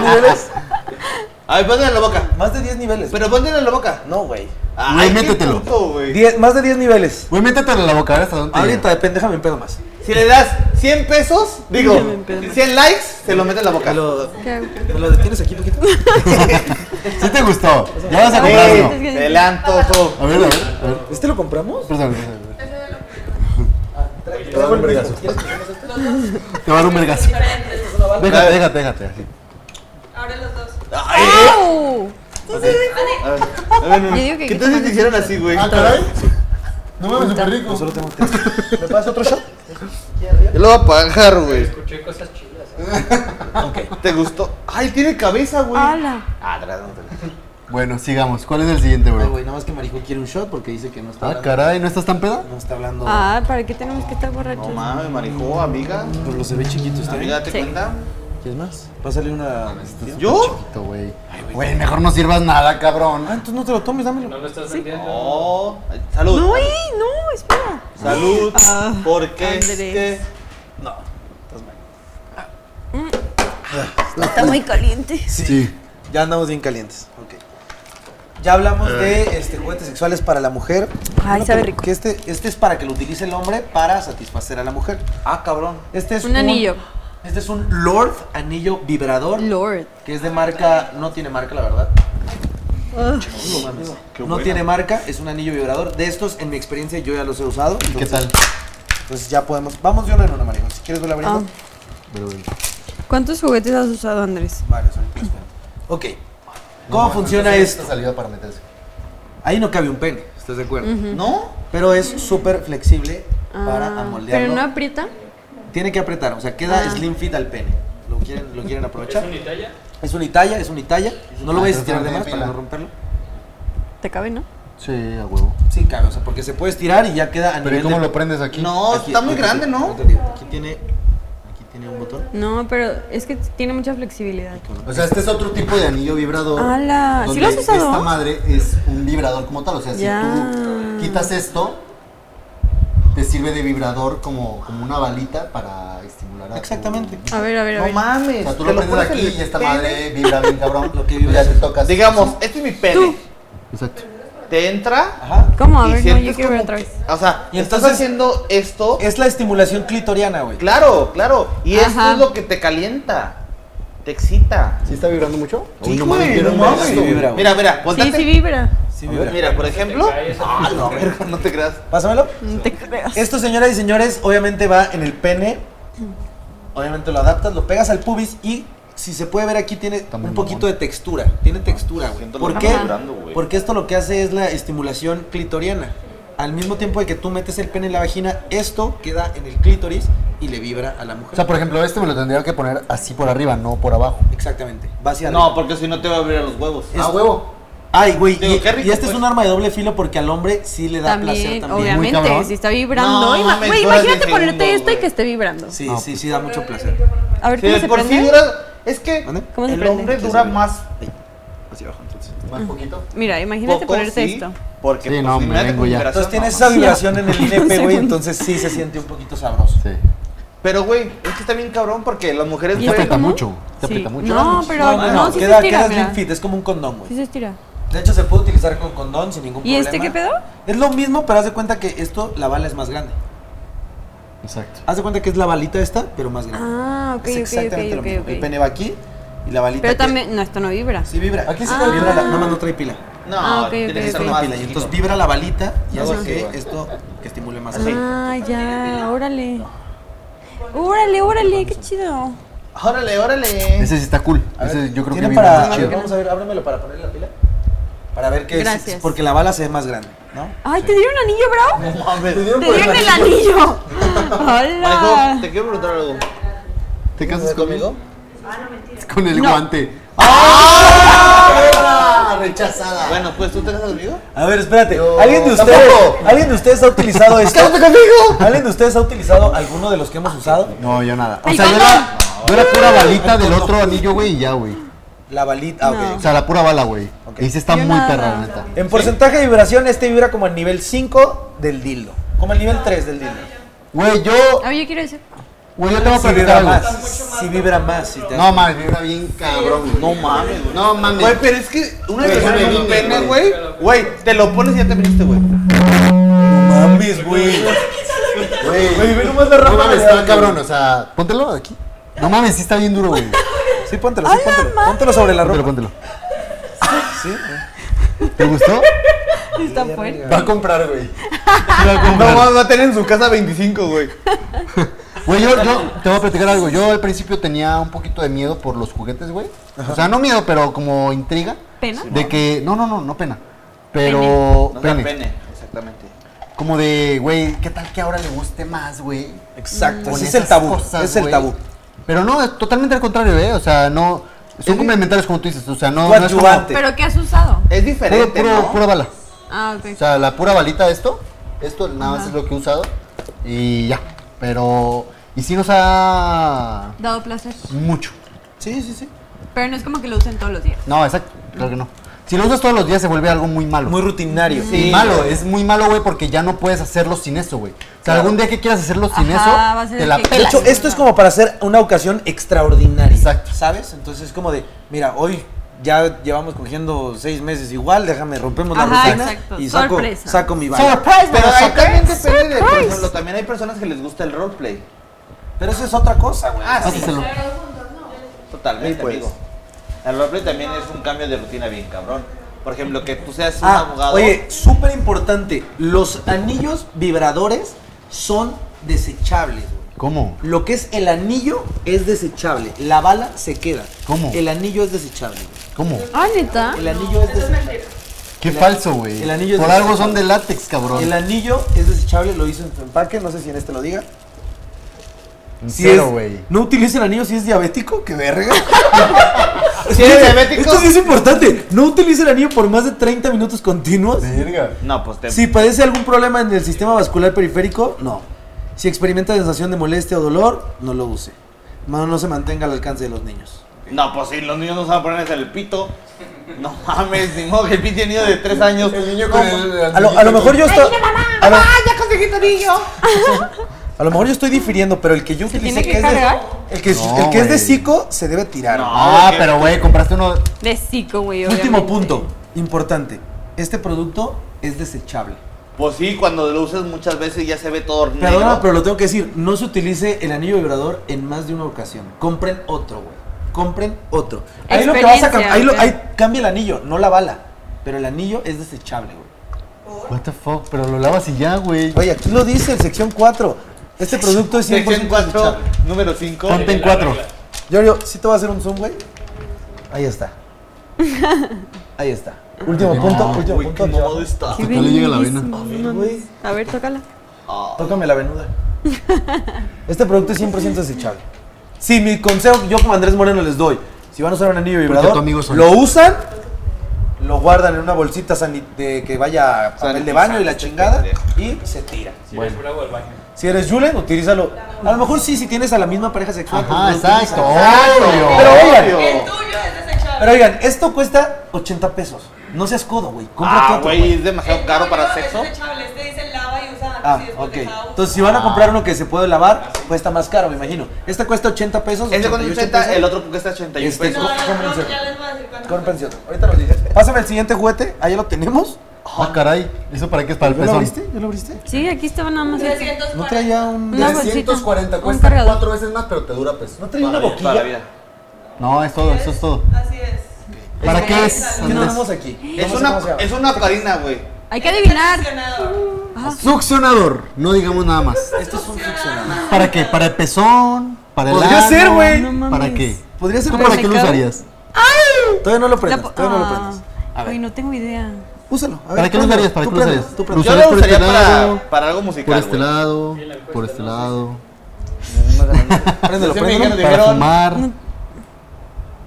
[SPEAKER 4] niveles?
[SPEAKER 7] A ver, póntelo en la boca.
[SPEAKER 4] Más de 10 niveles.
[SPEAKER 7] Pero póntelo en la boca.
[SPEAKER 4] no, güey.
[SPEAKER 7] Ay, qué
[SPEAKER 2] métetelo.
[SPEAKER 7] puto, güey.
[SPEAKER 4] Diez- más de 10 niveles.
[SPEAKER 2] Güey, métetelo en la boca, a ver hasta dónde.
[SPEAKER 4] Ahorita de pendeja me pedo más.
[SPEAKER 7] Si le das 100 pesos, digo, 100 likes, se lo mete en la boca.
[SPEAKER 4] Me lo,
[SPEAKER 5] ¿Qué?
[SPEAKER 4] me lo detienes aquí poquito.
[SPEAKER 2] llega. ¿Sí te gustó? Ya vas a
[SPEAKER 7] Eh,
[SPEAKER 2] comprarlo.
[SPEAKER 7] se le antojó.
[SPEAKER 2] A ver, a ver, a ver.
[SPEAKER 4] ¿Este lo compramos?
[SPEAKER 2] Préstame, préstame.
[SPEAKER 4] Te hago el vergazo.
[SPEAKER 2] Te va a dar un vergazo. Déjate, déjate, déjate. así.
[SPEAKER 9] Ahora los dos.
[SPEAKER 7] ¿eh?
[SPEAKER 5] ¡Au!
[SPEAKER 7] A ver, a ver, no, no.
[SPEAKER 5] Yo digo que-
[SPEAKER 7] ¿Qué tal si te hicieron así,
[SPEAKER 2] Ah,
[SPEAKER 7] güey?
[SPEAKER 2] No mames, súper rico.
[SPEAKER 4] Solo tengo tres. ¿Me pasas otro shot?
[SPEAKER 7] Yo lo voy a pagar, güey.
[SPEAKER 10] Escuché cosas chidas. ¿eh?
[SPEAKER 7] ¿Te gustó? Ay, tiene cabeza, güey.
[SPEAKER 5] ¡Hala!
[SPEAKER 7] Ah, atrás, no te la-
[SPEAKER 2] Bueno, sigamos. ¿Cuál es el siguiente,
[SPEAKER 4] Ay,
[SPEAKER 2] bro?
[SPEAKER 4] güey, nada más que Marijo quiere un shot porque dice que no está
[SPEAKER 2] Ah, caray, ¿no estás tan peda?
[SPEAKER 4] No está hablando.
[SPEAKER 5] Ah, ¿para qué tenemos que estar
[SPEAKER 7] No
[SPEAKER 5] borrachos?
[SPEAKER 7] mames, marijó, amiga.
[SPEAKER 4] Pues lo se ve chiquito usted.
[SPEAKER 7] Amiga, ¿te
[SPEAKER 5] Sí.
[SPEAKER 7] cuenta?
[SPEAKER 4] ¿Qué es más? Pásale una.
[SPEAKER 7] ¿Yo?
[SPEAKER 2] Chiquito, güey. Güey, mejor no sirvas nada,
[SPEAKER 4] Ah,
[SPEAKER 2] cabrón.
[SPEAKER 4] entonces no te lo tomes, dámelo.
[SPEAKER 10] No lo estás vendiendo.
[SPEAKER 7] No. Ay, Oh, Salud.
[SPEAKER 5] No, ey, no, espera.
[SPEAKER 7] Salud.
[SPEAKER 5] Ah,
[SPEAKER 7] Porque este, es
[SPEAKER 5] Andrés.
[SPEAKER 7] que-
[SPEAKER 5] Está muy caliente.
[SPEAKER 2] Sí.
[SPEAKER 4] Ya andamos bien calientes. Ok. Ya hablamos de este, juguetes sexuales para la mujer.
[SPEAKER 5] Ay,
[SPEAKER 4] Una
[SPEAKER 5] sabe
[SPEAKER 4] pel-
[SPEAKER 5] rico.
[SPEAKER 4] Que este, este es para que lo utilice el hombre para satisfacer a la mujer.
[SPEAKER 7] Ah, cabrón.
[SPEAKER 4] Este es
[SPEAKER 5] Un anillo.
[SPEAKER 4] Este es un Lord anillo vibrador.
[SPEAKER 5] Lord.
[SPEAKER 4] Que es de marca. No tiene marca, la verdad.
[SPEAKER 5] Ah.
[SPEAKER 4] No mames.
[SPEAKER 7] Qué
[SPEAKER 4] No
[SPEAKER 7] buena.
[SPEAKER 4] tiene marca, es un anillo vibrador. De estos, en mi experiencia, yo ya los he usado.
[SPEAKER 2] ¿Qué
[SPEAKER 4] entonces-
[SPEAKER 2] tal?
[SPEAKER 4] Entonces ya podemos. Vamos de una en una, Marijo. Si quieres, voy abriendo.
[SPEAKER 5] Ah. ¿Cuántos juguetes has usado, Andrés?
[SPEAKER 4] Varios, ahorita les cuento. Ok. ¿Cómo funciona esto?
[SPEAKER 2] salida para meterse.
[SPEAKER 4] Ahí no cabe un pene, ¿estás de acuerdo?
[SPEAKER 7] ¿No?
[SPEAKER 4] Pero es súper flexible para
[SPEAKER 5] Ah,
[SPEAKER 4] amoldearlo.
[SPEAKER 5] ¿Pero no aprieta?
[SPEAKER 4] Tiene que apretar, o sea, queda
[SPEAKER 5] Ah.
[SPEAKER 4] slim fit al pene. ¿Lo quieren, lo quieren aprovechar?
[SPEAKER 10] ¿Es un Italia?
[SPEAKER 4] Es un Italia, es un Italia. No lo
[SPEAKER 2] Ah,
[SPEAKER 4] voy a
[SPEAKER 2] pero
[SPEAKER 4] estirar de
[SPEAKER 2] tiene
[SPEAKER 4] más para
[SPEAKER 2] pila.
[SPEAKER 4] no romperlo.
[SPEAKER 5] ¿Te cabe, no?
[SPEAKER 2] Sí, a huevo.
[SPEAKER 4] Sí, cabe, o sea, porque se puede estirar y ya queda a
[SPEAKER 2] Pero ¿y
[SPEAKER 4] nivel
[SPEAKER 2] cómo
[SPEAKER 4] de-
[SPEAKER 2] lo prendes aquí?
[SPEAKER 7] No,
[SPEAKER 4] Aquí,
[SPEAKER 7] está muy
[SPEAKER 4] aquí,
[SPEAKER 7] grande,
[SPEAKER 4] aquí,
[SPEAKER 7] ¿no?
[SPEAKER 4] te digo, Aquí tiene, aquí tiene un botón.
[SPEAKER 5] No, pero es que tiene mucha flexibilidad.
[SPEAKER 2] O sea, este es otro tipo de anillo vibrador.
[SPEAKER 5] ¡Hala! ¿Sí
[SPEAKER 2] donde
[SPEAKER 5] lo has usado?
[SPEAKER 2] Esta madre es un vibrador como tal. O sea,
[SPEAKER 5] Ya.
[SPEAKER 2] si tú quitas esto, te sirve de vibrador como, como una balita para estimular a tu-
[SPEAKER 4] Exactamente.
[SPEAKER 5] A ver, a ver, a
[SPEAKER 7] No
[SPEAKER 5] ver.
[SPEAKER 2] O
[SPEAKER 7] mames.
[SPEAKER 2] sea, tú
[SPEAKER 7] te
[SPEAKER 2] lo prendes
[SPEAKER 7] pones en
[SPEAKER 2] aquí
[SPEAKER 7] el
[SPEAKER 2] y esta
[SPEAKER 7] pene.
[SPEAKER 2] madre vibra bien cabrón.
[SPEAKER 4] Lo que
[SPEAKER 2] Y
[SPEAKER 4] vibra
[SPEAKER 2] ya
[SPEAKER 4] es-
[SPEAKER 2] te tocas.
[SPEAKER 7] Digamos, este es mi pene.
[SPEAKER 5] Tú.
[SPEAKER 2] Exacto.
[SPEAKER 7] Te entra.
[SPEAKER 4] Ajá.
[SPEAKER 5] ¿Cómo? A
[SPEAKER 7] y
[SPEAKER 5] ver, no,
[SPEAKER 7] sientes
[SPEAKER 5] yo quiero ver
[SPEAKER 7] como
[SPEAKER 5] otra
[SPEAKER 7] que-
[SPEAKER 5] vez.
[SPEAKER 7] O sea,
[SPEAKER 4] Y
[SPEAKER 7] estás
[SPEAKER 4] entonces-
[SPEAKER 7] haciendo esto.
[SPEAKER 4] Es la estimulación clitoriana, güey.
[SPEAKER 7] Claro, claro. Y esto
[SPEAKER 5] Ajá.
[SPEAKER 7] es lo que te calienta. Te excita.
[SPEAKER 2] ¿Sí está vibrando mucho?
[SPEAKER 7] Sí,
[SPEAKER 2] Uy, no
[SPEAKER 7] güey,
[SPEAKER 2] mames,
[SPEAKER 7] no
[SPEAKER 2] quiero ver
[SPEAKER 7] mames.
[SPEAKER 2] esto,
[SPEAKER 4] Sí
[SPEAKER 2] güey.
[SPEAKER 4] vibra, güey.
[SPEAKER 7] Mira, mira,
[SPEAKER 5] Sí,
[SPEAKER 7] voltate.
[SPEAKER 5] sí vibra.
[SPEAKER 4] Sí,
[SPEAKER 7] A ver,
[SPEAKER 4] vibra.
[SPEAKER 7] Mira, por ejemplo.
[SPEAKER 10] cae esa
[SPEAKER 7] Ah, no, verga, no te creas.
[SPEAKER 4] Pásamelo.
[SPEAKER 5] No te creas.
[SPEAKER 4] Esto, señoras y señores, obviamente va en el pene. Obviamente lo adaptas, lo pegas al pubis y si se puede ver aquí tiene
[SPEAKER 2] muy
[SPEAKER 4] un poquito
[SPEAKER 2] mamón.
[SPEAKER 4] de textura. Tiene textura, güey.
[SPEAKER 7] Siento lo
[SPEAKER 4] ¿Por
[SPEAKER 7] que
[SPEAKER 4] qué?
[SPEAKER 7] estoy llorando, güey.
[SPEAKER 4] Porque esto lo que hace es la estimulación clitoriana. Al mismo tiempo de que tú metes el pene en la vagina, esto queda en el clítoris y le vibra a la mujer.
[SPEAKER 2] O sea, por ejemplo, este me lo tendría que poner así por arriba, no por abajo.
[SPEAKER 4] Exactamente. Va hacia
[SPEAKER 7] No,
[SPEAKER 4] arriba.
[SPEAKER 7] porque si no te va a abrir a los huevos.
[SPEAKER 4] Es-
[SPEAKER 2] Ah, huevo.
[SPEAKER 4] Ay, güey.
[SPEAKER 7] Digo,
[SPEAKER 4] Y,
[SPEAKER 7] qué rico,
[SPEAKER 4] y este
[SPEAKER 7] pues.
[SPEAKER 4] es un arma de doble filo porque al hombre sí le da placer
[SPEAKER 5] También,
[SPEAKER 4] también.
[SPEAKER 2] Muy
[SPEAKER 5] obviamente,
[SPEAKER 2] cabrón.
[SPEAKER 5] si está vibrando.
[SPEAKER 7] No,
[SPEAKER 5] Ima-
[SPEAKER 7] mames, duras
[SPEAKER 5] güey, imagínate
[SPEAKER 7] diez segundos,
[SPEAKER 5] ponerte esto y
[SPEAKER 7] güey.
[SPEAKER 5] que esté vibrando.
[SPEAKER 4] Sí,
[SPEAKER 2] No,
[SPEAKER 4] sí,
[SPEAKER 2] pues.
[SPEAKER 4] sí, da mucho placer.
[SPEAKER 5] A ver
[SPEAKER 7] Si
[SPEAKER 5] cómo
[SPEAKER 7] de
[SPEAKER 5] se
[SPEAKER 7] por sí
[SPEAKER 5] prende.
[SPEAKER 7] dura. Es que
[SPEAKER 4] ¿Dónde?
[SPEAKER 7] el
[SPEAKER 5] ¿Cómo se prende?
[SPEAKER 7] hombre
[SPEAKER 5] Sí,
[SPEAKER 7] dura más
[SPEAKER 4] Así abajo, entonces.
[SPEAKER 2] Más poquito.
[SPEAKER 5] Mira, imagínate
[SPEAKER 7] poco,
[SPEAKER 5] ponerte
[SPEAKER 7] sí,
[SPEAKER 5] esto.
[SPEAKER 7] Porque
[SPEAKER 2] Sí,
[SPEAKER 7] pues,
[SPEAKER 2] no, hombre,
[SPEAKER 7] imagínate
[SPEAKER 2] vengo
[SPEAKER 7] con
[SPEAKER 2] ya.
[SPEAKER 7] vibración,
[SPEAKER 4] Entonces tiene
[SPEAKER 7] no,
[SPEAKER 4] esa
[SPEAKER 7] mames.
[SPEAKER 4] vibración en el INEP, güey,
[SPEAKER 5] Segundo.
[SPEAKER 4] entonces sí se siente un poquito sabroso.
[SPEAKER 2] Sí.
[SPEAKER 7] Pero, güey, es que está bien cabrón porque las mujeres.
[SPEAKER 5] ¿Y
[SPEAKER 2] Te
[SPEAKER 5] este
[SPEAKER 2] aprieta
[SPEAKER 5] cómo?
[SPEAKER 2] mucho. Te
[SPEAKER 5] Sí.
[SPEAKER 2] aprieta mucho.
[SPEAKER 5] No, pero no, sí se
[SPEAKER 4] queda,
[SPEAKER 5] estira,
[SPEAKER 4] queda
[SPEAKER 5] mira.
[SPEAKER 4] slim fit, es como un condón, güey.
[SPEAKER 5] Sí se estira.
[SPEAKER 4] De hecho se puede utilizar con condón sin ningún
[SPEAKER 5] ¿Y
[SPEAKER 4] problema.
[SPEAKER 5] este qué pedo?
[SPEAKER 4] Es lo mismo, pero haz de cuenta que esto, la bala es más grande.
[SPEAKER 2] Exacto.
[SPEAKER 4] Haz de cuenta que es la balita esta, pero más grande.
[SPEAKER 5] Ah, ok,
[SPEAKER 4] es
[SPEAKER 5] ok, ok,
[SPEAKER 4] exactamente
[SPEAKER 5] ok,
[SPEAKER 4] lo mismo.
[SPEAKER 5] ok.
[SPEAKER 4] El pene va aquí y la balita
[SPEAKER 5] Pero
[SPEAKER 4] aquí.
[SPEAKER 5] también, no, esto no vibra.
[SPEAKER 4] Sí vibra. Aquí sí
[SPEAKER 5] Ah.
[SPEAKER 4] vibra, la, nada más no trae pila.
[SPEAKER 7] No,
[SPEAKER 5] Ah, ok,
[SPEAKER 7] tiene
[SPEAKER 5] ok,
[SPEAKER 7] que
[SPEAKER 5] ok.
[SPEAKER 7] ser
[SPEAKER 4] Trae
[SPEAKER 7] más
[SPEAKER 4] pila y
[SPEAKER 7] chiquito.
[SPEAKER 4] entonces vibra la balita y hace
[SPEAKER 7] Ajá.
[SPEAKER 4] que esto que estimule más.
[SPEAKER 7] Así.
[SPEAKER 5] Ah, ya, órale. Órale, órale, qué chido.
[SPEAKER 7] Órale, órale.
[SPEAKER 2] Ese sí está cool.
[SPEAKER 4] A ver,
[SPEAKER 2] Ese yo creo que
[SPEAKER 4] ¿tiene
[SPEAKER 2] vibra
[SPEAKER 4] para,
[SPEAKER 2] más
[SPEAKER 4] a ver,
[SPEAKER 2] chido.
[SPEAKER 4] Vamos a ver, ábremelo para poner la pila. Para ver qué es-
[SPEAKER 5] Gracias.
[SPEAKER 4] es. Porque la bala se ve más grande, ¿no?
[SPEAKER 5] Ay, ¿te dieron anillo, bro?
[SPEAKER 7] No mames.
[SPEAKER 5] ¡Te dieron el anillo!
[SPEAKER 4] [laughs]
[SPEAKER 5] ¡Hola!
[SPEAKER 7] Marijo, te quiero preguntar algo.
[SPEAKER 2] ¿Te casas conmigo? Con el
[SPEAKER 5] No.
[SPEAKER 2] guante. ¡Ah! Rechazada.
[SPEAKER 7] Bueno, pues tú te casas conmigo.
[SPEAKER 4] A ver, espérate.
[SPEAKER 2] Yo-
[SPEAKER 4] ¿Alguien de ustedes,
[SPEAKER 2] Tampoco.
[SPEAKER 4] ¿alguien de ustedes ha
[SPEAKER 5] [laughs]
[SPEAKER 4] utilizado esto?
[SPEAKER 7] ¡Cásate conmigo!
[SPEAKER 4] ¿Alguien de ustedes ha utilizado alguno de los que hemos usado?
[SPEAKER 2] No, yo nada. O
[SPEAKER 5] El
[SPEAKER 2] sea, yo
[SPEAKER 5] condón.
[SPEAKER 2] era, yo era pura balita del otro anillo, güey, y ya, güey.
[SPEAKER 4] La balita. Ah, ok.
[SPEAKER 5] No.
[SPEAKER 2] O sea, la pura bala, güey.
[SPEAKER 4] Ok.
[SPEAKER 2] Y sí está
[SPEAKER 5] Yo
[SPEAKER 2] muy
[SPEAKER 5] nada.
[SPEAKER 2] perra, la neta.
[SPEAKER 4] En porcentaje de vibración, este vibra como al nivel 5 del dildo. Como al nivel 3 del dildo.
[SPEAKER 2] Güey, yo.
[SPEAKER 5] Ah, yo quiero decir.
[SPEAKER 2] Güey, yo te voy a
[SPEAKER 4] Si
[SPEAKER 2] platicar
[SPEAKER 4] vibra
[SPEAKER 2] algo.
[SPEAKER 4] más. Si vibra más. Si te
[SPEAKER 2] No mames, vibra bien cabrón, güey.
[SPEAKER 7] No mames, güey.
[SPEAKER 2] No mames.
[SPEAKER 7] Güey, pero es que una
[SPEAKER 2] Güey,
[SPEAKER 7] persona
[SPEAKER 2] yo me
[SPEAKER 7] con un
[SPEAKER 2] vine,
[SPEAKER 7] pene,
[SPEAKER 2] güey.
[SPEAKER 7] güey. Güey, te lo pones y ya te viniste, güey.
[SPEAKER 4] mames, güey.
[SPEAKER 2] Güey,
[SPEAKER 4] Güey, ve nomás la
[SPEAKER 2] No
[SPEAKER 4] rama
[SPEAKER 2] mames,
[SPEAKER 4] de
[SPEAKER 2] está
[SPEAKER 4] algo.
[SPEAKER 2] cabrón, o sea. Póntelo de aquí. No mames, sí está bien duro, [laughs] güey.
[SPEAKER 4] Sí, póntelo, sí, póntelo. Póntelo sobre la
[SPEAKER 2] Póntelo,
[SPEAKER 4] ropa.
[SPEAKER 2] póntelo. ¿Sí? ¿Te gustó?
[SPEAKER 5] Está fuerte.
[SPEAKER 2] Va a comprar, [laughs] güey.
[SPEAKER 7] No mames, va a tener en su casa 25, güey.
[SPEAKER 2] Güey, yo, yo te voy a platicar algo. Yo al principio tenía un poquito de miedo por los juguetes, güey. O sea, no miedo, pero como intriga.
[SPEAKER 5] ¿Pena?
[SPEAKER 2] De que. No, no, no, no pena. Pero.
[SPEAKER 7] No sea
[SPEAKER 2] Pene.
[SPEAKER 7] pene, exactamente.
[SPEAKER 2] Como de, güey, ¿qué tal que ahora le guste más, güey?
[SPEAKER 4] Exacto.
[SPEAKER 2] Con
[SPEAKER 4] Ese Pues es el
[SPEAKER 2] esas
[SPEAKER 4] tabú.
[SPEAKER 2] cosas,
[SPEAKER 4] es el
[SPEAKER 2] güey.
[SPEAKER 4] tabú.
[SPEAKER 2] Pero no, es totalmente al contrario, ¿eh? O sea, no. Son complementarios como tú dices, o sea, no, no es como.
[SPEAKER 4] Coadyuvante.
[SPEAKER 5] ¿Pero qué has usado?
[SPEAKER 7] Es
[SPEAKER 2] Puro,
[SPEAKER 7] diferente,
[SPEAKER 2] puro-
[SPEAKER 7] ¿no?
[SPEAKER 2] Pura bala.
[SPEAKER 5] Ah,
[SPEAKER 2] O
[SPEAKER 5] ok.
[SPEAKER 2] sea, la pura balita de esto, esto nada más es lo que he usado y ya. Pero. Y sí nos ha.
[SPEAKER 5] Dado placer.
[SPEAKER 2] mucho.
[SPEAKER 4] Sí, sí, sí.
[SPEAKER 5] Pero no es como que lo usen todos los días.
[SPEAKER 2] No, exacto, claro que no. Si lo usas todos los días se vuelve algo muy malo.
[SPEAKER 4] Muy rutinario.
[SPEAKER 2] Y malo, es muy malo, güey, porque ya no puedes hacerlo sin eso, güey. O sea, algún día que quieras hacerlo sin
[SPEAKER 5] Ajá, va a
[SPEAKER 2] eso,
[SPEAKER 5] ser
[SPEAKER 2] te
[SPEAKER 5] el
[SPEAKER 2] la
[SPEAKER 5] que
[SPEAKER 2] pelas.
[SPEAKER 4] De hecho, esto es como para hacer una ocasión extraordinaria.
[SPEAKER 2] Exacto.
[SPEAKER 4] ¿Sabes? Entonces es como de, mira, hoy ya llevamos cogiendo seis meses igual, déjame, rompemos la
[SPEAKER 5] Ajá,
[SPEAKER 4] rutina
[SPEAKER 5] exacto.
[SPEAKER 4] y saco,
[SPEAKER 5] Sorpresa.
[SPEAKER 4] saco mi baile.
[SPEAKER 2] Surprise,
[SPEAKER 7] Pero ahí
[SPEAKER 2] motherfucker.
[SPEAKER 7] también depende de, por ejemplo, también hay personas que les gusta el roleplay.
[SPEAKER 4] Pero eso es otra cosa, güey.
[SPEAKER 7] Ah, sí.
[SPEAKER 2] Pásaselo.
[SPEAKER 7] Totalmente,
[SPEAKER 4] Sí, pues.
[SPEAKER 7] amigo. El roleplay también es un cambio de rutina bien cabrón. Por ejemplo, que tú seas un
[SPEAKER 4] Ah,
[SPEAKER 7] abogado.
[SPEAKER 4] oye, súper importante, los anillos vibradores son desechables, güey.
[SPEAKER 2] ¿Cómo?
[SPEAKER 4] Lo que es el anillo es desechable, la bala se queda.
[SPEAKER 2] ¿Cómo?
[SPEAKER 4] El anillo es desechable, güey.
[SPEAKER 2] ¿Cómo?
[SPEAKER 5] Ah, neta.
[SPEAKER 4] El anillo es desechable.
[SPEAKER 2] Qué
[SPEAKER 4] El a-
[SPEAKER 2] falso, güey.
[SPEAKER 4] el anillo es
[SPEAKER 2] Por
[SPEAKER 4] de-
[SPEAKER 2] algo son de látex, cabrón.
[SPEAKER 4] El anillo es desechable, lo hizo en su empaque, no sé si en este lo diga.
[SPEAKER 2] En
[SPEAKER 4] Si
[SPEAKER 2] Cero,
[SPEAKER 4] es-
[SPEAKER 2] güey.
[SPEAKER 4] No utilicen anillo si es diabético, que verga.
[SPEAKER 7] Si eres diabético-
[SPEAKER 4] Esto sí es importante. No utilicen anillo por más de 30 minutos continuos.
[SPEAKER 7] No, pues te.
[SPEAKER 4] Si padece algún problema en el sistema vascular periférico, no. Si experimenta sensación de molestia o dolor, no lo use. No, no se mantenga al alcance de los niños.
[SPEAKER 7] No, pues si los niños no saben ponerse el pito. No mames, ni modo que el pito niño de 3 años. El niño
[SPEAKER 2] con el-
[SPEAKER 4] A lo, a lo mejor yo estoy. A lo,
[SPEAKER 7] ya conseguí tu niño!
[SPEAKER 4] [laughs] a lo mejor yo estoy difiriendo, pero el que yo utilicé
[SPEAKER 5] tiene que
[SPEAKER 4] que es de.
[SPEAKER 5] cargar?
[SPEAKER 4] El que, es-
[SPEAKER 2] No,
[SPEAKER 4] el que es de
[SPEAKER 2] güey.
[SPEAKER 4] psico se debe tirar.
[SPEAKER 7] No,
[SPEAKER 2] Ah,
[SPEAKER 7] ¿qué?
[SPEAKER 2] pero, güey, compraste uno.
[SPEAKER 5] De psico, güey.
[SPEAKER 4] Último
[SPEAKER 5] obviamente.
[SPEAKER 4] punto, importante. Este producto es desechable.
[SPEAKER 7] Pues sí, cuando lo usas muchas veces ya se ve todo negro.
[SPEAKER 4] Perdona, pero lo tengo que decir. No se utilice el anillo vibrador en más de una ocasión. Compren otro, güey. Compren otro. Ahí lo que vas a cambiar.
[SPEAKER 5] Experiencia,
[SPEAKER 4] Ahí, lo-
[SPEAKER 5] ok.
[SPEAKER 4] ahí cambia el anillo, no la bala. Pero el anillo es desechable, güey.
[SPEAKER 2] What the fuck, pero lo lavas y ya, güey.
[SPEAKER 4] Oye, aquí lo dice en sección 4. Este producto es 100%
[SPEAKER 7] Sección 4,
[SPEAKER 4] desechable.
[SPEAKER 7] número 5.
[SPEAKER 2] Ponte en cuatro.
[SPEAKER 4] Giorgio, ¿sí te voy a hacer un zoom, güey? Ahí
[SPEAKER 5] [laughs]
[SPEAKER 4] está. Ahí está. Último punto, último
[SPEAKER 7] Uy, qué
[SPEAKER 4] punto.
[SPEAKER 7] modo está.
[SPEAKER 5] Qué
[SPEAKER 2] Hasta que le llegue la
[SPEAKER 5] bellísimo,
[SPEAKER 2] vena.
[SPEAKER 5] no mames.
[SPEAKER 4] güey.
[SPEAKER 5] A ver, tócala.
[SPEAKER 7] Ah,
[SPEAKER 4] Tócame la venuda. [laughs] Este producto es 100% desechable. Si mi consejo que yo como Andrés Moreno les doy, si van a usar un anillo vibrador,
[SPEAKER 2] tu amigo soy.
[SPEAKER 4] lo usan, lo guardan en una bolsita sani- de que vaya a papel de baño y la
[SPEAKER 7] Sanitizante,
[SPEAKER 4] chingada
[SPEAKER 7] pendejo.
[SPEAKER 4] y se tira.
[SPEAKER 11] Si eres bravo, al baño.
[SPEAKER 4] Si eres Julen, utilízalo. A lo mejor sí, si tienes a la misma pareja sexual.
[SPEAKER 2] Ajá,
[SPEAKER 4] pues, no lo
[SPEAKER 2] exacto.
[SPEAKER 4] utilizas.
[SPEAKER 2] obvio.
[SPEAKER 4] Pero oigan,
[SPEAKER 7] obvio.
[SPEAKER 3] tuyo es desechable.
[SPEAKER 4] pero oigan, esto cuesta 80 pesos. No seas codo, güey. Cómprate
[SPEAKER 7] Ah,
[SPEAKER 4] otro,
[SPEAKER 7] güey, es demasiado
[SPEAKER 3] El
[SPEAKER 7] caro para
[SPEAKER 3] tuyo
[SPEAKER 7] sexo.
[SPEAKER 3] Es desechable. Este dice lava y usa
[SPEAKER 4] Ah,
[SPEAKER 3] antes y después
[SPEAKER 4] ok.
[SPEAKER 3] de cada uso.
[SPEAKER 4] Entonces, si van a comprar uno que se puede lavar, cuesta más caro, me imagino. Este cuesta 80 pesos.
[SPEAKER 7] Este cuesta
[SPEAKER 4] 88
[SPEAKER 7] 80,
[SPEAKER 4] pesos.
[SPEAKER 7] el otro cuesta 81
[SPEAKER 4] Este,
[SPEAKER 7] pesos.
[SPEAKER 3] No, no, no,
[SPEAKER 4] cómprense.
[SPEAKER 3] ya les voy a decir cuánto.
[SPEAKER 4] Cómprense otro. Ahorita lo dices. Pásame el siguiente juguete. Ahí lo tenemos.
[SPEAKER 2] Ah, caray. ¿Eso para qué es para el
[SPEAKER 4] ¿Ya lo
[SPEAKER 2] pezón?
[SPEAKER 4] abriste? ¿Ya lo abriste?
[SPEAKER 5] Sí, aquí estaba nada más. esto.
[SPEAKER 3] 340.
[SPEAKER 4] No traía un.
[SPEAKER 5] Una bolsita, un cargador.
[SPEAKER 2] veces más, pero te dura peso.
[SPEAKER 4] No traía una
[SPEAKER 7] Para- para la
[SPEAKER 4] boquilla.
[SPEAKER 7] vida.
[SPEAKER 2] No, es todo, eso es todo.
[SPEAKER 3] Así es.
[SPEAKER 2] ¿Para
[SPEAKER 3] que-
[SPEAKER 2] qué es?
[SPEAKER 3] ¿Qué
[SPEAKER 4] ¿Qué
[SPEAKER 2] Andrés?
[SPEAKER 4] tenemos aquí?
[SPEAKER 7] Es
[SPEAKER 4] No sé
[SPEAKER 7] una,
[SPEAKER 4] cómo se llama.
[SPEAKER 7] es una carina, güey.
[SPEAKER 5] Hay que adivinar.
[SPEAKER 3] Succionador.
[SPEAKER 5] Ah,
[SPEAKER 2] Succionador, no digamos nada más.
[SPEAKER 4] Esto es un succionador.
[SPEAKER 2] ¿Para qué? ¿Para el pezón? ¿Para el
[SPEAKER 4] Podría
[SPEAKER 2] ano?
[SPEAKER 4] ser, güey.
[SPEAKER 5] No mames.
[SPEAKER 2] ¿Para qué?
[SPEAKER 4] Podría ser
[SPEAKER 2] ¿Tú
[SPEAKER 4] para
[SPEAKER 2] para
[SPEAKER 5] me
[SPEAKER 2] qué lo
[SPEAKER 5] cago.
[SPEAKER 2] usarías?
[SPEAKER 4] Todavía no lo
[SPEAKER 5] la
[SPEAKER 4] prendas.
[SPEAKER 5] po-
[SPEAKER 4] Todavía no lo
[SPEAKER 5] ah.
[SPEAKER 4] prendas. A ver.
[SPEAKER 5] Uy, no tengo idea.
[SPEAKER 4] Úsalo. a ver,
[SPEAKER 2] ¿Para qué lo
[SPEAKER 4] préndelo.
[SPEAKER 2] usarías? ¿Para
[SPEAKER 4] Tú
[SPEAKER 2] qué lo
[SPEAKER 4] préndelo,
[SPEAKER 2] usarías?
[SPEAKER 4] Tú
[SPEAKER 2] Lo
[SPEAKER 4] préndelo.
[SPEAKER 7] Yo
[SPEAKER 2] usarías
[SPEAKER 7] lo
[SPEAKER 2] por
[SPEAKER 7] usaría
[SPEAKER 2] este lado,
[SPEAKER 7] para, para algo
[SPEAKER 2] Por
[SPEAKER 7] musical,
[SPEAKER 2] este
[SPEAKER 7] güey.
[SPEAKER 2] lado, por este lado.
[SPEAKER 4] [laughs] Préndelo,
[SPEAKER 7] Sí, me
[SPEAKER 4] préndelo.
[SPEAKER 7] dijeron-
[SPEAKER 2] Para fumar.
[SPEAKER 5] No.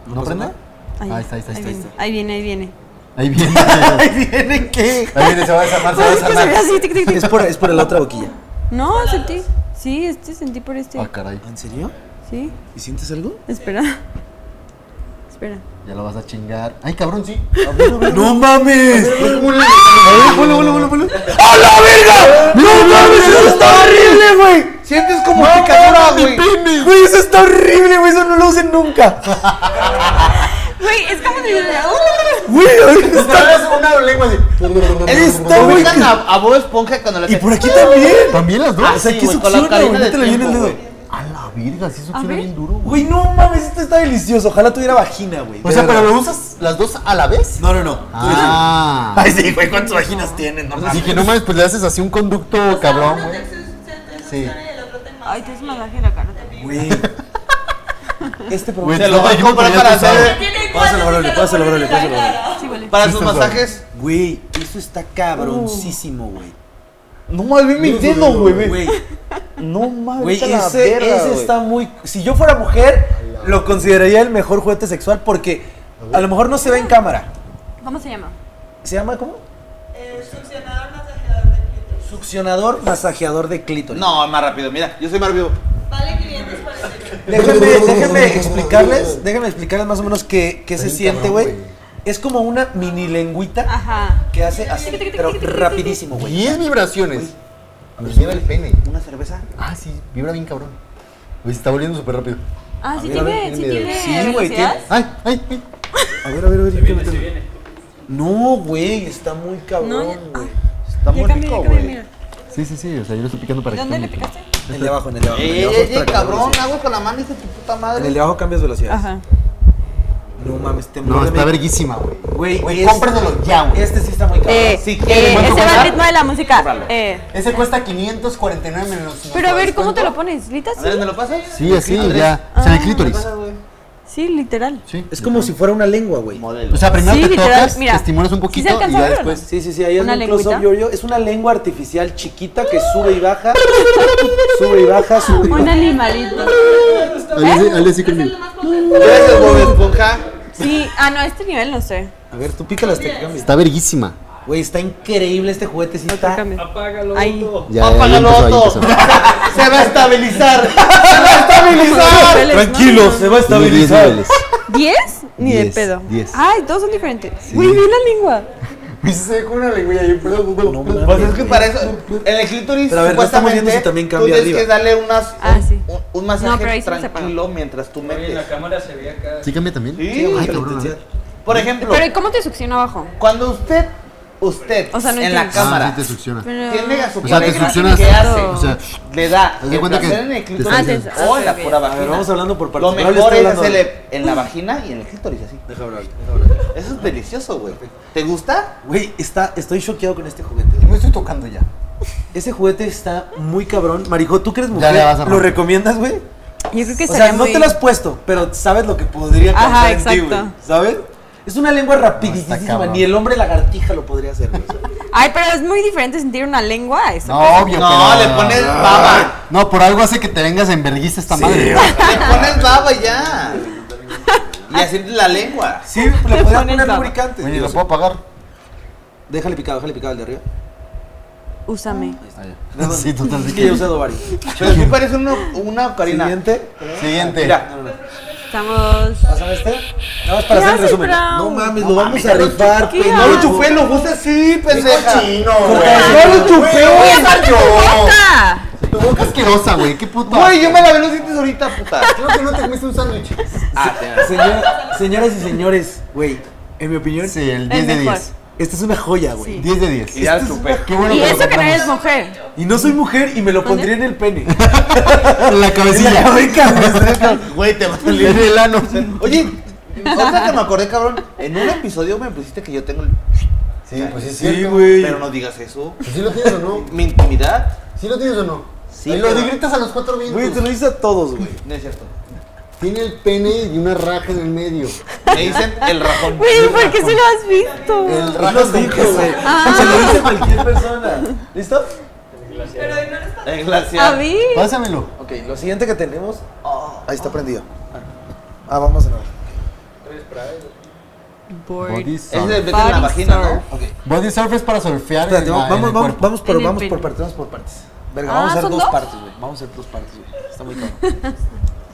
[SPEAKER 4] ¿No
[SPEAKER 2] pasa
[SPEAKER 4] prende?
[SPEAKER 2] nada? Ahí está, ahí está, ahí está, ahí
[SPEAKER 5] viene.
[SPEAKER 2] está.
[SPEAKER 5] Ahí viene, ahí viene.
[SPEAKER 2] [laughs] Ahí viene.
[SPEAKER 4] Ahí viene que.
[SPEAKER 2] Ahí viene, se va a desarmar,
[SPEAKER 5] [laughs]
[SPEAKER 2] se va a
[SPEAKER 5] Ay, es que se ve
[SPEAKER 2] desarmar.
[SPEAKER 5] así, tic, tic, tic.
[SPEAKER 4] [laughs] Es por, es por la otra boquilla.
[SPEAKER 5] No, sentí. Sí, este sentí por este.
[SPEAKER 2] Ah, caray.
[SPEAKER 4] ¿En serio?
[SPEAKER 5] Sí,
[SPEAKER 4] ¿Y sientes algo?
[SPEAKER 5] espera. [laughs] Espera.
[SPEAKER 2] Ya lo vas a chingar. Ay, cabrón, sí.
[SPEAKER 8] ¡No mames!
[SPEAKER 2] Ponlo, ponlo, ponlo, ponlo.
[SPEAKER 4] ¡A la verga! ¡No mames! ¡Eso está horrible, güey!
[SPEAKER 7] Sientes como picadura, güey.
[SPEAKER 4] Güey, eso está horrible, güey. Eso no lo usen nunca.
[SPEAKER 5] Güey, es como si.
[SPEAKER 4] Güey,
[SPEAKER 2] Traes una lengua así.
[SPEAKER 4] Está muy-
[SPEAKER 7] Ubican a, a Bob Esponja cuando le
[SPEAKER 4] Y
[SPEAKER 7] hacen-
[SPEAKER 4] por aquí también.
[SPEAKER 2] ¿También las dos?
[SPEAKER 7] Ah,
[SPEAKER 4] O sea,
[SPEAKER 7] sí,
[SPEAKER 4] ¿qué
[SPEAKER 7] güey, con la
[SPEAKER 4] succiona,
[SPEAKER 7] carita
[SPEAKER 4] güey?
[SPEAKER 7] del
[SPEAKER 4] Métele bien el
[SPEAKER 7] tiempo,
[SPEAKER 4] dedo.
[SPEAKER 7] güey.
[SPEAKER 2] A la verga, sí
[SPEAKER 5] A
[SPEAKER 2] succiona
[SPEAKER 5] ver.
[SPEAKER 2] bien duro, güey.
[SPEAKER 4] Güey, no mames, esto está delicioso. Ojalá tuviera vagina, güey.
[SPEAKER 2] O sea, pero lo usas las dos a la vez.
[SPEAKER 8] No, no, no.
[SPEAKER 2] Ah.
[SPEAKER 8] Ay, sí, güey, ¿cuántas vaginas tienen? No mames.
[SPEAKER 2] Así que no mames, pues le haces así un conducto cabrón,
[SPEAKER 3] Uno
[SPEAKER 2] güey.
[SPEAKER 3] te se- se- se
[SPEAKER 2] Sí.
[SPEAKER 3] succiona y el otro te mata.
[SPEAKER 5] Ay, tú es masaje en la cara.
[SPEAKER 8] Güey. Este
[SPEAKER 2] Güey,
[SPEAKER 8] programa.
[SPEAKER 7] Se lo
[SPEAKER 2] no,
[SPEAKER 7] voy a
[SPEAKER 2] yo
[SPEAKER 7] comprar
[SPEAKER 2] ya
[SPEAKER 7] para
[SPEAKER 2] te usaba.
[SPEAKER 7] hacer.
[SPEAKER 3] Tiene
[SPEAKER 8] Pásalo,
[SPEAKER 3] cuatro,
[SPEAKER 8] órale,
[SPEAKER 3] se lo
[SPEAKER 8] pásalo,
[SPEAKER 3] ponen
[SPEAKER 8] órale,
[SPEAKER 3] en la
[SPEAKER 8] pásalo, órale.
[SPEAKER 3] cara.
[SPEAKER 5] Sí, huele.
[SPEAKER 7] Para sus
[SPEAKER 2] Listo,
[SPEAKER 7] masajes.
[SPEAKER 8] Güey, eso está cabroncísimo, güey.
[SPEAKER 7] No más vi mi dedo, güey. ve.
[SPEAKER 8] Güey,
[SPEAKER 7] No mames.
[SPEAKER 4] Güey,
[SPEAKER 7] vete a la
[SPEAKER 4] ese,
[SPEAKER 7] verga,
[SPEAKER 4] ese
[SPEAKER 7] güey.
[SPEAKER 4] está muy. Si yo fuera mujer, lo consideraría el mejor juguete sexual porque a lo mejor no se ve en cámara.
[SPEAKER 5] ¿Cómo se llama?
[SPEAKER 4] ¿Se llama cómo?
[SPEAKER 3] Eh, Succionador masajeador de clítoris.
[SPEAKER 4] Succionador masajeador de clítoris.
[SPEAKER 7] No, más rápido, mira, yo soy más vivo.
[SPEAKER 3] Vale 549.
[SPEAKER 4] Déjenme, déjenme explicarles, déjenme explicarles más o menos qué, qué se
[SPEAKER 2] Ven,
[SPEAKER 4] siente,
[SPEAKER 2] cabrón,
[SPEAKER 4] güey.
[SPEAKER 2] güey.
[SPEAKER 4] Es como una mini
[SPEAKER 5] Ah.
[SPEAKER 4] lengüita
[SPEAKER 5] Ajá.
[SPEAKER 4] que hace así, pero rapidísimo, güey.
[SPEAKER 2] 10 vibraciones. Me lleva el pene.
[SPEAKER 7] ¿Una cerveza?
[SPEAKER 2] Ah, sí, vibra bien cabrón. Güey, se está volviendo súper rápido.
[SPEAKER 5] Ah, sí
[SPEAKER 2] A ver, a ver,
[SPEAKER 5] tiene, sí
[SPEAKER 2] tiene
[SPEAKER 5] tiene.
[SPEAKER 2] miedo.
[SPEAKER 4] Sí, güey,
[SPEAKER 5] velocidad.
[SPEAKER 4] tiene-
[SPEAKER 2] Ay, ay, ay.
[SPEAKER 8] a ver, a ver, a ver.
[SPEAKER 6] Se
[SPEAKER 8] ¿qué
[SPEAKER 6] viene,
[SPEAKER 8] me-
[SPEAKER 6] se viene.
[SPEAKER 4] No, güey, está muy
[SPEAKER 5] No,
[SPEAKER 4] cabrón,
[SPEAKER 5] ya- ah.
[SPEAKER 4] güey.
[SPEAKER 7] Está muy
[SPEAKER 5] Ya cambié,
[SPEAKER 7] rico,
[SPEAKER 5] ya cambié,
[SPEAKER 7] güey.
[SPEAKER 5] mira.
[SPEAKER 2] Sí, sí, sí, o sea, yo lo estoy picando para
[SPEAKER 5] ¿Dónde
[SPEAKER 2] que
[SPEAKER 5] le
[SPEAKER 2] cambie.
[SPEAKER 5] picaste?
[SPEAKER 4] En el de abajo, en el de abajo. en el de
[SPEAKER 7] Ey,
[SPEAKER 4] abajo
[SPEAKER 7] ey, ey,
[SPEAKER 4] para que
[SPEAKER 7] Eh, cabrón,
[SPEAKER 4] velocidad.
[SPEAKER 7] hago con la mano, hijo de tu puta
[SPEAKER 4] En el de
[SPEAKER 7] madre.
[SPEAKER 4] abajo cambias velocidad.
[SPEAKER 5] Ajá.
[SPEAKER 4] No mames, te
[SPEAKER 2] No,
[SPEAKER 4] muerde,
[SPEAKER 2] está
[SPEAKER 4] me-
[SPEAKER 2] verguísima, güey.
[SPEAKER 4] Güey,
[SPEAKER 2] Güey,
[SPEAKER 4] este-
[SPEAKER 2] cómpratelo ya, güey.
[SPEAKER 4] Este sí está muy cabrón.
[SPEAKER 5] Eh,
[SPEAKER 7] Si
[SPEAKER 5] eh,
[SPEAKER 7] quieres,
[SPEAKER 5] ese
[SPEAKER 7] ¿cuánto
[SPEAKER 5] va
[SPEAKER 7] cuesta?
[SPEAKER 5] al ritmo de la música.
[SPEAKER 7] Cómpralo.
[SPEAKER 5] Eh.
[SPEAKER 2] Ese cuesta 549 menos.
[SPEAKER 5] Pero a ver, ¿cómo te lo pones? ¿Lita?
[SPEAKER 7] A ver, ¿me
[SPEAKER 5] Sí,
[SPEAKER 7] lo pasas?
[SPEAKER 2] Sí, Ah. así,
[SPEAKER 7] Andrés,
[SPEAKER 2] ya. O sea, el
[SPEAKER 7] ¿me lo
[SPEAKER 2] clítoris.
[SPEAKER 7] pasas, güey?
[SPEAKER 5] sí literal.
[SPEAKER 2] Sí.
[SPEAKER 4] Es como si fuera una lengua, güey.
[SPEAKER 7] Modelo.
[SPEAKER 2] O sea, primero
[SPEAKER 5] Sí,
[SPEAKER 2] te
[SPEAKER 5] literal,
[SPEAKER 2] tocas,
[SPEAKER 5] mira.
[SPEAKER 2] te estimulas un
[SPEAKER 5] ¿Sí se
[SPEAKER 2] poquito y
[SPEAKER 5] alcanza a
[SPEAKER 2] ya
[SPEAKER 5] ver o no?
[SPEAKER 2] después.
[SPEAKER 4] Sí, sí, sí, ahí es
[SPEAKER 5] ¿Una
[SPEAKER 4] un close-up
[SPEAKER 5] lengüita?
[SPEAKER 4] yo, yo. Es una lengua artificial chiquita que sube y baja. sube y baja, sube y
[SPEAKER 5] Un
[SPEAKER 4] baja.
[SPEAKER 5] animalito.
[SPEAKER 2] Hazle así
[SPEAKER 3] Es
[SPEAKER 2] conmigo.
[SPEAKER 3] lo más potente.
[SPEAKER 7] Gracias, Bob Esponja.
[SPEAKER 5] Sí, ah, no, a este nivel no sé.
[SPEAKER 4] A ver, tú pícala hasta que cambie.
[SPEAKER 2] Está verguísima.
[SPEAKER 4] Güey, está increíble este juguete, sí
[SPEAKER 5] Otro
[SPEAKER 4] está.
[SPEAKER 5] cambio.
[SPEAKER 6] Apágalo,
[SPEAKER 5] Ahí.
[SPEAKER 6] Otto.
[SPEAKER 2] Ya, ya, ya
[SPEAKER 7] Apágalo,
[SPEAKER 2] empezó, ahí
[SPEAKER 7] Otto.
[SPEAKER 2] empezó.
[SPEAKER 7] [laughs] Se va a estabilizar. Se va a estabilizar.
[SPEAKER 5] Niveles, ¿no?
[SPEAKER 4] va a
[SPEAKER 2] Tiene 10 niveles.
[SPEAKER 5] ¿Diez? Ni de
[SPEAKER 2] Diez,
[SPEAKER 5] pedo.
[SPEAKER 2] diez.
[SPEAKER 5] Ay, dos son diferentes. Güey, vi la lengua.
[SPEAKER 2] [laughs] Y se dejó una lengüilla y
[SPEAKER 4] mames.
[SPEAKER 7] Pues es que para eso, en el clítoris,
[SPEAKER 4] Pero a ver, no estamos
[SPEAKER 7] supuestamente,
[SPEAKER 4] viendo si también
[SPEAKER 7] tú
[SPEAKER 4] cambia
[SPEAKER 7] tienes
[SPEAKER 4] arriba.
[SPEAKER 7] que darle unas,
[SPEAKER 5] Ah,
[SPEAKER 7] un,
[SPEAKER 5] sí.
[SPEAKER 7] un- un masaje
[SPEAKER 5] No, pero ahí sí se
[SPEAKER 7] tranquilo mientras tú
[SPEAKER 6] Oye, en la
[SPEAKER 7] metes.
[SPEAKER 6] cámara se ve acá.
[SPEAKER 2] ¿Sí cambia también?
[SPEAKER 7] Sí.
[SPEAKER 2] Ay, cabrón. a ver. Ah,
[SPEAKER 7] Por ejemplo,
[SPEAKER 5] Pero ¿y cómo te succiona abajo?
[SPEAKER 7] cuando usted, usted,
[SPEAKER 5] O sea, no
[SPEAKER 7] en la
[SPEAKER 5] entiendo.
[SPEAKER 2] Ah,
[SPEAKER 7] cámara,
[SPEAKER 2] sí te succiona.
[SPEAKER 5] Pero-
[SPEAKER 7] tiene a su
[SPEAKER 2] O sea, te
[SPEAKER 7] pareja,
[SPEAKER 2] succionas.
[SPEAKER 7] ¿qué hace?
[SPEAKER 2] O sea,
[SPEAKER 7] le da
[SPEAKER 2] Haz de
[SPEAKER 7] el
[SPEAKER 2] cuenta
[SPEAKER 7] placer
[SPEAKER 2] que
[SPEAKER 7] en el
[SPEAKER 2] te
[SPEAKER 7] clítoris
[SPEAKER 5] estás diciendo-
[SPEAKER 7] o en la pura
[SPEAKER 5] Ah,
[SPEAKER 7] vagina.
[SPEAKER 4] A ver, vamos hablando por partes.
[SPEAKER 7] Lo
[SPEAKER 4] Ahora le
[SPEAKER 7] mejor
[SPEAKER 4] estoy
[SPEAKER 7] es
[SPEAKER 4] hablando-
[SPEAKER 7] hacerle en la vagina y en el clítoris, así.
[SPEAKER 8] Deja hablar, deja hablar.
[SPEAKER 7] Eso es delicioso, güey. ¿Te gusta?
[SPEAKER 4] Güey, está, estoy choqueado con este juguete.
[SPEAKER 2] Me estoy tocando ya.
[SPEAKER 4] Ese juguete está muy cabrón. Marijo, tú que eres mujer,
[SPEAKER 2] le vas a
[SPEAKER 4] ¿lo
[SPEAKER 2] romper.
[SPEAKER 4] recomiendas, güey?
[SPEAKER 5] Yo creo que
[SPEAKER 4] O sea,
[SPEAKER 5] estaría
[SPEAKER 4] no
[SPEAKER 5] muy...
[SPEAKER 4] te lo has puesto, pero sabes lo que podría
[SPEAKER 5] Ajá,
[SPEAKER 4] causar en ti,
[SPEAKER 5] exacto.
[SPEAKER 4] güey, ¿Sabes? Es una lengua rapidísima,
[SPEAKER 2] cabrón.
[SPEAKER 4] ni el hombre lagartija lo podría hacer, güey.
[SPEAKER 5] Ay, pero es muy diferente sentir una lengua a eso.
[SPEAKER 2] No, obvio,
[SPEAKER 7] No,
[SPEAKER 2] pero-
[SPEAKER 7] le pones baba.
[SPEAKER 2] No, por algo hace que te vengas en verguista esta madre.
[SPEAKER 5] Ah.
[SPEAKER 7] Le
[SPEAKER 5] [laughs]
[SPEAKER 7] pones baba y ya. Y así la lengua.
[SPEAKER 4] Sí, le podrías
[SPEAKER 5] pones
[SPEAKER 4] poner
[SPEAKER 5] baba.
[SPEAKER 4] lubricante.
[SPEAKER 2] Oye,
[SPEAKER 4] Digo,
[SPEAKER 2] ¿lo puedo pagar?
[SPEAKER 4] Déjale picado, déjale picado el de arriba.
[SPEAKER 5] Úsame.
[SPEAKER 2] Sí, total.
[SPEAKER 4] Es
[SPEAKER 2] sí
[SPEAKER 4] que ya
[SPEAKER 2] que-
[SPEAKER 4] usé Dovari.
[SPEAKER 7] Pero sí parece una, una ocarina.
[SPEAKER 4] Siguiente.
[SPEAKER 2] [laughs] Siguiente.
[SPEAKER 7] Mira,
[SPEAKER 5] Estamos...
[SPEAKER 4] Pásame este. Nada más para
[SPEAKER 5] ¿Qué
[SPEAKER 4] hacer el
[SPEAKER 5] haces,
[SPEAKER 4] resumen.
[SPEAKER 5] Brown?
[SPEAKER 4] No mames, lo vamos a rifar,
[SPEAKER 5] ¿Qué
[SPEAKER 4] pendejo.
[SPEAKER 7] no lo
[SPEAKER 5] Ah.
[SPEAKER 7] chupé, lo puse así, pendeja.
[SPEAKER 2] Cochino,
[SPEAKER 4] No lo chupé,
[SPEAKER 2] Güey,
[SPEAKER 4] güey.
[SPEAKER 2] aparte
[SPEAKER 5] ¡Tu boca!
[SPEAKER 2] Tu boca asquerosa, güey. Qué puto.
[SPEAKER 7] Güey, yo me lavé los dientes ahorita, puta.
[SPEAKER 2] Creo que no te comiste un sándwich.
[SPEAKER 7] Ah, te-
[SPEAKER 4] Señora- señoras y señores, güey, en mi opinión,
[SPEAKER 2] Sí, el
[SPEAKER 5] El
[SPEAKER 2] 10 de
[SPEAKER 5] mejor.
[SPEAKER 2] 10.
[SPEAKER 4] esta es una joya, güey.
[SPEAKER 5] Sí.
[SPEAKER 2] 10 de 10.
[SPEAKER 7] Y ya lo chupé.
[SPEAKER 2] Qué bueno
[SPEAKER 5] Y
[SPEAKER 2] que lo
[SPEAKER 5] eso que no
[SPEAKER 2] compramos.
[SPEAKER 5] eres mujer.
[SPEAKER 4] Y no soy mujer y me lo pondría en el pene.
[SPEAKER 2] En la cabecilla.
[SPEAKER 7] Güey, te va a salir.
[SPEAKER 2] [laughs] En el ano.
[SPEAKER 7] [laughs] Oye, ahorita que me acordé, cabrón, en un episodio me pusiste que yo tengo el...
[SPEAKER 2] Sí, pues es
[SPEAKER 4] [laughs] Sí,
[SPEAKER 2] cierto. Pues
[SPEAKER 4] güey.
[SPEAKER 7] Pero no digas eso.
[SPEAKER 2] ¿Sí lo tienes o no?
[SPEAKER 7] Mi intimidad.
[SPEAKER 2] ¿Sí lo tienes o no?
[SPEAKER 7] Sí,
[SPEAKER 2] Y lo
[SPEAKER 7] pero-
[SPEAKER 2] gritas a los cuatro
[SPEAKER 4] Güey, te
[SPEAKER 2] vientos.
[SPEAKER 4] lo hice a todos, güey.
[SPEAKER 7] No es cierto.
[SPEAKER 2] Tiene el pene y una raja en el medio.
[SPEAKER 7] Me dicen el rajón.
[SPEAKER 5] Güey, ¿por qué se lo has visto?
[SPEAKER 2] El
[SPEAKER 4] No
[SPEAKER 2] raja
[SPEAKER 4] Pues lo
[SPEAKER 2] con
[SPEAKER 4] dije,
[SPEAKER 2] queso.
[SPEAKER 4] güey.
[SPEAKER 5] Ah.
[SPEAKER 4] Se lo hice a cualquier persona. ¿Listo?
[SPEAKER 3] Pero hoy no lo está.
[SPEAKER 7] El glaciar.
[SPEAKER 5] A mí.
[SPEAKER 2] Pásamelo.
[SPEAKER 4] Ok, lo siguiente que tenemos. Ahí está prendido. Ah, vamos a ver.
[SPEAKER 5] Bored.
[SPEAKER 2] Body
[SPEAKER 7] Ese
[SPEAKER 2] surf.
[SPEAKER 7] mete en la
[SPEAKER 5] Body
[SPEAKER 7] vagina, ¿no?
[SPEAKER 5] surf.
[SPEAKER 4] Ok.
[SPEAKER 2] Body surf es para surfear.
[SPEAKER 4] Espérate,
[SPEAKER 2] en la-
[SPEAKER 4] vamos,
[SPEAKER 2] en
[SPEAKER 4] vamos,
[SPEAKER 2] el
[SPEAKER 4] vamos,
[SPEAKER 2] cuerpo.
[SPEAKER 4] vamos por,
[SPEAKER 5] En el
[SPEAKER 4] vamos por
[SPEAKER 5] pene.
[SPEAKER 4] partes, vamos por partes. Verga,
[SPEAKER 5] Ah,
[SPEAKER 4] vamos a hacer
[SPEAKER 5] ¿son
[SPEAKER 4] dos,
[SPEAKER 5] dos?
[SPEAKER 4] partes, güey. Vamos a hacer dos partes, güey. Está muy cabrón.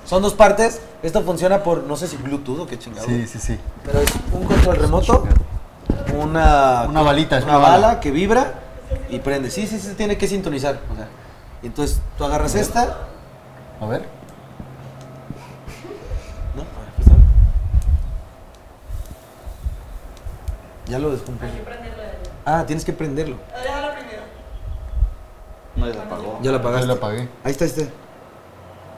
[SPEAKER 4] Son dos partes. Esto funciona por, no sé si Bluetooth o qué chingado.
[SPEAKER 2] Sí, sí, sí.
[SPEAKER 4] Pero es un control remoto, una,
[SPEAKER 2] Una balita, es
[SPEAKER 4] una,
[SPEAKER 2] una
[SPEAKER 4] bala
[SPEAKER 2] bala.
[SPEAKER 4] que vibra y prende. Sí, sí, sí, tiene que sintonizar. o sea. Y entonces tú agarras esta.
[SPEAKER 2] A ver.
[SPEAKER 4] ¿no? A ver, préstame. Ya lo descompuse.
[SPEAKER 3] Hay que prenderlo de nuevo.
[SPEAKER 4] Ah, tienes que prenderlo.
[SPEAKER 3] Ah, Déjalo prendido.
[SPEAKER 7] No les apagó.
[SPEAKER 4] Ya lo
[SPEAKER 2] Ya
[SPEAKER 4] apagaste.
[SPEAKER 2] la apagué.
[SPEAKER 4] Ahí está, ahí está.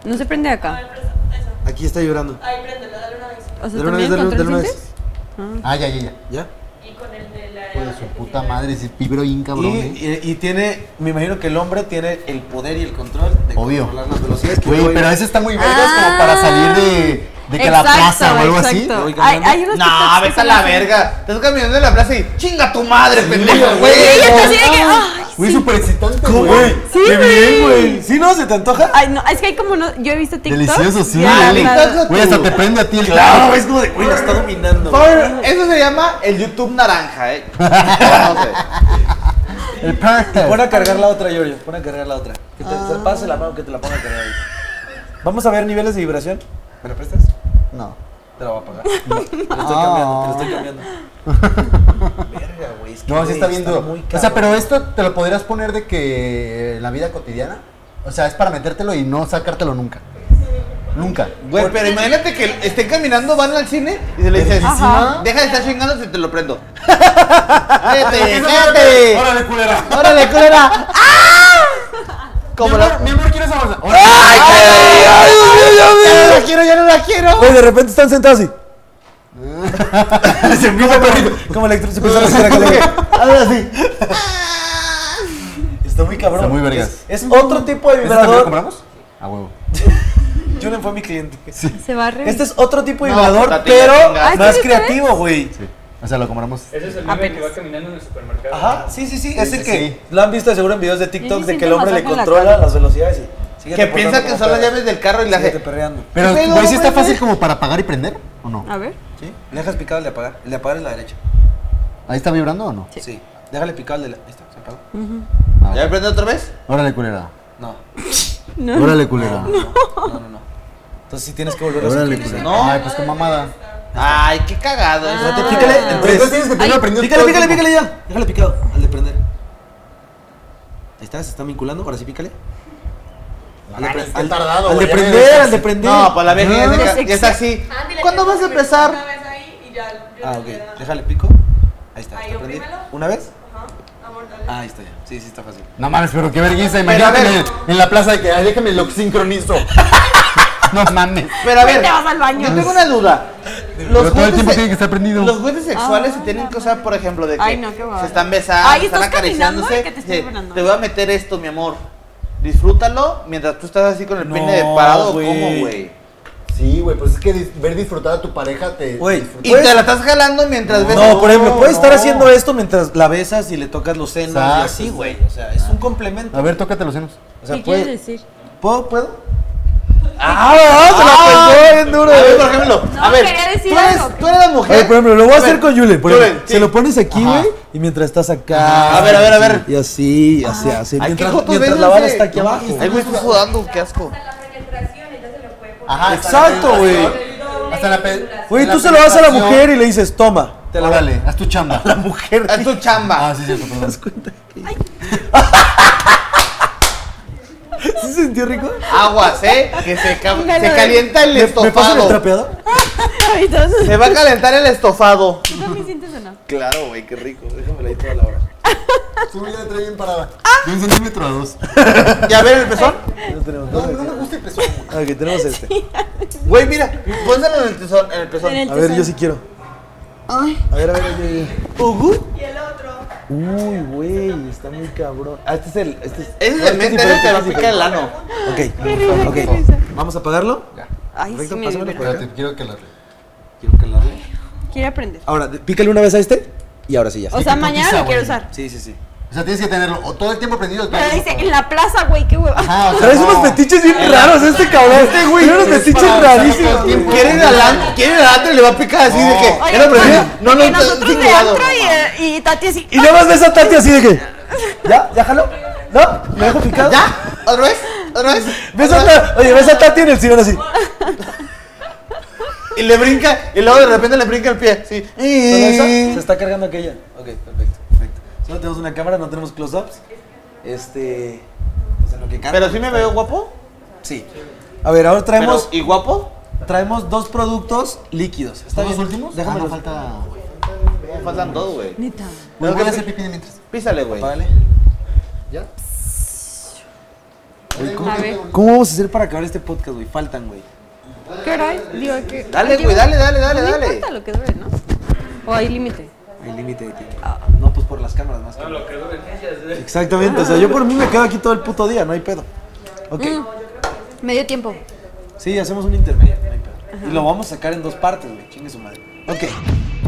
[SPEAKER 5] No se prende
[SPEAKER 3] A
[SPEAKER 5] acá.
[SPEAKER 3] ver, presa- eso.
[SPEAKER 4] Aquí está llorando.
[SPEAKER 3] Ahí préndelo, dale una vez.
[SPEAKER 5] O sea,
[SPEAKER 4] Dale una vez,
[SPEAKER 5] también
[SPEAKER 4] dale, dale
[SPEAKER 5] control
[SPEAKER 4] una
[SPEAKER 5] sientes.
[SPEAKER 4] vez.
[SPEAKER 2] Ah, ya, ya, ya.
[SPEAKER 4] ¿Ya?
[SPEAKER 3] Y con el de la.
[SPEAKER 2] Hijo de su puta madre, si vibro bien
[SPEAKER 4] Y,
[SPEAKER 2] cabrón. eh.
[SPEAKER 4] y- y tiene, me imagino que el hombre tiene el poder y el control de
[SPEAKER 2] Obvio.
[SPEAKER 4] controlar las velocidades. que
[SPEAKER 2] Güey,
[SPEAKER 4] yo voy-
[SPEAKER 2] pero ese está muy vergas como para salir de, de que la
[SPEAKER 5] Ah. Exacto,
[SPEAKER 2] plaza o algo
[SPEAKER 5] exacto.
[SPEAKER 2] así.
[SPEAKER 5] Hay, hay unos
[SPEAKER 7] No,
[SPEAKER 5] TikToks que
[SPEAKER 7] vete a
[SPEAKER 5] son
[SPEAKER 7] la
[SPEAKER 5] así.
[SPEAKER 7] verga. Estás caminando en la plaza y chinga tu madre, pendejo, güey.
[SPEAKER 5] Sí, yo así de que, ay,
[SPEAKER 2] Güey, súper excitante,
[SPEAKER 4] ¿Cómo,
[SPEAKER 2] güey.
[SPEAKER 4] güey?
[SPEAKER 5] Sí,
[SPEAKER 4] ¡Qué bien,
[SPEAKER 5] güey.
[SPEAKER 4] güey! ¿Sí no? ¿Se te antoja?
[SPEAKER 5] Ay, no, es que hay como no, yo he visto TikTok.
[SPEAKER 2] Delicioso, sí.
[SPEAKER 7] la neta.
[SPEAKER 2] Güey, hasta te prende a ti el
[SPEAKER 4] Claro, es como de, güey, la está dominando. güey.
[SPEAKER 7] Por- eso se llama el YouTube naranja, eh. No sé.
[SPEAKER 2] El perfect.
[SPEAKER 4] Pon a cargar la otra, Yorio. Pon a cargar la otra. Que te pase la mano que te la ponga a cargar ahí. Vamos a ver niveles de vibración. ¿Me la prestas?
[SPEAKER 2] No.
[SPEAKER 4] Te la voy a pagar. Te la estoy cambiando, te la estoy cambiando. Verga, güey. es que,
[SPEAKER 2] No, sí
[SPEAKER 4] güey,
[SPEAKER 2] está bien duro.
[SPEAKER 4] muy
[SPEAKER 2] O sea,
[SPEAKER 4] cabrón.
[SPEAKER 2] pero esto te lo podrías poner de que en la vida cotidiana. O sea, es para metértelo y no sacártelo nunca. Nunca.
[SPEAKER 7] Güey, pero imagínate que estén caminando, van al cine y se le dices,
[SPEAKER 5] Ajá.
[SPEAKER 7] deja de estar chingando si te lo
[SPEAKER 5] [laughs]
[SPEAKER 7] prendo.
[SPEAKER 2] Eh,
[SPEAKER 7] Cállate, cállate.
[SPEAKER 1] ¡Órale, culera!
[SPEAKER 7] Órale, culera. ¡Ah! Como
[SPEAKER 2] Mi
[SPEAKER 7] la.
[SPEAKER 2] amor, mi amor, quiero esa bolsa.
[SPEAKER 7] ¡Ay, qué
[SPEAKER 4] ¡Ay, Dios mío, Dios mío!
[SPEAKER 7] ¡Ya no la quiero, ya no la quiero!
[SPEAKER 4] Güey, de repente están sentados así.
[SPEAKER 2] Se empieza perrito.
[SPEAKER 4] Como electro se [laughs] empieza a respirar acá, güey. Hazle así. Está muy cabrón.
[SPEAKER 2] Está muy vergas.
[SPEAKER 4] Es, es otro tipo de
[SPEAKER 2] ¿Ese también lo
[SPEAKER 4] vibrador.
[SPEAKER 2] compramos? A huevo.
[SPEAKER 4] Julen fue mi cliente.
[SPEAKER 5] Se va a re-
[SPEAKER 4] Este es otro tipo de
[SPEAKER 7] No,
[SPEAKER 4] vibrador,
[SPEAKER 7] portátil,
[SPEAKER 4] pero
[SPEAKER 7] ya chingaste.
[SPEAKER 5] ¿Ah, sí,
[SPEAKER 4] más
[SPEAKER 5] ustedes?
[SPEAKER 4] creativo, güey.
[SPEAKER 2] Sí. O sea, lo compramos.
[SPEAKER 6] Ese es el
[SPEAKER 5] Apenas.
[SPEAKER 6] meme que va caminando en el supermercado.
[SPEAKER 4] Ajá, sí, sí, sí. Ese
[SPEAKER 2] sí,
[SPEAKER 4] que
[SPEAKER 2] sí.
[SPEAKER 4] lo han visto seguro en videos de TikTok
[SPEAKER 5] sí
[SPEAKER 4] de que
[SPEAKER 5] siento
[SPEAKER 4] el hombre le
[SPEAKER 5] masaje en la
[SPEAKER 4] controla
[SPEAKER 5] cara.
[SPEAKER 4] las velocidades y sigue
[SPEAKER 7] Que piensa que son las llaves del carro y la
[SPEAKER 4] Síguete
[SPEAKER 7] gente.
[SPEAKER 4] perreando.
[SPEAKER 2] Pero,
[SPEAKER 7] ¿Qué pedo,
[SPEAKER 2] güey, ¿sí
[SPEAKER 4] ¿eh?
[SPEAKER 2] está
[SPEAKER 7] güey?
[SPEAKER 2] fácil como para apagar y prender? ¿O no?
[SPEAKER 4] Ah.
[SPEAKER 5] A ver.
[SPEAKER 4] ¿Sí? Le dejas picado el de apagar. El de apagar es la derecha.
[SPEAKER 2] ¿Ahí está vibrando o no?
[SPEAKER 5] Sí.
[SPEAKER 4] Sí. Déjale picado el de la. Ahí está, se apagó.
[SPEAKER 2] Ah,
[SPEAKER 7] ¿Ya me prende otra vez?
[SPEAKER 2] Órale, culera.
[SPEAKER 4] No.
[SPEAKER 5] No.
[SPEAKER 2] Órale, culera.
[SPEAKER 4] No, no, no. Entonces sí tienes que volver a
[SPEAKER 2] Órale,
[SPEAKER 4] hacer.
[SPEAKER 2] culera.
[SPEAKER 4] No.
[SPEAKER 2] Ay, pues qué mamada. Pues,
[SPEAKER 7] Ay, qué cagado.
[SPEAKER 5] Ah.
[SPEAKER 7] eso.
[SPEAKER 4] Pícale en
[SPEAKER 2] Pero entonces
[SPEAKER 4] tres.
[SPEAKER 2] tienes que tenerlo aprendido
[SPEAKER 4] Pícale,
[SPEAKER 2] todo el
[SPEAKER 4] pícale,
[SPEAKER 2] tiempo.
[SPEAKER 4] pícale ya. Déjale picado al de prender. Ahí está, se está vinculando. Ahora sí, pícale. Al de, pre-
[SPEAKER 2] está
[SPEAKER 4] al-
[SPEAKER 2] tardado,
[SPEAKER 4] al de
[SPEAKER 2] güey, ya me
[SPEAKER 4] prender, al de prender.
[SPEAKER 7] No, pues la vieja ya,
[SPEAKER 5] No,
[SPEAKER 7] se ca-
[SPEAKER 5] es
[SPEAKER 7] ya está así.
[SPEAKER 3] Ah, dile
[SPEAKER 7] ¿Cuándo
[SPEAKER 3] que
[SPEAKER 7] vas a
[SPEAKER 3] primero Una
[SPEAKER 7] empezar?
[SPEAKER 3] vez ahí y ya. yo
[SPEAKER 4] Ah,
[SPEAKER 3] no
[SPEAKER 4] ok.
[SPEAKER 3] te voy a dar.
[SPEAKER 4] Déjale pico. Ahí está.
[SPEAKER 3] Ahí,
[SPEAKER 4] está prendido.
[SPEAKER 3] oprímelo.
[SPEAKER 4] ¿Una vez?
[SPEAKER 3] Ajá. Amor, dale.
[SPEAKER 4] Ah, ahí está ya. Sí, sí, está fácil.
[SPEAKER 2] No mames, pero qué vergüenza.
[SPEAKER 7] Pero a
[SPEAKER 2] Imagínate
[SPEAKER 7] ver.
[SPEAKER 2] en, el- en la plaza de que ay, déjame
[SPEAKER 4] [laughs]
[SPEAKER 2] lo sincronizo. no mames.
[SPEAKER 7] Pero a ver,
[SPEAKER 5] Te vas al baño.
[SPEAKER 7] yo tengo una duda.
[SPEAKER 2] Pero todo el tiempo
[SPEAKER 7] juguetes-
[SPEAKER 2] tiene que estar prendido.
[SPEAKER 7] Los juguetes sexuales se
[SPEAKER 5] Ah.
[SPEAKER 7] tienen que usar, por ejemplo, de que
[SPEAKER 5] Ay, no, qué guay.
[SPEAKER 7] se están besando,
[SPEAKER 5] Ay,
[SPEAKER 7] se están
[SPEAKER 5] estás caminando
[SPEAKER 7] acariciándose.
[SPEAKER 5] y que te estoy
[SPEAKER 7] dice,
[SPEAKER 5] vibrando.
[SPEAKER 7] te voy a meter esto, mi amor. Disfrútalo mientras tú estás así con el pene de
[SPEAKER 4] No,
[SPEAKER 7] parado,
[SPEAKER 4] güey.
[SPEAKER 7] ¿cómo, güey?
[SPEAKER 2] Sí, güey, pues es que dis- ver disfrutar a tu pareja te.
[SPEAKER 4] Güey,
[SPEAKER 2] disfruta.
[SPEAKER 7] Y
[SPEAKER 4] Pues-
[SPEAKER 7] te la estás jalando mientras ves.
[SPEAKER 4] No, por ejemplo, puedes estar
[SPEAKER 2] no.
[SPEAKER 4] haciendo esto mientras la besas y le tocas los senos y
[SPEAKER 2] Exacto,
[SPEAKER 4] así, güey. O sea, es un complemento.
[SPEAKER 2] A ver, tócate los senos.
[SPEAKER 4] O sea,
[SPEAKER 5] ¿Qué
[SPEAKER 4] puede-
[SPEAKER 5] quieres decir?
[SPEAKER 4] ¿Puedo? ¿Puedo?
[SPEAKER 7] ¡Ah!
[SPEAKER 4] se la pensó bien duro,
[SPEAKER 7] A
[SPEAKER 4] güey.
[SPEAKER 7] ver, por ejemplo,
[SPEAKER 5] No,
[SPEAKER 7] a ver,
[SPEAKER 5] quería decir
[SPEAKER 7] tú eres,
[SPEAKER 5] algo.
[SPEAKER 7] tú eres la mujer.
[SPEAKER 4] Oye, por ejemplo, lo voy a,
[SPEAKER 7] ver,
[SPEAKER 4] hacer con Yule. por
[SPEAKER 7] Yule,
[SPEAKER 4] ejemplo.
[SPEAKER 7] sí.
[SPEAKER 4] Se lo pones aquí,
[SPEAKER 2] Ajá.
[SPEAKER 4] güey, y mientras estás acá.
[SPEAKER 7] A ver, a ver, a ver.
[SPEAKER 4] Y así, y así, así.
[SPEAKER 7] Ay, qué
[SPEAKER 4] mientras
[SPEAKER 7] jotos
[SPEAKER 4] mientras
[SPEAKER 7] ves,
[SPEAKER 4] la bala
[SPEAKER 7] ese.
[SPEAKER 4] está aquí abajo.
[SPEAKER 7] Ay, güey, estoy sudando, qué asco.
[SPEAKER 3] Hasta la penetración, ella se lo puede poner.
[SPEAKER 2] Ajá,
[SPEAKER 4] Exacto, güey.
[SPEAKER 2] Hasta la pe-
[SPEAKER 4] Güey,
[SPEAKER 2] la
[SPEAKER 4] tú se lo das a la
[SPEAKER 2] penetración.
[SPEAKER 4] mujer y le dices, toma. [laughs] Te la
[SPEAKER 2] Órale, haz tu [laughs] chamba. La mujer.
[SPEAKER 7] Es tu
[SPEAKER 2] Ah,
[SPEAKER 7] chamba.
[SPEAKER 2] sí, cierto, perdón.
[SPEAKER 4] ¿Sí se sintió rico?
[SPEAKER 7] Aguas, eh. Que se, ca-
[SPEAKER 5] Póngalo
[SPEAKER 7] se
[SPEAKER 5] de-
[SPEAKER 7] calienta el
[SPEAKER 4] ¿Me, me pasan el
[SPEAKER 7] estofado.
[SPEAKER 4] trapeador?
[SPEAKER 5] [laughs] Ay, entonces,
[SPEAKER 7] Se va a calentar el estofado.
[SPEAKER 5] ¿Tú también sientes o no?
[SPEAKER 7] Claro, güey, qué rico. Déjamela ahí toda la hora.
[SPEAKER 2] Tú ya trae bien parada. De un centímetro a dos.
[SPEAKER 7] ¿Y a ver el pezón?
[SPEAKER 4] No tenemos.
[SPEAKER 2] No, no me gusta el pezón. güey.
[SPEAKER 4] Ok, tenemos este.
[SPEAKER 7] Güey, mira, pónselo en el pezón. En el pezón.
[SPEAKER 5] En el
[SPEAKER 4] A ver, yo
[SPEAKER 5] tesón.
[SPEAKER 4] sí quiero. A ver, a ver, a ver, yo- yo- Ujú.
[SPEAKER 3] Y el otro.
[SPEAKER 4] Uy, güey, está muy cabrón. Ah, este es el. Este es,
[SPEAKER 7] Ese es
[SPEAKER 4] no,
[SPEAKER 7] de mente, ese te
[SPEAKER 4] diferente,
[SPEAKER 7] lo
[SPEAKER 4] este es
[SPEAKER 7] pica el
[SPEAKER 4] diferente.
[SPEAKER 7] ano.
[SPEAKER 4] Ok.
[SPEAKER 5] Qué risa, qué
[SPEAKER 4] Ok.
[SPEAKER 5] risa.
[SPEAKER 4] Vamos a apagarlo.
[SPEAKER 5] Ay, sí
[SPEAKER 4] Perfecto,
[SPEAKER 5] me
[SPEAKER 4] pásamelo
[SPEAKER 5] vibra.
[SPEAKER 4] por acá.
[SPEAKER 2] Espérate, quiero que la.
[SPEAKER 4] Quiero que la arregle.
[SPEAKER 5] Quiere aprender.
[SPEAKER 4] Ahora, de- pícale una vez a este y ahora sí ya.
[SPEAKER 5] O sea,
[SPEAKER 2] que
[SPEAKER 5] mañana
[SPEAKER 2] cotiza,
[SPEAKER 5] lo quiero
[SPEAKER 2] güey.
[SPEAKER 5] usar.
[SPEAKER 4] Sí, sí, sí.
[SPEAKER 2] O sea, tienes que tenerlo o todo el tiempo prendido. o todo
[SPEAKER 5] Pero
[SPEAKER 2] el
[SPEAKER 5] dice,
[SPEAKER 2] tiempo
[SPEAKER 5] en la plaza, güey, qué hueva.
[SPEAKER 2] apagado. Ah, o sea,
[SPEAKER 4] Traes unos
[SPEAKER 2] no.
[SPEAKER 4] fetiches bien raros este cabrón. Este güey. Tiene unos fetiches
[SPEAKER 2] para
[SPEAKER 4] rarísimos.
[SPEAKER 2] usarlo todo el
[SPEAKER 4] güey.
[SPEAKER 7] Quiere ir al antro, quiere ir al antro y le va a picar así de que.
[SPEAKER 5] Oye,
[SPEAKER 7] Era prohibido. No, no,
[SPEAKER 5] porque
[SPEAKER 7] está
[SPEAKER 5] nosotros de
[SPEAKER 7] incubado.
[SPEAKER 5] antro y, eh, y Tati así.
[SPEAKER 4] Y nada más ves a Tati así de que. ¿Ya? ¿Ya jaló? ¿No? ¿Me dejo picado?
[SPEAKER 7] ¿Ya? ¿Otra vez? ¿Otra vez?
[SPEAKER 4] ¿Ves a Ta- Oye, ¿ves a Tati en el sillón así?
[SPEAKER 7] Y le brinca, y luego de repente le brinca el pie. Sí.
[SPEAKER 4] Con esa, se está cargando aquella. Ok, perfecto, perfecto. Solo tenemos una cámara, no tenemos close-ups. Este. pues, en lo que canta,
[SPEAKER 7] Pero sí me
[SPEAKER 4] está
[SPEAKER 7] veo
[SPEAKER 4] bien.
[SPEAKER 7] guapo.
[SPEAKER 4] Sí. A ver, ahora traemos,
[SPEAKER 7] Pero, ¿Y guapo?
[SPEAKER 4] traemos dos productos líquidos. ¿Están los últimos?
[SPEAKER 2] Déjame
[SPEAKER 4] Déjame los-
[SPEAKER 2] Ah, falta.
[SPEAKER 7] Me faltan dos, güey.
[SPEAKER 5] Neta.
[SPEAKER 2] Voy
[SPEAKER 7] Pero
[SPEAKER 2] a
[SPEAKER 7] que
[SPEAKER 2] hacer
[SPEAKER 7] pi-
[SPEAKER 2] pipí mientras.
[SPEAKER 7] Písale, güey.
[SPEAKER 4] Vale.
[SPEAKER 2] ¿Ya?
[SPEAKER 5] A ver.
[SPEAKER 4] ¿Cómo vamos a hacer para acabar este podcast, güey? Faltan, güey.
[SPEAKER 5] ¿Qué hora es? Digo, que.
[SPEAKER 7] Dale,
[SPEAKER 5] Ay,
[SPEAKER 7] güey,
[SPEAKER 5] yo-
[SPEAKER 7] dale, dale, dale,
[SPEAKER 5] no me
[SPEAKER 7] dale.
[SPEAKER 5] importa lo que dure, ¿no? O hay límite.
[SPEAKER 4] El límite de tiempo. No, pues por las cámaras más que
[SPEAKER 6] No,
[SPEAKER 4] nada.
[SPEAKER 6] lo que duren ellas, güey.
[SPEAKER 4] Exactamente, o sea, yo por mí me quedo aquí todo el puto día, no hay pedo. Ok,
[SPEAKER 5] Mm. Medio tiempo.
[SPEAKER 4] sí, hacemos un intermedio, no hay pedo. Y lo vamos a sacar en dos partes, güey, chingue su madre. Ok.